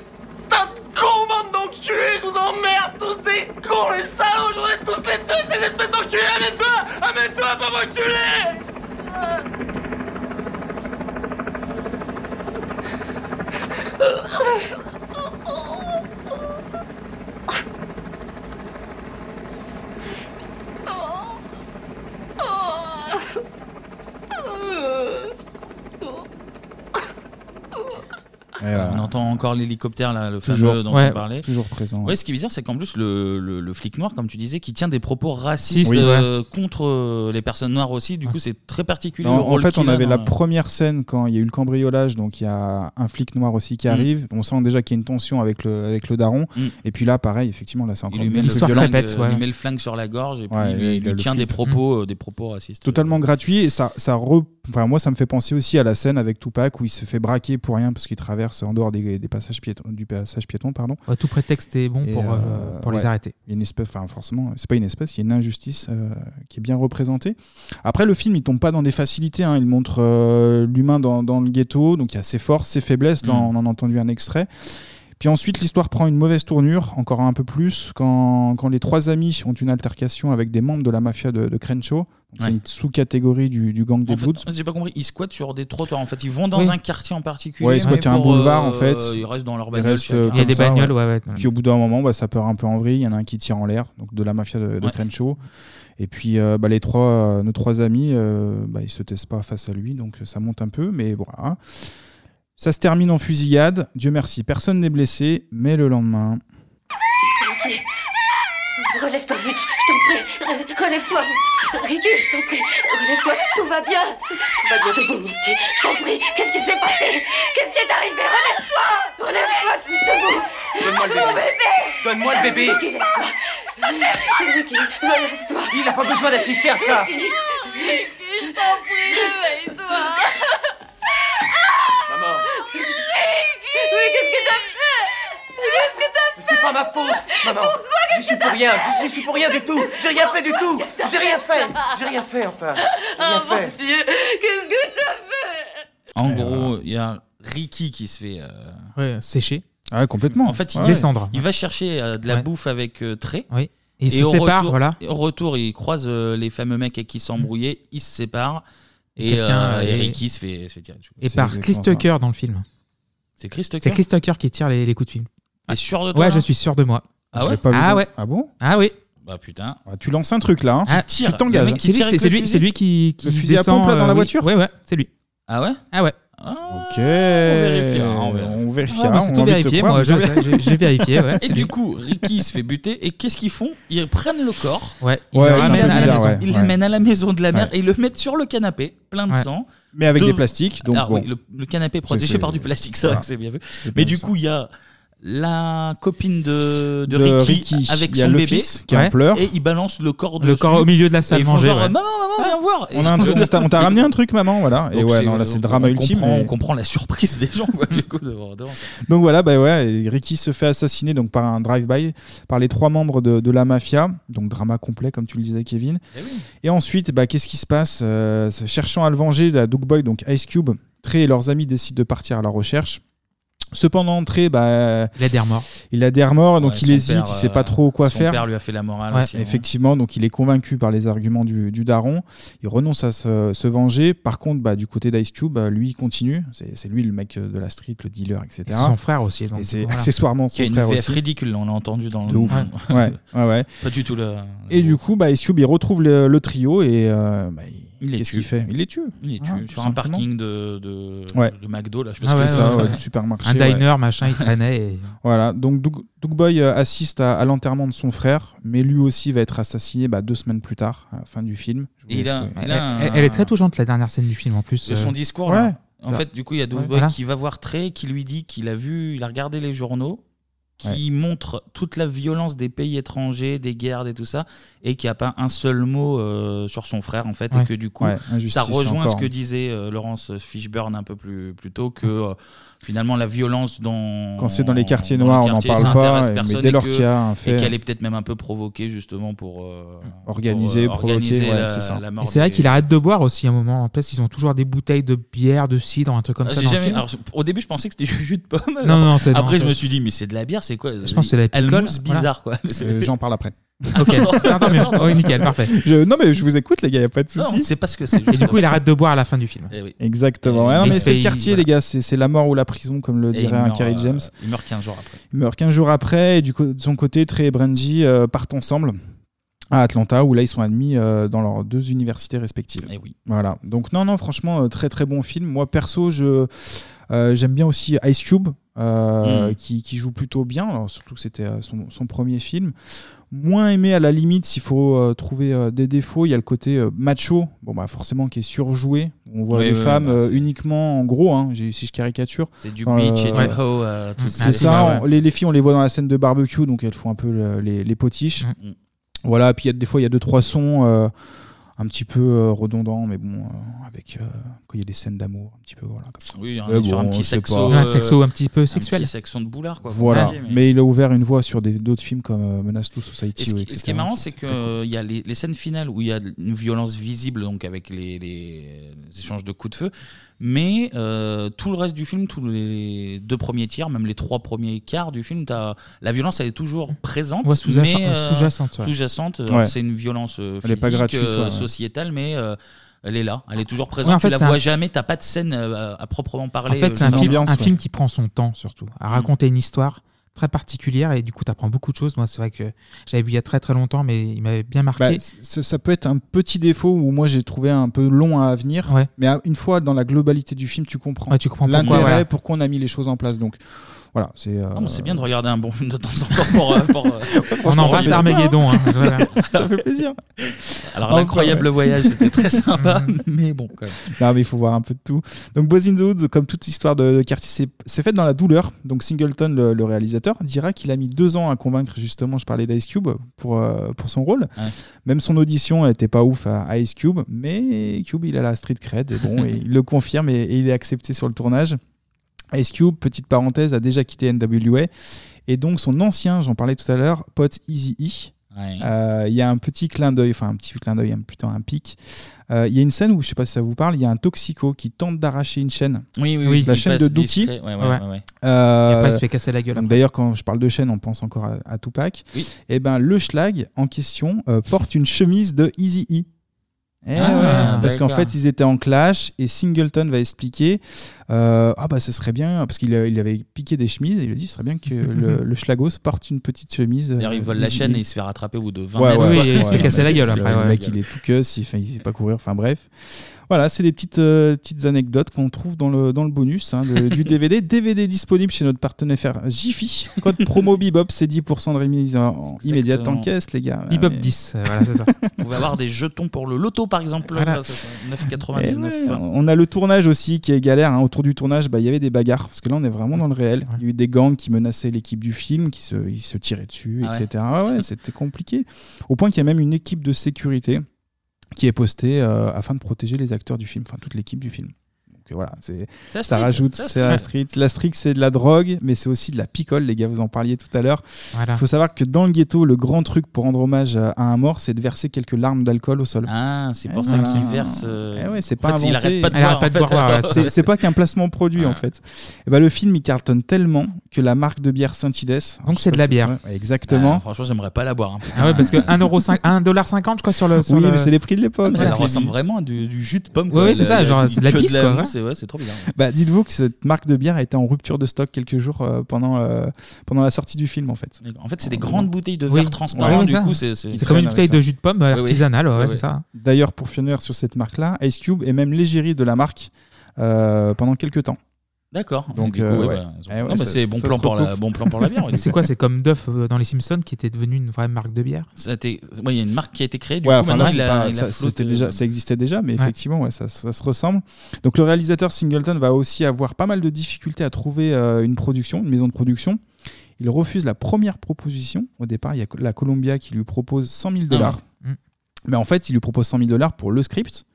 Speaker 3: T'as de cons, bande d'enculés, je vous emmerde, tous des cons, les salauds, j'en ai tous les deux, ces espèces d'enculés. Amène-toi, amène-toi, pas m'enculer.
Speaker 1: Ah, On entend encore l'hélicoptère, là, le
Speaker 6: Toujours.
Speaker 1: fameux dont
Speaker 6: Ouais,
Speaker 1: on parlait.
Speaker 6: toujours présent, ouais.
Speaker 1: Ouais, ce qui est bizarre, c'est qu'en plus, le, le- le flic noir, comme tu disais, qui tient des propos racistes
Speaker 6: Oui.
Speaker 1: euh, contre euh, les personnes noires aussi, du coup, c'est très particulier.
Speaker 6: Non,
Speaker 1: le
Speaker 6: en
Speaker 1: rôle
Speaker 6: fait, on
Speaker 1: qu'il a
Speaker 6: avait
Speaker 1: dans euh,
Speaker 6: la
Speaker 1: le-
Speaker 6: première scène quand il y a eu le cambriolage, donc il y a un flic noir aussi qui
Speaker 1: Mm.
Speaker 6: arrive. On sent déjà qu'il y a une tension avec le, avec le daron.
Speaker 1: Mm.
Speaker 6: Et puis là, pareil, effectivement, là, c'est encore
Speaker 1: Il lui, met le
Speaker 6: plus
Speaker 1: flingue,
Speaker 6: violent.
Speaker 1: euh, il lui met le flingue sur la gorge et puis
Speaker 6: Ouais,
Speaker 1: il lui,
Speaker 6: il a
Speaker 1: lui
Speaker 6: le
Speaker 1: tient
Speaker 6: flic.
Speaker 1: des propos, euh, des propos racistes.
Speaker 6: Totalement gratuit et ça, ça re- enfin, moi ça me fait penser aussi à la scène avec Tupac où il se fait braquer pour rien parce qu'il traverse en dehors des, des passages piétons, du passage piéton pardon.
Speaker 7: Ouais, tout prétexte est bon
Speaker 6: Et,
Speaker 7: pour, euh,
Speaker 6: euh,
Speaker 7: pour les
Speaker 6: ouais.
Speaker 7: arrêter.
Speaker 6: Il y a Une espèce, enfin forcément, c'est pas une espèce, il y a une injustice euh, qui est bien représentée. Après, le film, il tombe pas dans des facilités. hein. Il montre euh, l'humain dans, dans le ghetto, donc il y a ses forces, ses faiblesses. Là,
Speaker 1: Mhm.
Speaker 6: on en a entendu un extrait. Puis ensuite, l'histoire prend une mauvaise tournure, encore un peu plus, quand, quand les trois amis ont une altercation avec des membres de la mafia de, de Crenshaw. Donc, C'est
Speaker 1: Ouais.
Speaker 6: une sous-catégorie du, du gang des
Speaker 1: En fait,
Speaker 6: Bloods.
Speaker 1: j'ai pas compris, ils squattent sur des trottoirs en fait, ils vont dans
Speaker 6: Oui.
Speaker 1: un quartier en particulier.
Speaker 6: Ouais, ils squattent un
Speaker 1: pour,
Speaker 6: boulevard
Speaker 1: euh,
Speaker 6: en fait.
Speaker 1: Ils restent dans leur
Speaker 6: Ils
Speaker 1: bagnole.
Speaker 6: restent,
Speaker 1: chacun.
Speaker 6: euh, comme ça,
Speaker 1: ouais.
Speaker 6: Puis au bout d'un moment, bah, ça part un peu en vrille. Il y en a un qui tire en l'air, donc de la mafia de, de
Speaker 1: Ouais.
Speaker 6: Crenshaw. Et puis euh, bah, les trois, euh, nos trois amis, euh, bah, ils se testent pas face à lui, donc ça monte un peu, mais voilà. Ça se termine en fusillade. Dieu merci, personne n'est blessé, mais le lendemain.
Speaker 10: Ricky. Relève-toi vite, je t'en prie. Re- Relève-toi vite. Ricky, je t'en prie. Relève-toi, tout va bien. Tout, tout va bien debout, mon petit. Je t'en prie. Qu'est-ce qui s'est passé Qu'est-ce qui est arrivé Relève-toi. Relève-toi, tu es debout.
Speaker 8: Donne-moi le
Speaker 10: Mon
Speaker 8: bébé. Donne-moi le bébé.
Speaker 10: Ricky, lève-toi. Ricky, relève-toi.
Speaker 8: Il n'a pas besoin d'assister à ça.
Speaker 10: Ricky, je t'en prie, réveille-toi.
Speaker 8: Maman.
Speaker 10: Ricky. Mais qu'est-ce que t'as fait Qu'est-ce que t'as fait
Speaker 8: C'est pas ma faute, maman. J'y suis pour rien. J'y suis pour rien du tout. J'ai rien fait du tout. J'ai rien fait. J'ai rien fait, enfin. J'ai rien
Speaker 10: Oh mon
Speaker 8: fait.
Speaker 10: Dieu, qu'est-ce que t'as fait
Speaker 1: En gros, il y a Ricky qui se fait. euh,
Speaker 7: séché.
Speaker 6: Ah Ouais, complètement.
Speaker 1: En fait, il
Speaker 7: descendre.
Speaker 1: Il va chercher euh, de la
Speaker 7: Ouais.
Speaker 1: bouffe avec euh, Trey.
Speaker 7: Oui. Et ils se
Speaker 1: au
Speaker 7: séparent,
Speaker 1: retour-
Speaker 7: voilà. Mm.
Speaker 1: et Au retour, il croise euh, les fameux mecs avec qui s'embrouillaient, ils se séparent.
Speaker 7: Et
Speaker 1: Et,
Speaker 7: quelqu'un,
Speaker 1: euh, et
Speaker 7: et-
Speaker 1: Ricky se fait, se fait tirer dessus.
Speaker 7: Et par Chris Tucker dans le film.
Speaker 1: C'est Chris Tucker
Speaker 7: C'est Chris Tucker qui tire les, les coups de film.
Speaker 1: T'es sûr de toi,
Speaker 7: Ouais,
Speaker 1: là
Speaker 7: je suis sûr de moi.
Speaker 1: Ah Je ouais l'ai pas vu
Speaker 7: Ah
Speaker 1: dans-
Speaker 7: ouais.
Speaker 6: Ah bon
Speaker 7: Ah oui.
Speaker 1: Bah putain.
Speaker 6: Ah, tu lances un truc là, hein.
Speaker 1: Ah,
Speaker 6: Tu-
Speaker 1: tire.
Speaker 6: tu t'engages.
Speaker 1: Le mec qui
Speaker 6: hein.
Speaker 1: tire avec
Speaker 7: C'est lui, c'est lui qui, qui
Speaker 6: Le fusil à
Speaker 7: descend,
Speaker 6: pompe là dans
Speaker 7: euh,
Speaker 6: la
Speaker 7: oui.
Speaker 6: voiture.
Speaker 7: Ouais, ouais, c'est lui.
Speaker 1: Ah ouais
Speaker 7: Ah ouais.
Speaker 6: Ok.
Speaker 1: vérifiera, on verra.
Speaker 6: On vérifiera.
Speaker 7: Ah, bah, c'est
Speaker 6: on a
Speaker 7: tout
Speaker 6: envie de te
Speaker 7: vérifié,
Speaker 6: croire,
Speaker 7: moi,
Speaker 6: mais
Speaker 7: je-
Speaker 6: c'est-
Speaker 7: j'ai- j'ai vérifié, ouais, c'est
Speaker 1: et
Speaker 7: lui.
Speaker 1: du coup, Ricky se fait buter. Et qu'est-ce qu'ils font Ils prennent le corps.
Speaker 7: Ouais,
Speaker 1: Ils
Speaker 6: Ouais,
Speaker 1: le
Speaker 6: c'est un peu
Speaker 1: ramènent à la
Speaker 6: bizarre,
Speaker 1: maison.
Speaker 6: ouais,
Speaker 1: Ils
Speaker 6: ouais.
Speaker 1: l'amènent à la maison de la mère
Speaker 6: Ouais.
Speaker 1: et ils le mettent sur le canapé, plein de
Speaker 6: Ouais.
Speaker 1: sang.
Speaker 6: Mais avec
Speaker 1: De-
Speaker 6: des plastiques, donc
Speaker 1: Ah
Speaker 6: bon.
Speaker 1: oui, le, le canapé est
Speaker 6: C'est-
Speaker 1: protégé
Speaker 6: c'est-
Speaker 1: par du plastique, ça,
Speaker 6: voilà.
Speaker 1: c'est bien vu.
Speaker 6: C'est
Speaker 1: Mais
Speaker 6: bien
Speaker 1: du
Speaker 6: ça.
Speaker 1: coup, il y a la copine de, de,
Speaker 6: De
Speaker 1: Ricky,
Speaker 6: Ricky.
Speaker 1: avec
Speaker 6: Il y a
Speaker 1: son
Speaker 6: le
Speaker 1: bébé
Speaker 6: fils qui en Ouais. pleure.
Speaker 1: et il balance le corps de
Speaker 7: Le corps au milieu de la salle
Speaker 1: et ils font
Speaker 7: manger,
Speaker 1: genre, Ah.
Speaker 7: ouais.
Speaker 1: maman maman viens voir
Speaker 6: On a un truc- on t'a on t'a ramené un truc, maman, voilà. Ah, Et ouais, non, là, c'est le drama
Speaker 1: euh, on
Speaker 6: ultime.
Speaker 1: comprend,
Speaker 6: mais-
Speaker 1: on comprend la surprise des gens quoi, du coup devant, devant ça.
Speaker 6: Donc voilà, bah ouais, et Ricky se fait assassiner donc par un drive-by par les trois membres de, de la mafia, donc drama complet comme tu le disais Kevin.
Speaker 1: Eh
Speaker 6: Et ensuite, bah, qu'est-ce qui se passe Euh, Cherchant à le venger, la Doug Boy, donc Ice Cube, Trey et leurs amis décident de partir à la recherche. Cependant, Trey, bah,
Speaker 7: Il a des remords.
Speaker 6: Il a des remords, donc
Speaker 1: Ouais,
Speaker 6: il
Speaker 1: son
Speaker 6: hésite,
Speaker 1: père,
Speaker 6: il sait
Speaker 1: euh,
Speaker 6: pas trop quoi
Speaker 1: son
Speaker 6: faire.
Speaker 1: père lui a fait la morale aussi, hein. ouais.
Speaker 6: Effectivement, donc il est convaincu par les arguments du, du daron. Il renonce à se, se venger. Par contre, bah, du côté d'Ice Cube, bah, lui, il continue. C'est c'est lui le mec de la street, le dealer, etc.
Speaker 7: Et son frère aussi, donc,
Speaker 6: hein Et c'est
Speaker 7: voilà.
Speaker 6: accessoirement
Speaker 1: Qui
Speaker 6: son
Speaker 1: a une
Speaker 6: frère
Speaker 1: VF
Speaker 6: aussi.
Speaker 1: ridicule, on l'a entendu dans
Speaker 6: De
Speaker 1: le
Speaker 6: ouf. Ouais, ouais, ouais.
Speaker 1: Pas du tout le.
Speaker 6: Et du coup, bah, Ice Cube, il retrouve le, le trio et euh, bah, il-
Speaker 1: les
Speaker 6: qu'est-ce
Speaker 1: tue.
Speaker 6: qu'il fait Il les tue.
Speaker 1: Il les tue
Speaker 6: Voilà, tout
Speaker 1: sur un
Speaker 6: simplement.
Speaker 1: parking de, de,
Speaker 6: Ouais.
Speaker 1: de McDo, là, je sais
Speaker 6: Ah
Speaker 1: pas
Speaker 6: ouais,
Speaker 1: ce que
Speaker 6: ouais,
Speaker 1: c'est.
Speaker 6: ouais, du supermarché.
Speaker 7: Un
Speaker 6: ouais.
Speaker 7: diner, machin, il traînait et-
Speaker 6: Voilà, donc Doug, Doug Boy euh, assiste à, à l'enterrement de son frère, mais lui aussi va être assassiné bah, deux semaines plus tard, à la fin du film. Je vous
Speaker 1: Et il
Speaker 6: laisse-
Speaker 1: a-
Speaker 6: ouais.
Speaker 1: il a
Speaker 7: Elle, elle est très touchante, la dernière scène du film en plus.
Speaker 1: de son
Speaker 7: euh.
Speaker 1: discours.
Speaker 6: ouais.
Speaker 1: là. En
Speaker 7: Là.
Speaker 1: fait, du coup, il y a Doug
Speaker 7: Ouais,
Speaker 1: Boy
Speaker 7: voilà.
Speaker 1: qui va voir Trey, qui lui dit qu'il a vu, il a regardé les journaux qui montre toute la violence des pays étrangers, des guerres, et tout ça, et qui a pas un seul mot euh, sur son frère en fait,
Speaker 6: Ouais.
Speaker 1: et que du coup,
Speaker 6: Ouais, injustice
Speaker 1: ça rejoint
Speaker 6: encore. hein.
Speaker 1: ce que disait euh, Laurence Fishburne un peu plus, plus tôt que euh, finalement la violence dans
Speaker 6: Quand c'est dans les quartiers noirs,
Speaker 1: dans
Speaker 6: on
Speaker 1: les
Speaker 6: n'en
Speaker 1: quartiers,
Speaker 6: parle
Speaker 1: ça
Speaker 6: pas,
Speaker 1: intéresse
Speaker 6: et- mais
Speaker 1: personne
Speaker 6: dès
Speaker 1: et
Speaker 6: lors
Speaker 1: que-
Speaker 6: qu'il y a un
Speaker 1: et
Speaker 6: fait- hein.
Speaker 1: qu'elle est peut-être même un peu provoquée justement pour euh,
Speaker 6: Organisé,
Speaker 1: pour, euh,
Speaker 6: provoqué,
Speaker 1: organiser
Speaker 6: ouais,
Speaker 1: la-
Speaker 6: c'est ça.
Speaker 1: la
Speaker 7: Et
Speaker 1: mort
Speaker 7: c'est vrai qu'il arrête de boire aussi à un moment. En place, ils ont toujours des bouteilles de bière, de cidre, un truc comme
Speaker 1: Ah,
Speaker 7: ça.
Speaker 1: j'ai
Speaker 7: dans le
Speaker 1: jamais-
Speaker 7: film.
Speaker 1: alors, je- au début, je pensais que c'était du jus de pomme.
Speaker 7: Non,
Speaker 1: alors-
Speaker 7: non, c'est- non,
Speaker 1: Après, je
Speaker 7: c'est-
Speaker 1: me suis dit, mais c'est de la bière, c'est quoi
Speaker 7: Je pense que c'est de la
Speaker 1: Elle
Speaker 7: picole,
Speaker 1: mousse
Speaker 7: voilà.
Speaker 1: bizarre, quoi.
Speaker 6: Euh, J'en parle après.
Speaker 7: Ok, Ah, tant mieux.
Speaker 6: oh,
Speaker 7: Oui, nickel, parfait.
Speaker 6: Je- non, mais je vous écoute, les gars, il a pas de
Speaker 1: Non,
Speaker 6: souci.
Speaker 1: on ne sait pas ce que c'est.
Speaker 7: Et du coup, il arrête de boire à la fin du film.
Speaker 1: Eh
Speaker 6: Exactement. Ouais, non,
Speaker 7: Il
Speaker 6: mais
Speaker 7: se
Speaker 6: c'est
Speaker 7: fait-
Speaker 6: le quartier, les gars. C'est c'est la mort ou la prison, comme le
Speaker 1: Et il
Speaker 6: dirait un
Speaker 1: meurt,
Speaker 6: Kerry
Speaker 1: euh,
Speaker 6: James.
Speaker 1: il meurt 15 jours après.
Speaker 6: Il meurt 15 jours après. Et du co- de son côté, Trey et Brandy euh, partent ensemble à Atlanta, où là, ils sont admis euh, dans leurs deux universités respectives.
Speaker 1: Eh
Speaker 6: Voilà. Donc, non, non, franchement, euh, très, très bon film. Moi, perso, je. euh, J'aime bien aussi Ice Cube, euh,
Speaker 1: Mm.
Speaker 6: qui, qui joue plutôt bien, alors, surtout que c'était euh, son, son premier film. Moins aimé à la limite, s'il faut euh, trouver euh, des défauts, il y a le côté euh, macho, bon, bah, forcément qui est surjoué. On voit
Speaker 1: Oui,
Speaker 6: les
Speaker 1: oui,
Speaker 6: femmes
Speaker 1: bah,
Speaker 6: euh,
Speaker 1: c'est-
Speaker 6: uniquement, en gros, hein, j'ai- si je caricature.
Speaker 1: C'est du
Speaker 6: Dans,
Speaker 1: bitch et du
Speaker 6: ouais. Mm.
Speaker 1: hoe, euh, tout
Speaker 6: C'est
Speaker 1: ça. Ouais,
Speaker 6: ça,
Speaker 1: ouais.
Speaker 6: on- les, les filles, on les voit dans la scène de barbecue, donc elles font un peu le- les, les potiches.
Speaker 1: Mm.
Speaker 6: Voilà, puis il y a des fois, il y a deux, trois sons euh, un petit peu euh, redondants, mais bon, euh, avec euh, quand il y a des scènes d'amour, un petit peu, voilà. Comme ça.
Speaker 1: Oui, on
Speaker 6: Ouais,
Speaker 1: est sur
Speaker 6: bon,
Speaker 1: un petit
Speaker 6: je sais
Speaker 1: sexo.
Speaker 6: pas.
Speaker 1: euh,
Speaker 7: Un sexo un petit peu
Speaker 1: Un
Speaker 7: sexuel.
Speaker 1: petit sexon de boulard, quoi. faut
Speaker 6: Voilà,
Speaker 1: pas dire,
Speaker 6: mais... il a ouvert une voie sur des- d'autres films comme euh, Menace to
Speaker 1: Et ce,
Speaker 6: Society. ou
Speaker 1: qui, ce qui
Speaker 6: etc.
Speaker 1: est marrant, c'est qu'il il y a les, les scènes finales où il y a une violence visible, donc avec les, les- les échanges de coups de feu, mais euh, tout le reste du film, tous les deux premiers tiers, même les trois premiers quarts du film, t'as- la violence elle est toujours présente,
Speaker 7: Ouais, sous-jacente-
Speaker 1: mais euh,
Speaker 7: sous-jacente, ouais.
Speaker 1: sous-jacente, euh,
Speaker 6: Ouais.
Speaker 1: c'est une violence euh,
Speaker 6: Elle est
Speaker 1: physique,
Speaker 6: pas gratuite,
Speaker 1: euh,
Speaker 6: ouais, ouais.
Speaker 1: sociétale, mais euh, elle est là, elle est toujours présente.
Speaker 7: Ouais, en
Speaker 1: tu
Speaker 7: fait,
Speaker 1: la
Speaker 7: c'est
Speaker 1: vois
Speaker 7: un-
Speaker 1: jamais, t'as pas de scène euh, à proprement
Speaker 7: En
Speaker 1: parler.
Speaker 7: fait,
Speaker 1: euh,
Speaker 7: c'est un, film,
Speaker 1: d'ambiance,
Speaker 7: un
Speaker 1: ouais.
Speaker 7: film qui prend son temps, surtout, à raconter une histoire très particulière et du coup, tu apprends beaucoup de choses. Moi, c'est vrai que j'avais vu il y a très très longtemps, mais il m'avait bien marqué.
Speaker 6: Bah, c- ça peut être un petit défaut où moi j'ai trouvé un peu long à venir, mais à- une fois dans la globalité du film, tu comprends.
Speaker 7: Ouais, tu comprends pourquoi,
Speaker 6: l'intérêt, pourquoi,
Speaker 7: voilà.
Speaker 6: on a mis les choses en place. Donc voilà, c'est. euh,
Speaker 1: Non, Ah, mais c'est bien de regarder un bon film de temps en temps pour. euh, pour, euh,
Speaker 7: On
Speaker 1: pour
Speaker 7: embrasse
Speaker 1: s'amuser.
Speaker 7: Armageddon, hein, voilà.
Speaker 6: Ça fait plaisir.
Speaker 1: Alors,
Speaker 6: Enfin,
Speaker 1: l'incroyable
Speaker 6: ouais.
Speaker 1: voyage, c'était très sympa,
Speaker 7: Hum.
Speaker 1: mais bon, quand même.
Speaker 6: Mm. Non, mais il faut voir un peu de tout. Donc, Boys in the Hood, comme toute histoire de, de quartier, c'est- c'est fait dans la douleur. Donc, Singleton, le, le réalisateur, dira qu'il a mis deux ans à convaincre, justement, je parlais d'Ice Cube pour, euh, pour son rôle. Même son audition n'était pas ouf à, à Ice Cube, mais Cube, il a la street cred, et bon, et il le confirme et, et il est accepté sur le tournage. Ice Cube, petite parenthèse, a déjà quitté NWA. Et donc, son ancien, j'en parlais tout à l'heure, pote Easy E.
Speaker 1: Ouais.
Speaker 6: Euh, Il y a un petit clin d'œil, enfin un petit clin d'œil, un- plutôt un pic. Euh, Il y a une scène où, je sais pas si ça vous parle, il y a un toxico qui tente d'arracher une chaîne.
Speaker 1: Oui, oui, oui,
Speaker 6: La
Speaker 1: il
Speaker 6: chaîne
Speaker 1: passe
Speaker 6: de Dookie.
Speaker 1: discret, ouais, ouais, ouais, ouais.
Speaker 6: Euh,
Speaker 7: Et après, il se fait casser la gueule
Speaker 6: donc
Speaker 7: après.
Speaker 6: D'ailleurs, quand je parle de chaîne, on pense encore à, à Tupac. Et ben, le schlag en question euh, porte une chemise de Easy E.
Speaker 1: Ah,
Speaker 6: Eh ouais, parce qu'en
Speaker 1: d'accord.
Speaker 6: fait, ils étaient en clash et Singleton va expliquer euh, Ah, bah, ce serait bien, parce qu'il a- il avait piqué des chemises et il a dit Ce serait bien que le, le schlagos porte une petite chemise.
Speaker 1: D'ailleurs, il
Speaker 6: euh,
Speaker 1: vole la
Speaker 6: d'Eazy-E.
Speaker 1: chaîne et il se fait rattraper au bout de 20
Speaker 6: Ouais,
Speaker 1: mètres.
Speaker 6: ouais,
Speaker 1: quoi.
Speaker 6: ouais, ouais, ouais, c'est- Le mec,
Speaker 1: Il
Speaker 6: il est tout queuse, il, fait- il sait pas courir, enfin bref. Voilà, c'est les petites, euh, petites anecdotes qu'on trouve dans le, dans le bonus hein, de- du DVD. DVD disponible chez notre partenaire Jiffy. Code promo Bebop, c'est 10% de remise en- en immédiate en
Speaker 1: Exactement.
Speaker 6: caisse, les gars. Ah,
Speaker 1: Bebop
Speaker 6: Mais-
Speaker 1: 10,
Speaker 7: euh, voilà, c'est ça.
Speaker 1: est- pouvait avoir des jetons pour le loto, par exemple,
Speaker 6: Voilà.
Speaker 1: grâce à ça, Ah,
Speaker 6: Eh
Speaker 1: 9,99.
Speaker 6: ouais, on a le tournage aussi qui est galère. hein. Autour du tournage, bah, il y avait des bagarres. Parce que là, on est vraiment dans le réel. Il y a eu des gangs qui menaçaient l'équipe du film, qui se, ils se tiraient dessus,
Speaker 1: Ah ouais.
Speaker 6: etc. Ouais, ouais, C'était compliqué. Au point qu'il y a même une équipe de sécurité qui est postée euh, afin de protéger les acteurs du film, enfin toute l'équipe du film. Donc euh, voilà, c'est-
Speaker 1: C'est la
Speaker 6: ça
Speaker 1: street,
Speaker 6: rajoute,
Speaker 1: c'est la
Speaker 6: c'est la
Speaker 1: street.
Speaker 6: street. La street, c'est de la drogue, mais c'est aussi de la picole, les gars, vous en parliez tout à l'heure. Il
Speaker 7: Voilà.
Speaker 6: faut savoir que dans le ghetto, le grand truc pour rendre hommage à à un mort, c'est de verser quelques larmes d'alcool au sol.
Speaker 1: Ah, c'est pour
Speaker 6: Eh
Speaker 1: ça
Speaker 6: voilà.
Speaker 1: qu'il verse. euh,
Speaker 6: Eh ouais, c'est
Speaker 1: en
Speaker 6: pas
Speaker 1: fait, il
Speaker 6: inventé.
Speaker 1: arrête pas de boire. en fait.
Speaker 6: C'est- C'est pas qu'un placement produit en fait. Et ben, le film il cartonne tellement que la marque de bière Saint-Ides.
Speaker 7: Donc, c'est de la bière.
Speaker 6: exactement.
Speaker 1: Ah, Franchement, j'aimerais pas la boire. hein.
Speaker 7: Ah ouais, parce que 1,50$ je crois sur le. sur
Speaker 6: Oui,
Speaker 7: le-
Speaker 6: mais c'est les prix de l'époque.
Speaker 1: Ah, mais
Speaker 6: Voilà.
Speaker 1: Elle ressemble vraiment à du, du jus de pomme.
Speaker 7: Ouais,
Speaker 1: quoi.
Speaker 7: ouais,
Speaker 1: Elle-
Speaker 7: c'est ça,
Speaker 1: elle-
Speaker 7: genre,
Speaker 1: elle-
Speaker 7: c'est de la
Speaker 1: que
Speaker 7: pisse, quoi,
Speaker 1: mousse,
Speaker 7: ouais.
Speaker 1: et ouais, c'est trop bizarre.
Speaker 6: Bah, dites-vous que cette marque de bière était en rupture de stock quelques jours euh, pendant, euh, pendant la sortie du film en fait. Oh,
Speaker 1: En fait, c'est des grandes bouteilles de
Speaker 7: Oh, Oui.
Speaker 1: verre transparent.
Speaker 7: Ouais,
Speaker 1: du
Speaker 7: ça.
Speaker 1: coup, c'est
Speaker 7: C'est comme une bouteille de jus de pomme euh, artisanale, ouais, c'est ça.
Speaker 6: D'ailleurs, pour finir sur cette marque-là, Ice Cube est même l'égérie de la marque euh, pendant quelques temps.
Speaker 1: D'accord.
Speaker 6: Donc,
Speaker 1: Donc, du coup,
Speaker 6: euh,
Speaker 1: ouais,
Speaker 6: ouais.
Speaker 1: bah, ils ont-
Speaker 6: Eh ouais,
Speaker 1: non, mais
Speaker 6: ça-
Speaker 1: c'est bon
Speaker 6: ça
Speaker 1: plan
Speaker 6: se
Speaker 1: pour la-
Speaker 6: recouvre.
Speaker 1: bon plan pour la bière. oui,
Speaker 7: Mais
Speaker 1: du
Speaker 7: c'est
Speaker 1: coup.
Speaker 7: quoi C'est comme Duff euh, dans Les Simpsons qui était devenu une vraie marque de bière
Speaker 1: Ça a été- ouais, Il y a une marque qui a été créée. Du
Speaker 6: Ouais,
Speaker 1: coup,
Speaker 6: enfin,
Speaker 1: maintenant,
Speaker 6: là,
Speaker 1: il
Speaker 6: c'est
Speaker 1: a-
Speaker 6: pas-
Speaker 1: il a
Speaker 6: ça,
Speaker 1: flotte,
Speaker 6: c'était
Speaker 1: euh,
Speaker 6: déjà, ça existait déjà, mais effectivement, ouais, ça, ça se ressemble. Donc, le réalisateur Singleton va aussi avoir pas mal de difficultés à trouver euh, une production, une maison de production. Il refuse la première proposition. Au départ, il y a la Columbia qui lui propose 100 000 dollars.
Speaker 7: ouais. Mm.
Speaker 6: Mais en fait, il lui propose 100 000 dollars pour le script,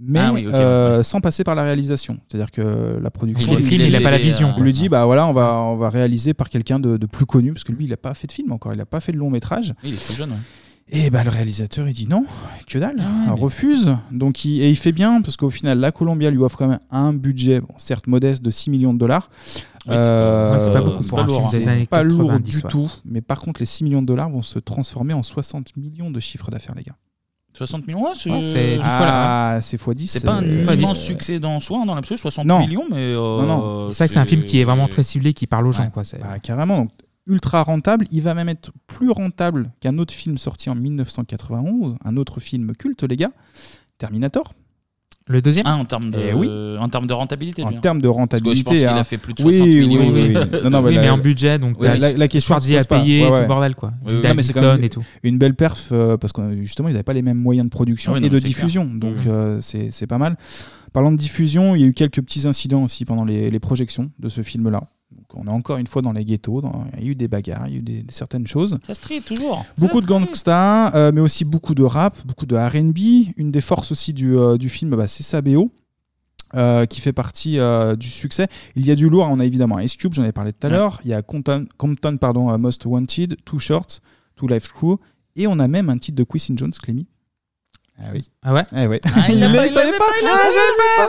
Speaker 6: mais
Speaker 7: Ah oui, ok,
Speaker 6: euh, sans passer par la réalisation. C'est-à-dire que la production.
Speaker 7: Il est film, il a pas la vision,
Speaker 6: Il
Speaker 7: quoi.
Speaker 6: lui dit bah voilà, on va, on va réaliser par quelqu'un de, de plus connu, parce que lui, il n'a pas fait de film encore, il n'a pas fait de long métrage.
Speaker 1: Il est très jeune, ouais.
Speaker 6: Et bah, le réalisateur, il dit non, que dalle,
Speaker 1: Ah,
Speaker 6: il refuse. Donc, il, et il fait bien, parce qu'au final, la Columbia lui offre quand même un budget, bon, certes modeste, de 6 millions de dollars. Euh,
Speaker 7: Oui, c'est pas- ouais, c'est pas beaucoup pour un film des
Speaker 6: c'est
Speaker 7: années
Speaker 6: pas lourd
Speaker 7: 90,
Speaker 6: du
Speaker 7: ouais.
Speaker 6: tout. Mais par contre, les 6 millions de dollars vont se transformer en 60 millions de chiffre d'affaires, les gars.
Speaker 1: 60 millions, ouais, c'est
Speaker 7: Ouais, c'est dix fois
Speaker 6: Ah, c'est fois 10.
Speaker 1: C'est pas un immense succès dans soi, hein, dans l'absolu, 60
Speaker 6: Non.
Speaker 1: millions, mais. euh,
Speaker 7: C'est vrai que c'est un film qui est vraiment très ciblé, qui parle aux gens. Quoi. C'est-
Speaker 6: Bah, carrément, donc ultra rentable. Il va même être plus rentable qu'un autre film sorti en 1991, un autre film culte, les gars, Terminator.
Speaker 7: Le deuxième
Speaker 1: Ah, en termes de,
Speaker 6: Eh oui.
Speaker 1: en termes de rentabilité.
Speaker 6: En
Speaker 1: bien.
Speaker 6: termes de
Speaker 1: Parce que
Speaker 6: rentabilité,
Speaker 1: je pense qu'il
Speaker 6: hein.
Speaker 1: a fait plus de
Speaker 6: Oui,
Speaker 1: 60
Speaker 6: oui,
Speaker 1: millions. euh,
Speaker 6: oui, oui. Non, non,
Speaker 7: Oui,
Speaker 6: bah,
Speaker 7: mais
Speaker 6: la-
Speaker 7: en budget, donc, euh,
Speaker 6: la,
Speaker 7: t'as-
Speaker 6: la- la question
Speaker 7: Schwarzy
Speaker 6: se pose
Speaker 7: à payer
Speaker 6: pas.
Speaker 7: et tout le bordel, quoi. Oui, oui.
Speaker 6: Non, mais c'est quand
Speaker 7: Hamilton
Speaker 6: même
Speaker 7: et tout.
Speaker 6: Une belle perf euh, parce que justement ils n'avaient pas les mêmes moyens de production
Speaker 1: Ah oui,
Speaker 6: et
Speaker 1: non,
Speaker 6: de
Speaker 1: c'est
Speaker 6: diffusion,
Speaker 1: clair.
Speaker 6: donc
Speaker 1: Mhm.
Speaker 6: euh, c'est c'est pas mal. Parlant de diffusion, il y a eu quelques petits incidents aussi pendant les, les projections de ce film-là. Donc on est encore une fois dans les ghettos, dans- il y a eu des bagarres, il y a eu des- des certaines choses.
Speaker 1: Ça se trie toujours.
Speaker 6: Beaucoup de gangsta, euh, mais aussi beaucoup de rap, beaucoup de RB. Une des forces aussi du, euh, du film, bah, c'est sa BO. euh, qui fait partie euh, du succès. Il y a du lourd, on a évidemment Ice Cube, j'en ai parlé tout à
Speaker 1: Ouais.
Speaker 6: l'heure, il y a Compton, Compton, pardon, euh, Most Wanted, Two Shorts, Two Life Crew, et on a même un titre de Quincy Jones, Clémy. Ah oui.
Speaker 7: Ah ouais
Speaker 6: Ah ouais.
Speaker 7: Ah, il l'a
Speaker 6: le
Speaker 7: pas, il
Speaker 6: savait
Speaker 7: l'avait
Speaker 6: pas.
Speaker 7: pas, il l'avait
Speaker 6: Ah,
Speaker 7: pas,
Speaker 6: j'aime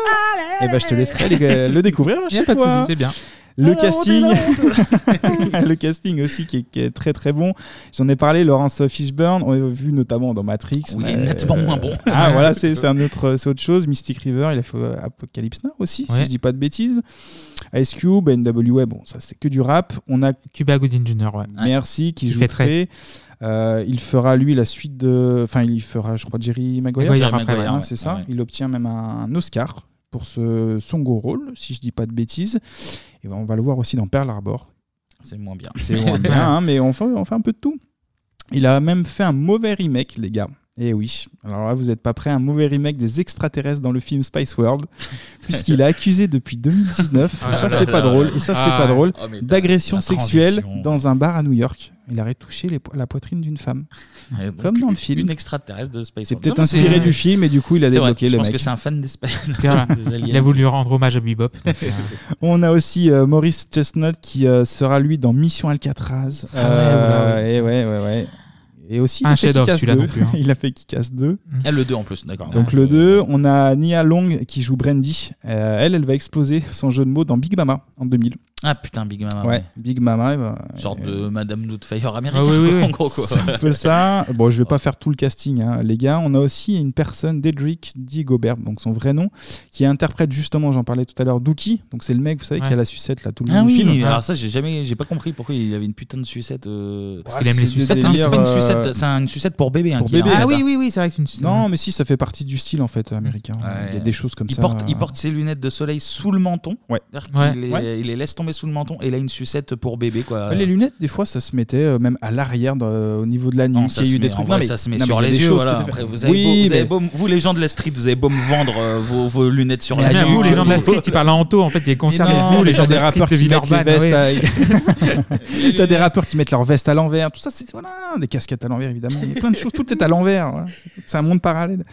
Speaker 6: pas. Eh ben je te laisserai les- le découvrir
Speaker 7: Y a
Speaker 6: chez
Speaker 7: pas de
Speaker 6: toi.
Speaker 7: souci, c'est bien.
Speaker 6: Le
Speaker 7: Alors, on est
Speaker 6: casting,
Speaker 7: là,
Speaker 6: le casting aussi qui est, qui est très très bon. J'en ai parlé, Laurence Fishburne, on l'a vu notamment dans Matrix.
Speaker 1: Où il est
Speaker 6: mais-
Speaker 1: nettement moins bon.
Speaker 6: Ah voilà, c'est c'est un autre, c'est autre chose. Mystic River, il a fait euh, Apocalypse Now aussi, si
Speaker 7: Ouais.
Speaker 6: je dis pas de bêtises. Ice Cube, NWA, bon ça c'est que du rap. On a
Speaker 7: Cuba Gooding Jr., ouais.
Speaker 6: Merci qui
Speaker 7: Il
Speaker 6: joue
Speaker 7: fait
Speaker 6: très.
Speaker 7: très.
Speaker 6: Euh, il fera lui la suite de, enfin il fera, je crois Jerry Maguire.
Speaker 7: Maguire, Jerry après, Maguire,
Speaker 6: hein,
Speaker 7: ouais.
Speaker 6: c'est ça. Il obtient même un, un Oscar pour ce songo rôle, si je dis pas de bêtises. Et ben, on va le voir aussi dans Pearl Harbor.
Speaker 1: C'est moins bien.
Speaker 6: C'est moins bien, hein, mais on fait, on fait un peu de tout. Il a même fait un mauvais remake, les gars. Eh oui. Alors là, vous n'êtes pas prêts, un mauvais remake des extraterrestres dans le film Spice World, puisqu'il a accusé depuis 2019,
Speaker 1: Ah
Speaker 6: et ça
Speaker 1: là
Speaker 6: c'est
Speaker 1: là
Speaker 6: pas
Speaker 1: là
Speaker 6: drôle,
Speaker 1: là.
Speaker 6: et ça c'est
Speaker 1: Ah
Speaker 6: pas
Speaker 1: ouais.
Speaker 6: drôle,
Speaker 1: Oh, mais t'as-
Speaker 6: d'agression
Speaker 1: la
Speaker 6: sexuelle
Speaker 1: transition.
Speaker 6: dans un bar à New York. Il aurait touché les po- la poitrine d'une femme.
Speaker 1: Ouais, Eh, donc,
Speaker 6: Comme dans le film.
Speaker 1: Une extraterrestre de Space
Speaker 6: C'est
Speaker 1: Force.
Speaker 6: peut-être
Speaker 1: Non, mais
Speaker 6: inspiré du film, et du coup, il a
Speaker 1: C'est vrai,
Speaker 6: débloqué
Speaker 1: Je
Speaker 6: le
Speaker 1: pense
Speaker 6: mec.
Speaker 1: que c'est un fan d'Espace.
Speaker 7: Voilà.
Speaker 1: d'Alien.
Speaker 7: Il a voulu rendre hommage à Bebop. donc, euh,
Speaker 6: On a aussi euh, Maurice Chestnut qui euh, sera lui dans Mission Alcatraz. Euh,
Speaker 7: Ah ouais, oula, ouais.
Speaker 6: et ouais, ouais, ouais. Et aussi, il
Speaker 7: Un
Speaker 6: a fait
Speaker 7: chef-d'œuvre,
Speaker 6: Kick-Ass
Speaker 7: celui-là
Speaker 6: 2.
Speaker 7: non plus, hein.
Speaker 6: Il a fait Kick-Ass 2.
Speaker 1: Ah, le 2 en plus, d'accord.
Speaker 6: Donc le 2, on a Nia Long qui joue Brandy. Euh, elle, elle va exploser sans jeu de mots dans Big Mama en 2000.
Speaker 1: Ah putain, Big Mama.
Speaker 6: ouais, Big Mama. ben,
Speaker 1: Une sorte de Madame Doubtfire américaine,
Speaker 6: Ah oui, oui, oui.
Speaker 1: en gros. Quoi.
Speaker 6: C'est un peu ça. Bon, je vais pas faire tout le casting, hein, les gars. On a aussi une personne, Dedrick D. Gobert, donc son vrai nom, qui interprète justement, j'en parlais tout à l'heure, Dookie. Donc c'est le mec, vous savez, qui
Speaker 1: Ouais.
Speaker 6: a la sucette là tout le
Speaker 1: Ah
Speaker 6: long du
Speaker 1: oui,
Speaker 6: film.
Speaker 1: alors ça j'ai jamais, j'ai pas compris pourquoi il avait une putain de sucette. euh,
Speaker 6: Parce qu'il aime les
Speaker 1: c'est des
Speaker 6: sucettes,
Speaker 1: délires,
Speaker 6: hein.
Speaker 1: C'est pas une sucette,
Speaker 6: euh,
Speaker 1: c'est une sucette pour bébé. hein,
Speaker 6: Pour
Speaker 1: qu'il a,
Speaker 6: bébé.
Speaker 1: en fait, hein.
Speaker 7: Ah oui, c'est vrai que c'est une hein. sucette.
Speaker 6: Non, mais si, ça fait partie du style en fait américain. Il y a des choses comme
Speaker 1: il
Speaker 6: ça.
Speaker 1: Porte,
Speaker 6: euh,
Speaker 1: Il porte ses lunettes de soleil sous le menton.
Speaker 6: Ouais.
Speaker 1: C'est-à-dire qu'il les- Il les laisse tomber sous le menton et il a une sucette pour bébé. Quoi.
Speaker 6: Les lunettes, des fois, ça se mettait euh, même à l'arrière, dans- euh, au niveau de la nuque.
Speaker 1: Non, ça
Speaker 6: il y a
Speaker 1: se
Speaker 6: eu des
Speaker 1: met- en
Speaker 6: trucs.
Speaker 1: vrai,
Speaker 6: Non, mais-
Speaker 1: ça se met
Speaker 6: non, mais
Speaker 1: sur
Speaker 6: il y a
Speaker 1: les
Speaker 6: des
Speaker 1: yeux.
Speaker 6: choses
Speaker 1: voilà.
Speaker 6: qui étaient-
Speaker 1: Après, vous, avez
Speaker 6: Oui,
Speaker 1: beau- vous, avez
Speaker 6: mais-
Speaker 1: beau- vous, les gens de la street, vous avez beau me vendre euh, vos, vos lunettes sur la Ah,
Speaker 7: Mais
Speaker 1: nuque.
Speaker 7: vous, les gens de la street, ils parlent en taux, en fait, il est concerné. Vous, les gens de la street de Villeurbanne. ouais.
Speaker 6: à- T'as des rappeurs qui mettent leur veste à l'envers, tout ça, c'est voilà, des casquettes à l'envers évidemment, il y a plein de choses, tout est à l'envers, voilà. c'est un monde parallèle.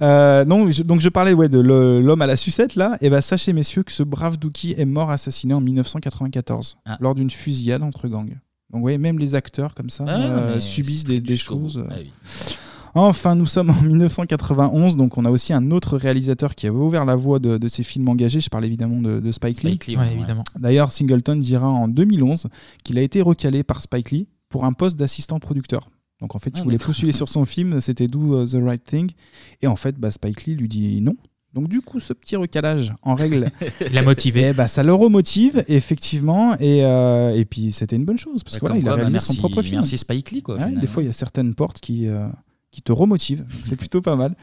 Speaker 6: Euh, non, je- donc je parlais ouais de le- l'homme à la sucette là, et ben sachez messieurs que ce brave Dookie est mort assassiné en 1994
Speaker 1: Ah.
Speaker 6: lors d'une fusillade entre gangs. Donc vous voyez, même les acteurs comme ça
Speaker 1: Ah,
Speaker 6: euh,
Speaker 1: mais
Speaker 6: subissent des, des choses.
Speaker 1: Ah
Speaker 6: euh. Enfin, nous sommes en 1991, donc on a aussi un autre réalisateur qui avait ouvert la voie de, de ces films engagés. Je parle évidemment de, de Spike Lee.
Speaker 1: Spike Lee, ouais, Ouais, évidemment.
Speaker 6: D'ailleurs, Singleton dira en 2011 qu'il a été recalé par Spike Lee pour un poste d'assistant producteur. Donc en fait, il
Speaker 1: Ah,
Speaker 6: voulait
Speaker 1: d'accord.
Speaker 6: postuler sur son film, c'était Do euh, the Right Thing. Et en fait, bah, Spike Lee lui dit non. Donc du coup, ce petit recalage en règle,
Speaker 7: Il a motivé.
Speaker 6: Eh bah, ça le remotive effectivement. Et, euh, et puis c'était une bonne chose parce que
Speaker 1: Ouais, comme
Speaker 6: voilà, il a
Speaker 1: quoi, bah,
Speaker 6: réalisé
Speaker 1: merci-
Speaker 6: son propre film.
Speaker 1: merci Spike Lee, quoi, au
Speaker 6: Ouais,
Speaker 1: final.
Speaker 6: des fois, il y a certaines portes qui, euh, qui te remotivent. Donc, C'est plutôt pas mal.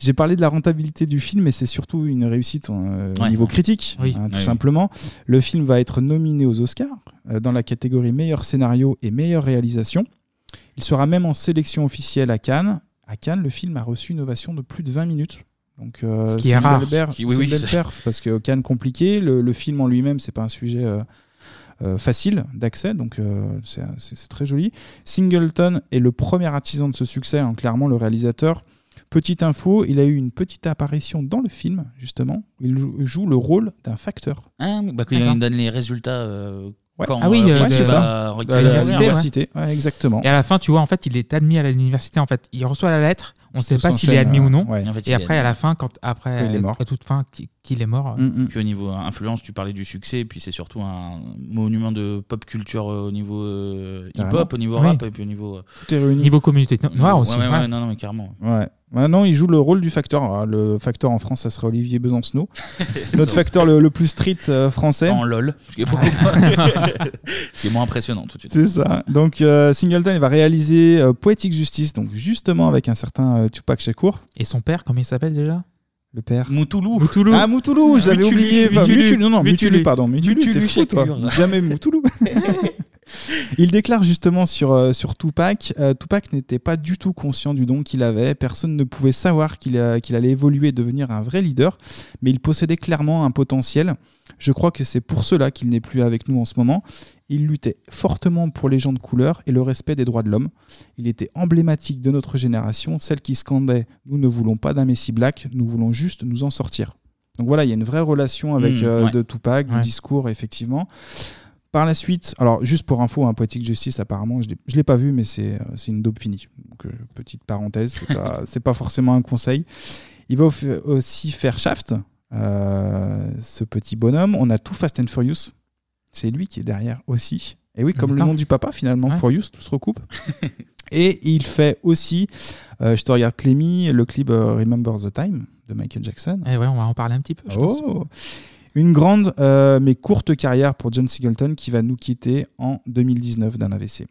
Speaker 6: J'ai parlé de la rentabilité du film, mais c'est surtout une réussite euh, au
Speaker 1: Ouais.
Speaker 6: niveau critique,
Speaker 1: Oui.
Speaker 6: hein, tout
Speaker 1: Ouais, oui.
Speaker 6: simplement. Le film va être nominé aux Oscars euh, dans la catégorie meilleur scénario et meilleure réalisation. Il sera même en sélection officielle à Cannes. À Cannes, le film a reçu une ovation de plus de 20 minutes. Donc, euh,
Speaker 7: Ce qui
Speaker 6: c'est
Speaker 7: est
Speaker 6: une
Speaker 7: rare.
Speaker 6: belle perf-
Speaker 7: Qui- oui,
Speaker 6: c'est une
Speaker 7: oui,
Speaker 6: belle
Speaker 7: c'est-
Speaker 6: perf, parce que Cannes compliqué, le, le film en lui-même, c'est pas un sujet euh, euh, facile d'accès, donc euh, c'est- c'est c'est très joli. Singleton est le premier artisan de ce succès, hein, clairement le réalisateur. Petite info, il a eu une petite apparition dans le film, justement. où Il joue- joue le rôle d'un facteur.
Speaker 1: Hein, bah, quand
Speaker 6: D'accord.
Speaker 1: il donne les résultats euh,
Speaker 6: Ouais.
Speaker 1: quand
Speaker 6: Ah oui,
Speaker 1: euh,
Speaker 6: euh,
Speaker 1: quand
Speaker 6: ouais,
Speaker 1: il
Speaker 6: c'est
Speaker 1: va
Speaker 6: ça.
Speaker 1: recueillir
Speaker 6: Bah,
Speaker 1: les
Speaker 6: la-
Speaker 1: résultats.
Speaker 6: l'université, ouais, exactement.
Speaker 7: Et à la fin, tu vois, en fait, il est admis à l'université. En fait, il reçoit la lettre. On ne sait
Speaker 6: Tout
Speaker 7: pas s'il est
Speaker 6: s'enchaîne,
Speaker 7: admis
Speaker 6: euh,
Speaker 7: ou non.
Speaker 6: ouais. En fait, il
Speaker 7: et
Speaker 6: est
Speaker 7: après, à
Speaker 6: admis.
Speaker 7: la fin, quand après,
Speaker 6: Il est mort. Mm.
Speaker 7: à toute fin, qui- qu'il est mort. euh,
Speaker 1: Puis au niveau influence, tu parlais du succès, puis c'est surtout un monument de pop culture euh, au niveau euh,
Speaker 6: Carrément.
Speaker 1: hip-hop, au niveau
Speaker 6: Oui.
Speaker 1: rap, et puis au niveau. euh,
Speaker 6: Tout est réuni.
Speaker 7: Niveau communauté no- noire
Speaker 1: Ouais,
Speaker 7: aussi.
Speaker 1: ouais,
Speaker 7: ouais.
Speaker 1: ouais, non, non, mais carrément.
Speaker 6: Ouais. Maintenant, il joue le rôle du facteur. Alors, le facteur en France, ça serait Olivier Besancenot. Notre facteur le, le plus street euh, français.
Speaker 1: En lol, ce qui est beaucoup moins- ce qui est moins impressionnant tout de suite.
Speaker 6: C'est ça. Donc euh, Singleton, il va réaliser euh, Poetic Justice, donc justement avec un certain euh, Tupac Shakur.
Speaker 7: Et son père, comment il s'appelle déjà
Speaker 6: Le père.
Speaker 1: Moutoulou.
Speaker 6: Moutoulou. Ah Moutoulou, je l'avais
Speaker 7: Mutulu,
Speaker 6: oublié. Enfin,
Speaker 7: Mutulu,
Speaker 6: Mutulu, non non,
Speaker 7: Mutulu.
Speaker 6: Mutulu, pardon. Mutulu, t'es
Speaker 7: Mutulu,
Speaker 6: fou toi.
Speaker 7: Shakur.
Speaker 6: Jamais Moutoulou. Il déclare justement sur, euh, sur Tupac, euh, Tupac n'était pas du tout conscient du don qu'il avait, personne ne pouvait savoir qu'il euh, qu'il allait évoluer et devenir un vrai leader, mais il possédait clairement un potentiel. Je crois que c'est pour cela qu'il n'est plus avec nous en ce moment. Il luttait fortement pour les gens de couleur et le respect des droits de l'homme. Il était emblématique de notre génération, celle qui scandait ⁇ Nous ne voulons pas d'un Messi Black, nous voulons juste nous en sortir ⁇ Donc voilà, il y a une vraie relation avec
Speaker 1: Mmh,
Speaker 6: euh,
Speaker 1: ouais.
Speaker 6: de Tupac, du
Speaker 1: Ouais.
Speaker 6: discours, effectivement. Par la suite, alors juste pour info, un Poetic Justice, apparemment, je ne l'ai, je l'ai pas vu, mais c'est, euh, c'est une dope finie. Donc, euh, petite parenthèse, c'est pas, c'est pas forcément un conseil. Il va au- aussi faire Shaft, euh, ce petit bonhomme. On a tout Fast and Furious. C'est lui qui est derrière aussi. Et oui, comme le
Speaker 1: Ah, D'accord.
Speaker 6: nom du papa, finalement,
Speaker 1: Ouais.
Speaker 6: Furious, tout se recoupe. Et il fait aussi, euh, je te regarde Clémy, le clip euh, Remember the Time de Michael Jackson.
Speaker 7: Eh ouais, on va en parler un petit peu, je pense.
Speaker 6: Oh. Une grande euh, mais courte carrière pour John Singleton qui va nous quitter en 2019 d'un AVC.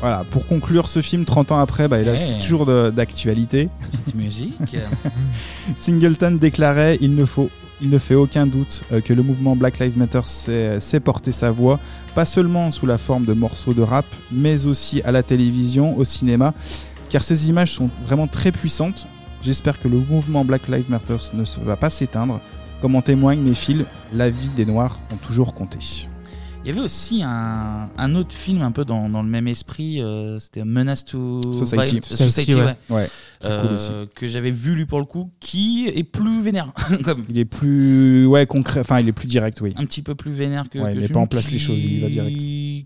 Speaker 6: Voilà, pour conclure ce film, 30 ans après, bah, hélas,
Speaker 1: Ouais.
Speaker 6: c'est toujours de- d'actualité.
Speaker 1: Petite musique.
Speaker 6: Singleton déclarait il ne, faut, il ne fait aucun doute euh, que le mouvement Black Lives Matter sait, sait porter sa voix, pas seulement sous la forme de morceaux de rap, mais aussi à la télévision, au cinéma, car ces images sont vraiment très puissantes. J'espère que le mouvement Black Lives Matter ne se, va pas s'éteindre. Comme en témoignent mes fils, la vie des Noirs ont toujours compté.
Speaker 1: Il y avait aussi un, un autre film un peu dans, dans le même esprit, euh, c'était Menace to
Speaker 6: Society.
Speaker 1: Violence- Society,
Speaker 6: Society, ouais.
Speaker 1: ouais.
Speaker 6: Ouais, très cool
Speaker 1: Euh,
Speaker 6: aussi.
Speaker 1: que j'avais vu lui pour le coup, qui est plus vénère, comme
Speaker 6: Il est plus ouais, concret, enfin il est plus direct, oui.
Speaker 1: un petit peu plus vénère que.
Speaker 6: Ouais,
Speaker 1: que
Speaker 6: il met
Speaker 1: celui
Speaker 6: pas en place
Speaker 1: qui-
Speaker 6: les choses, il va direct.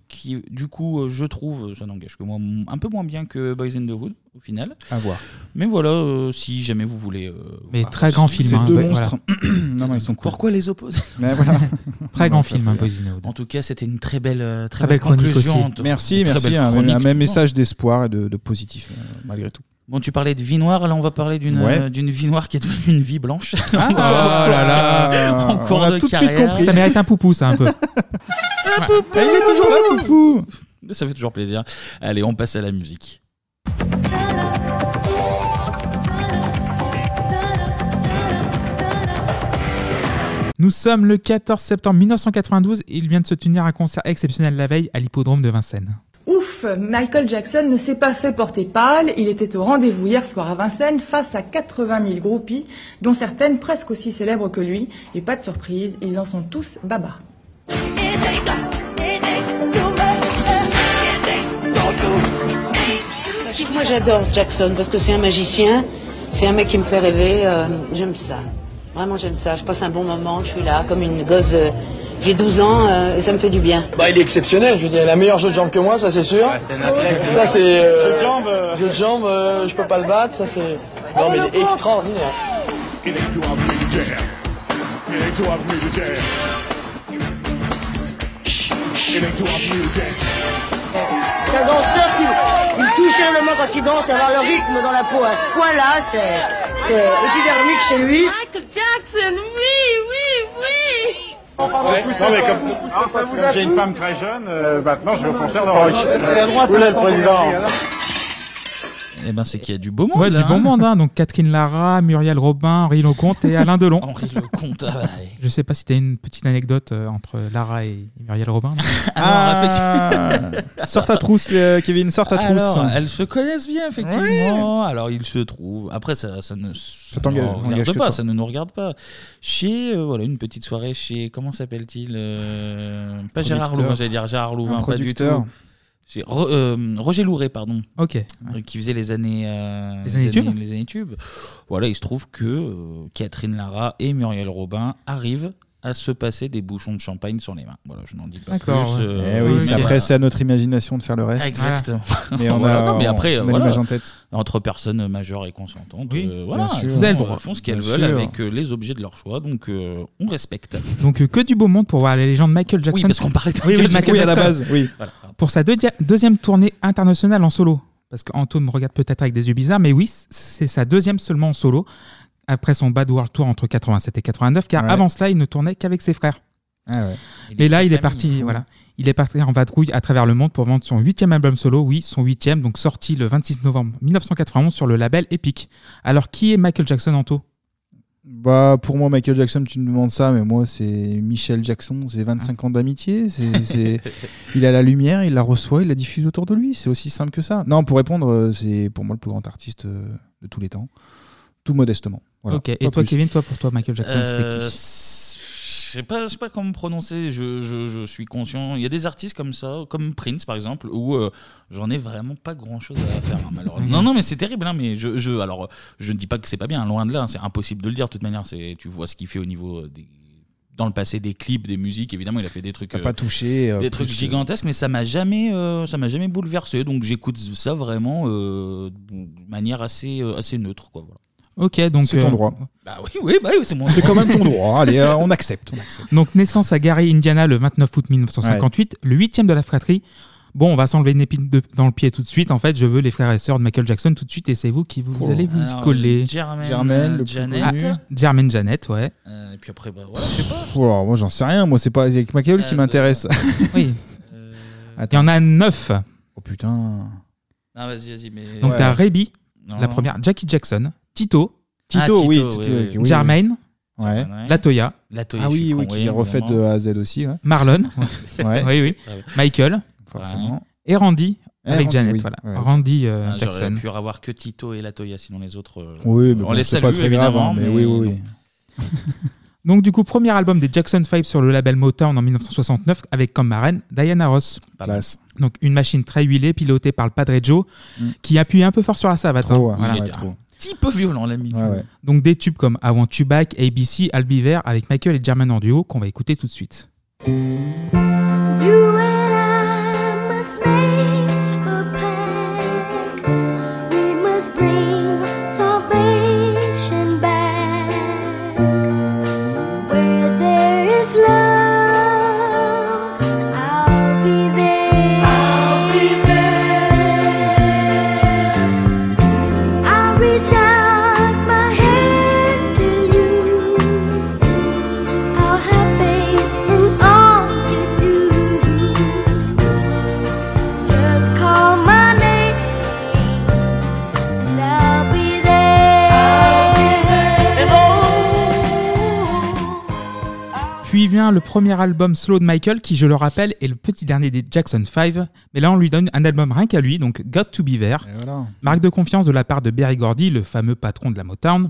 Speaker 1: Qui, du coup, euh, je trouve, ça n'engage que moi, un peu moins bien que Boys in the Hood au final.
Speaker 6: À voir.
Speaker 1: Mais voilà, euh, si jamais vous voulez. euh,
Speaker 7: Mais
Speaker 1: voir
Speaker 7: très
Speaker 1: ce
Speaker 7: grand film.
Speaker 1: C'est
Speaker 7: hein,
Speaker 1: deux
Speaker 7: ouais,
Speaker 1: monstres.
Speaker 7: voilà.
Speaker 6: non, ils sont cool.
Speaker 1: Pourquoi les opposer
Speaker 6: Mais voilà.
Speaker 7: Très grand
Speaker 1: Non,
Speaker 7: film,
Speaker 1: très
Speaker 7: hein,
Speaker 1: bien.
Speaker 7: Boys in the Hood.
Speaker 1: En tout cas, c'était une très belle, euh, très
Speaker 7: Très
Speaker 1: belle
Speaker 7: belle chronique
Speaker 1: conclusion.
Speaker 7: aussi.
Speaker 6: Merci,
Speaker 1: Très
Speaker 6: merci.
Speaker 1: belle
Speaker 6: Un,
Speaker 1: chronique.
Speaker 6: un même message d'espoir et de, de positif, euh, malgré tout.
Speaker 1: Bon, tu parlais de vie noire, là on va parler d'une
Speaker 6: Ouais.
Speaker 1: euh, d'une vie noire qui est devenue une vie blanche.
Speaker 6: Ah,
Speaker 7: Oh là là
Speaker 1: En cours de carrière.
Speaker 7: Ça mérite un poupou, ça, un peu.
Speaker 6: Il est toujours là, Poupou
Speaker 1: Ça fait toujours plaisir. Allez, on passe à la musique.
Speaker 7: Nous sommes le 14 septembre 1992 et il vient de se tenir un concert exceptionnel la veille à l'hippodrome de Vincennes.
Speaker 12: Ouf, Michael Jackson ne s'est pas fait porter pâle. Il était au rendez-vous hier soir à Vincennes face à 80 000 groupies, dont certaines presque aussi célèbres que lui. Et pas de surprise, ils en sont tous baba.
Speaker 13: Moi j'adore Jackson parce que c'est un magicien, c'est un mec qui me fait rêver, euh, j'aime ça. Vraiment j'aime ça, je passe un bon moment, je suis là comme une gosse, euh, j'ai 12 ans euh, et ça me fait du bien.
Speaker 14: Bah, il est exceptionnel, je veux dire, il a meilleur jeu de jambes que moi, ça c'est sûr. ça c'est. euh,
Speaker 13: Jeu de jambes,
Speaker 14: jeu de jambes, euh, je peux pas le battre, ça c'est. Non, mais il est extraordinaire.
Speaker 13: C'est un danseur qui il touche simplement quand il danse, avoir le rythme dans la peau à ce point-là, c'est c'est épidermique chez lui.
Speaker 24: Michael Jackson, oui, oui, oui.
Speaker 25: Ouais, non, mais comme, comme j'ai une femme très jeune, euh, maintenant je vais au concert de rock.
Speaker 14: C'est à droite,
Speaker 25: Où est
Speaker 14: hein,
Speaker 25: le président
Speaker 14: alors
Speaker 1: Eh ben, c'est qu'il y a du beau monde.
Speaker 7: Ouais,
Speaker 1: là,
Speaker 7: du bon
Speaker 1: hein.
Speaker 7: monde. hein. Donc Catherine Lara, Muriel Robin, Henri Lecomte et Alain Delon.
Speaker 1: Henri Lecomte, ah bah, allez.
Speaker 7: Je sais pas si tu as une petite anecdote euh, entre Lara et Muriel Robin. mais-
Speaker 6: sors ta trousse, euh, Kevin, sors ta
Speaker 1: Alors,
Speaker 6: trousse.
Speaker 1: elles se connaissent bien, effectivement. Alors, il se trouve. Après, ça, ça ne ça
Speaker 6: t'engage-
Speaker 1: nous
Speaker 6: ça
Speaker 1: regarde
Speaker 6: n'engage que
Speaker 1: pas,
Speaker 6: toi.
Speaker 1: ça ne nous regarde pas. Chez, euh, voilà, une petite soirée chez, comment s'appelle-t-il Euh, Pas Gérard
Speaker 7: Producteur.
Speaker 1: Louvain, j'allais dire Gérard Louvain,
Speaker 7: Un
Speaker 1: pas du
Speaker 7: producteur.
Speaker 1: tout. Chez Ro- euh, Roger Louret, pardon.
Speaker 7: Ok.
Speaker 1: Euh, Qui faisait les années, euh,
Speaker 7: Les années tubes
Speaker 1: les années tubes. Voilà, il se trouve que euh, Catherine Lara et Muriel Robin arrivent à se passer des bouchons de champagne sur les mains. Voilà, je n'en dis pas plus.
Speaker 6: D'accord, ouais.
Speaker 1: euh,
Speaker 6: Eh oui, c'est
Speaker 1: mais-
Speaker 6: après, c'est à notre imagination de faire le reste.
Speaker 1: Exactement.
Speaker 6: Mais on
Speaker 1: Voilà.
Speaker 6: a,
Speaker 1: Non, mais après,
Speaker 6: on a
Speaker 1: voilà,
Speaker 6: l'image en tête.
Speaker 1: Entre personnes majeures et consentantes,
Speaker 6: Oui,
Speaker 1: euh, voilà,
Speaker 6: bien sûr.
Speaker 1: elles
Speaker 6: Vous avez
Speaker 1: font-
Speaker 6: le droit.
Speaker 1: elles font ce qu'elles
Speaker 6: Bien
Speaker 1: veulent
Speaker 6: sûr.
Speaker 1: avec euh, les objets de leur choix, donc euh, on respecte.
Speaker 7: Donc euh, que du beau monde pour voir les légendes Michael Jackson.
Speaker 1: parce qu'on parlait de
Speaker 7: Oui, oui,
Speaker 1: Michael
Speaker 7: Michael
Speaker 1: Jackson.
Speaker 7: Jackson.
Speaker 1: Oui, à la base, oui. Voilà, pardon.
Speaker 7: Pour sa deuxi- deuxième tournée internationale en solo. Parce qu'Anto me regarde peut-être avec des yeux bizarres, mais oui, c'est sa deuxième seulement en solo, après son Bad World Tour entre 87 et 89, car
Speaker 6: Ouais.
Speaker 7: avant cela, il ne tournait qu'avec ses frères.
Speaker 1: Ah
Speaker 6: Il est
Speaker 7: Et là,
Speaker 6: très
Speaker 7: il est
Speaker 6: famille, il
Speaker 7: parti,
Speaker 6: faut.
Speaker 7: voilà. Il est parti en vadrouille à travers le monde pour vendre son huitième album solo, oui, son huitième, donc sorti le 26 novembre 1991 sur le label Epic. Alors, qui est Michael Jackson Anto
Speaker 6: Bah, pour moi, Michael Jackson, tu me demandes ça, mais moi, c'est Michel Jackson, c'est 25 ans d'amitié. c'est- c'est- il a la lumière, il la reçoit, il la diffuse autour de lui. C'est aussi simple que ça. Non, pour répondre, euh, c'est pour moi le plus grand artiste euh, de tous les temps, tout modestement. Voilà,
Speaker 7: Ok, et
Speaker 6: pas
Speaker 7: toi,
Speaker 6: plus.
Speaker 7: Kevin, toi, pour toi, Michael Jackson, c'était
Speaker 1: Euh,
Speaker 7: qui
Speaker 1: c'est- Je sais pas, je sais pas comment me prononcer. Je, je- je suis conscient. Il y a des artistes comme ça, comme Prince par exemple, où euh, j'en ai vraiment pas grand chose à faire hein, malheureusement. non, non, mais c'est terrible. hein, mais je, je, alors, je ne dis pas que c'est pas bien. Loin de là, hein, c'est impossible de le dire. De toute manière, c'est tu vois ce qu'il fait au niveau euh, des dans le passé des clips, des musiques, évidemment, il a fait des trucs
Speaker 6: T'as pas touché, euh,
Speaker 1: des trucs
Speaker 6: plus, euh,
Speaker 1: gigantesques, mais ça m'a jamais, euh, ça m'a jamais bouleversé. Donc j'écoute ça vraiment euh, de manière assez, euh, assez neutre, quoi. Voilà.
Speaker 7: Ok, donc. euh,
Speaker 6: C'est ton droit.
Speaker 1: Bah oui, oui, bah oui, c'est mon.
Speaker 6: C'est quand même ton droit. Allez, euh, on accepte. on accepte.
Speaker 7: Donc, naissance à Gary, Indiana, le 29 août 1958, le huitième de la fratrie. Bon, on va s'enlever une épine de- dans le pied tout de suite. En fait, je veux les frères et sœurs de Michael Jackson tout de suite, et c'est vous qui vous, vous
Speaker 1: Oh.
Speaker 7: allez vous y
Speaker 1: Alors,
Speaker 7: coller.
Speaker 1: Jermaine, Jermaine, le plus Janet. connu.
Speaker 7: Ah, Jermaine Janet, ouais.
Speaker 1: Euh, et puis après, bah voilà, je sais pas.
Speaker 6: Ouh là, moi, j'en sais rien. Moi, c'est pas avec Michael qui
Speaker 1: Attends.
Speaker 6: m'intéresse.
Speaker 7: Oui. Il y en a neuf.
Speaker 6: Oh putain.
Speaker 1: Ah, vas-y, vas-y, mais.
Speaker 7: Donc, t'as Reby,
Speaker 1: Non.
Speaker 7: la première, Jackie Jackson, Tito,
Speaker 1: Ah, Tito, oui, Tito, oui, oui, oui.
Speaker 7: Jermaine,
Speaker 6: Ouais.
Speaker 7: Latoya,
Speaker 1: Latoya,
Speaker 6: Ah oui, oui, qui est refait de A à Z aussi. ouais.
Speaker 7: Marlon,
Speaker 6: Ouais.
Speaker 7: oui, oui,
Speaker 1: Ah ouais.
Speaker 7: Michael,
Speaker 6: Forcément.
Speaker 7: et Randy
Speaker 6: Et
Speaker 7: avec
Speaker 6: Randy,
Speaker 7: Janet,
Speaker 6: oui.
Speaker 7: voilà,
Speaker 6: Ouais.
Speaker 7: Randy euh,
Speaker 1: Ah, J'aurais
Speaker 7: Jackson.
Speaker 1: pu avoir que Tito et Latoya, sinon les autres. euh,
Speaker 6: Oui, mais
Speaker 1: on
Speaker 6: bon,
Speaker 1: les
Speaker 6: c'est
Speaker 1: salue
Speaker 6: pas très grave,
Speaker 1: évidemment,
Speaker 6: hein, mais oui, oui, oui.
Speaker 7: Donc du coup, premier album des Jackson 5 sur le label Motown en 1969 avec comme marraine Diana Ross.
Speaker 6: Classe.
Speaker 7: Donc une machine très huilée pilotée par le Padre Joe
Speaker 6: Mm.
Speaker 7: qui appuie un peu fort sur la savate.
Speaker 6: Trop,
Speaker 7: hein.
Speaker 6: Oh, ouais,
Speaker 7: Voilà.
Speaker 6: ouais, trop.
Speaker 1: petit peu violent, l'ami.
Speaker 7: Donc des tubes comme Avant You Back, ABC, I'll Be There avec Michael et German en duo qu'on va écouter tout de suite.
Speaker 24: You and I must make a pact. We must bring salvation back. Where there is love, I'll be there. I'll be there. I'll reach out my hand to you. I'll have faith in all you do. Just call my name, and I'll be there. And oh.
Speaker 7: Puis vient le premier album solo de Michael qui, je le rappelle, est le petit dernier des Jackson 5. Mais là, on lui donne un album rien qu'à lui, donc Got to Be There.
Speaker 1: Eh
Speaker 6: voilà.
Speaker 7: Marque de confiance de la part de Berry Gordy, le fameux patron de la Motown.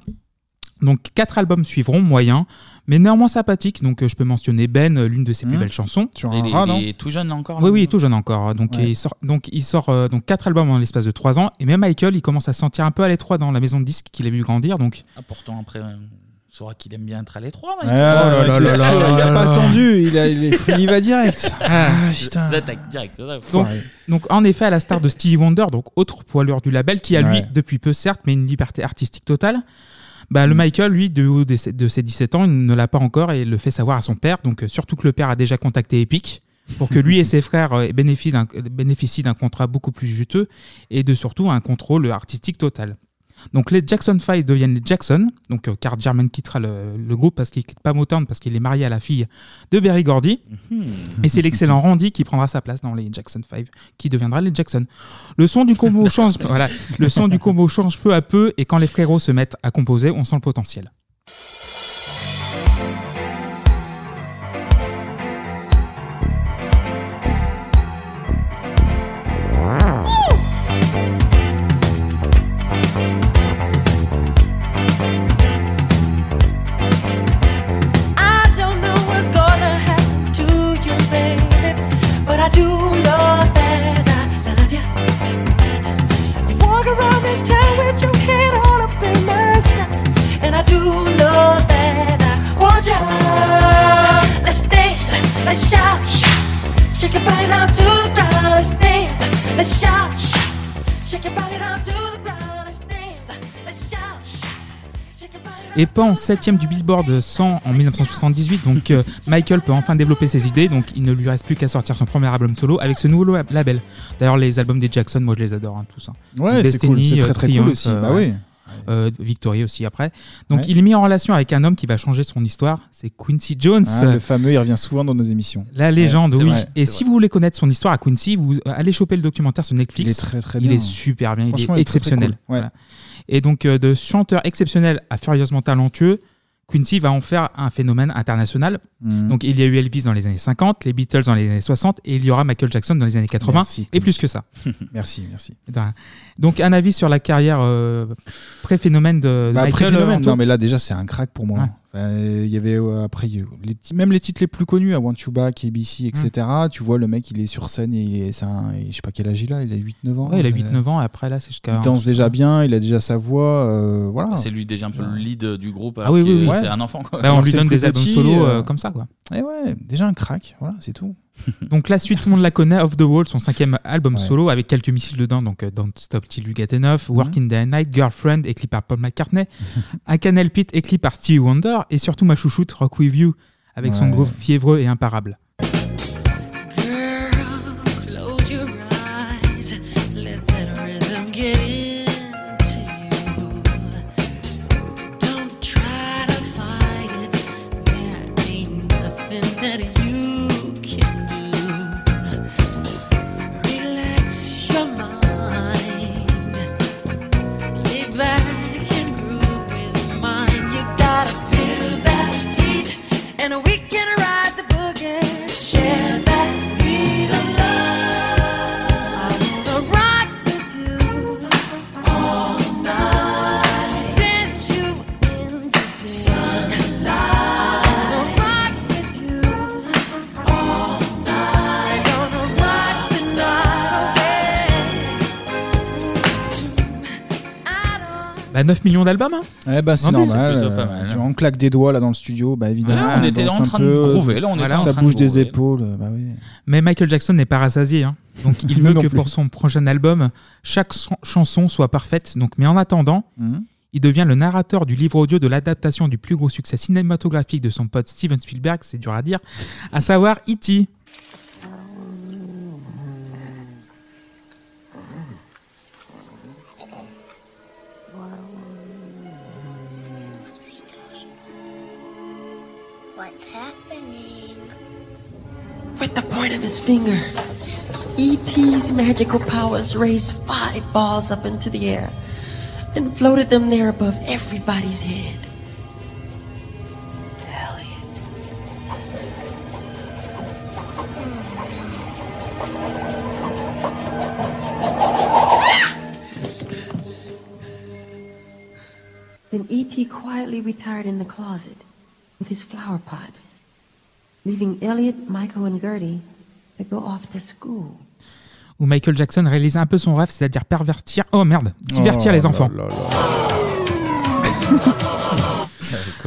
Speaker 7: Donc quatre albums suivront, moyens, mais néanmoins sympathiques. Donc euh, je peux mentionner Ben, euh, l'une de ses plus
Speaker 1: Mhm.
Speaker 7: belles chansons.
Speaker 6: Sur
Speaker 1: Il est- rat, il non est tout jeune, là, encore,
Speaker 7: Oui,
Speaker 1: là,
Speaker 7: oui, il est
Speaker 1: maintenant.
Speaker 7: tout jeune encore. hein. Donc
Speaker 1: Ouais.
Speaker 7: il sort, donc il sort euh, donc quatre albums dans l'espace de trois ans. Et même Michael, il commence à se sentir un peu à l'étroit dans la maison de disques qu'il a vu grandir. Donc
Speaker 1: Ah, pourtant, après, euh, on saura qu'il aime bien être à l'étroit.
Speaker 7: Ah là là là là là
Speaker 6: il a
Speaker 7: là
Speaker 6: pas
Speaker 7: là.
Speaker 6: attendu, il, a, il, est- il y va direct. Ah, putain.
Speaker 1: J'attaque direct. voilà.
Speaker 7: Donc, donc, en effet, à la star de Stevie Wonder, donc autre poilure du label, qui a lui,
Speaker 6: Ouais.
Speaker 7: depuis peu certes, mais une liberté artistique totale, bah, le Michael, lui, du haut de ses, de ses 17 ans, il ne l'a pas encore et le fait savoir à son père, donc euh, surtout que le père a déjà contacté Epic pour que lui et ses frères euh, bénéficient d'un- bénéficient d'un contrat beaucoup plus juteux et de surtout un contrôle artistique total. Donc les Jackson 5 deviennent les Jackson, donc, euh, car German quittera le, le groupe parce qu'il quitte pas Motown, parce qu'il est marié à la fille de Berry Gordy. Et c'est l'excellent Randy qui prendra sa place dans les Jackson 5, qui deviendra les Jackson. Le son du combo change, voilà, le son du combo change peu à peu, et quand les frérots se mettent à composer, on sent le potentiel.
Speaker 15: I don't know what's gonna happen to you, baby, but I do know that I love you. Walk around this town with your head all up in the sky, and I do know that I want you. Let's dance, let's shout, shake your body down to the ground. Let's dance, let's shout, shake your body down to the ground. Let's dance, let's shout, shake your body.
Speaker 7: Et pas en septième du Billboard 100 en 1978, donc euh, Michael peut enfin développer ses idées, donc il ne lui reste plus qu'à sortir son premier album solo avec ce nouveau la- label. D'ailleurs, les albums des Jackson, moi je les adore, hein, tous. hein.
Speaker 6: Ouais, c'est cool, c'est très, très cool
Speaker 7: Triumph,
Speaker 6: aussi, bah oui.
Speaker 7: Euh, Victory aussi après. Donc
Speaker 6: Ouais.
Speaker 7: il est mis en relation avec un homme qui va changer son histoire, c'est Quincy Jones.
Speaker 6: Ah, le fameux, il revient souvent dans nos émissions.
Speaker 7: La légende,
Speaker 6: Ouais,
Speaker 7: oui.
Speaker 6: c'est vrai.
Speaker 7: Et si vous voulez connaître son histoire à Quincy, vous euh, allez choper le documentaire sur Netflix.
Speaker 6: Il est très, très
Speaker 7: Il
Speaker 6: bien. hein.
Speaker 7: est super bien, il
Speaker 6: Franchement,
Speaker 7: est
Speaker 6: il est très, très
Speaker 7: exceptionnel.
Speaker 6: cool. Ouais.
Speaker 7: Voilà. Et donc euh, de chanteur exceptionnel à furieusement talentueux, Quincy va en faire un phénomène international.
Speaker 6: Mhm.
Speaker 7: Donc il y a eu Elvis dans les années 50, les Beatles dans les années 60 et il y aura Michael Jackson dans les années 80
Speaker 6: Merci,
Speaker 7: et plus que ça.
Speaker 6: Merci, merci.
Speaker 7: De rien. Donc un avis sur la carrière euh, pré-phénomène de de
Speaker 6: Bah,
Speaker 7: Michael
Speaker 6: après
Speaker 7: euh,
Speaker 6: phénomène,
Speaker 7: Anto
Speaker 6: non mais là déjà c'est un crack pour moi.
Speaker 7: Ouais.
Speaker 6: Enfin, euh, il y avait euh, après il y a eu les ti- même les titres les plus connus à Want You Back, ABC,
Speaker 7: Mm.
Speaker 6: etc. Tu vois le mec il est sur scène et il est, c'est un- et je sais pas quel âge il a, il a 8-9 ans.
Speaker 7: Ouais, il a
Speaker 6: Euh,
Speaker 7: 8-9 ans et après là c'est jusqu'à
Speaker 6: Il danse déjà bien, il a déjà sa voix, euh, voilà.
Speaker 1: C'est lui déjà un peu le lead du groupe.
Speaker 7: Ah oui,
Speaker 1: alors
Speaker 7: oui,
Speaker 1: que
Speaker 7: oui.
Speaker 1: C'est un enfant. Quoi.
Speaker 7: Bah, on
Speaker 6: Alors
Speaker 7: lui
Speaker 6: c'est
Speaker 7: donne
Speaker 6: plus
Speaker 7: des albums
Speaker 6: petit,
Speaker 7: solo
Speaker 6: euh,
Speaker 7: euh, comme ça, quoi.
Speaker 6: Eh ouais, déjà un crack, voilà, c'est tout.
Speaker 7: Donc la suite, tout le monde la connaît, Off the Wall, son cinquième album
Speaker 6: Ouais. Mhm.
Speaker 7: solo avec quelques missiles dedans, donc euh, Don't Stop Till You Get Enough, Working Day and Night, Girlfriend, écrit par Paul McCartney, I Can Help It, écrit par Stevie Wonder, et surtout ma chouchoute, Rock With You, avec son
Speaker 6: Ouais.
Speaker 7: groove fiévreux et imparable.
Speaker 15: Close your eyes, let that rhythm get into you. Don't try to fight it. There ain't nothing that you can do. Relax your mind, lay back and groove with mine. You gotta feel that heat, and we can ride the boogie. Share that beat of love. I wanna rock with you all night. Dance you into the sunlight. I wanna rock with you all night. Gonna rock the
Speaker 7: Bah 9 millions d'albums hein
Speaker 6: Eh bah c'est
Speaker 7: Vendu,
Speaker 6: normal.
Speaker 7: c'est plutôt pas
Speaker 6: euh,
Speaker 7: mal, hein.
Speaker 6: tu vois, on claque des doigts là dans le studio, bah évidemment.
Speaker 7: Voilà, on était
Speaker 6: danse
Speaker 7: en
Speaker 6: un
Speaker 7: train de
Speaker 6: peu,
Speaker 7: groover, là, on était
Speaker 6: voilà,
Speaker 7: en
Speaker 6: ça
Speaker 7: train de
Speaker 6: bouge des
Speaker 7: groover, là.
Speaker 6: épaules, euh, bah oui.
Speaker 7: Mais Michael Jackson n'est pas rassasié, hein. donc il
Speaker 6: Non,
Speaker 7: veut
Speaker 6: non
Speaker 7: que
Speaker 6: plus.
Speaker 7: pour son prochain album, chaque son- chanson soit parfaite, donc, mais en attendant,
Speaker 6: Mhm.
Speaker 7: il devient le narrateur du livre audio de l'adaptation du plus gros succès cinématographique de son pote Steven Spielberg, c'est dur à dire, à savoir E E.T.
Speaker 16: What's he doing? What's happening?
Speaker 15: With the point of his finger, E.T.'s magical powers raised five balls up into the air and floated them there above everybody's head. Elliot. Then E.T. quietly retired in the closet with his flower pot, leaving Elliot, Michael, and Gertie to go off to school.
Speaker 7: où Michael Jackson réalise un peu son rêve, c'est-à-dire pervertir. Oh merde, divertir
Speaker 6: Oh
Speaker 7: les
Speaker 6: là
Speaker 7: enfants.
Speaker 6: là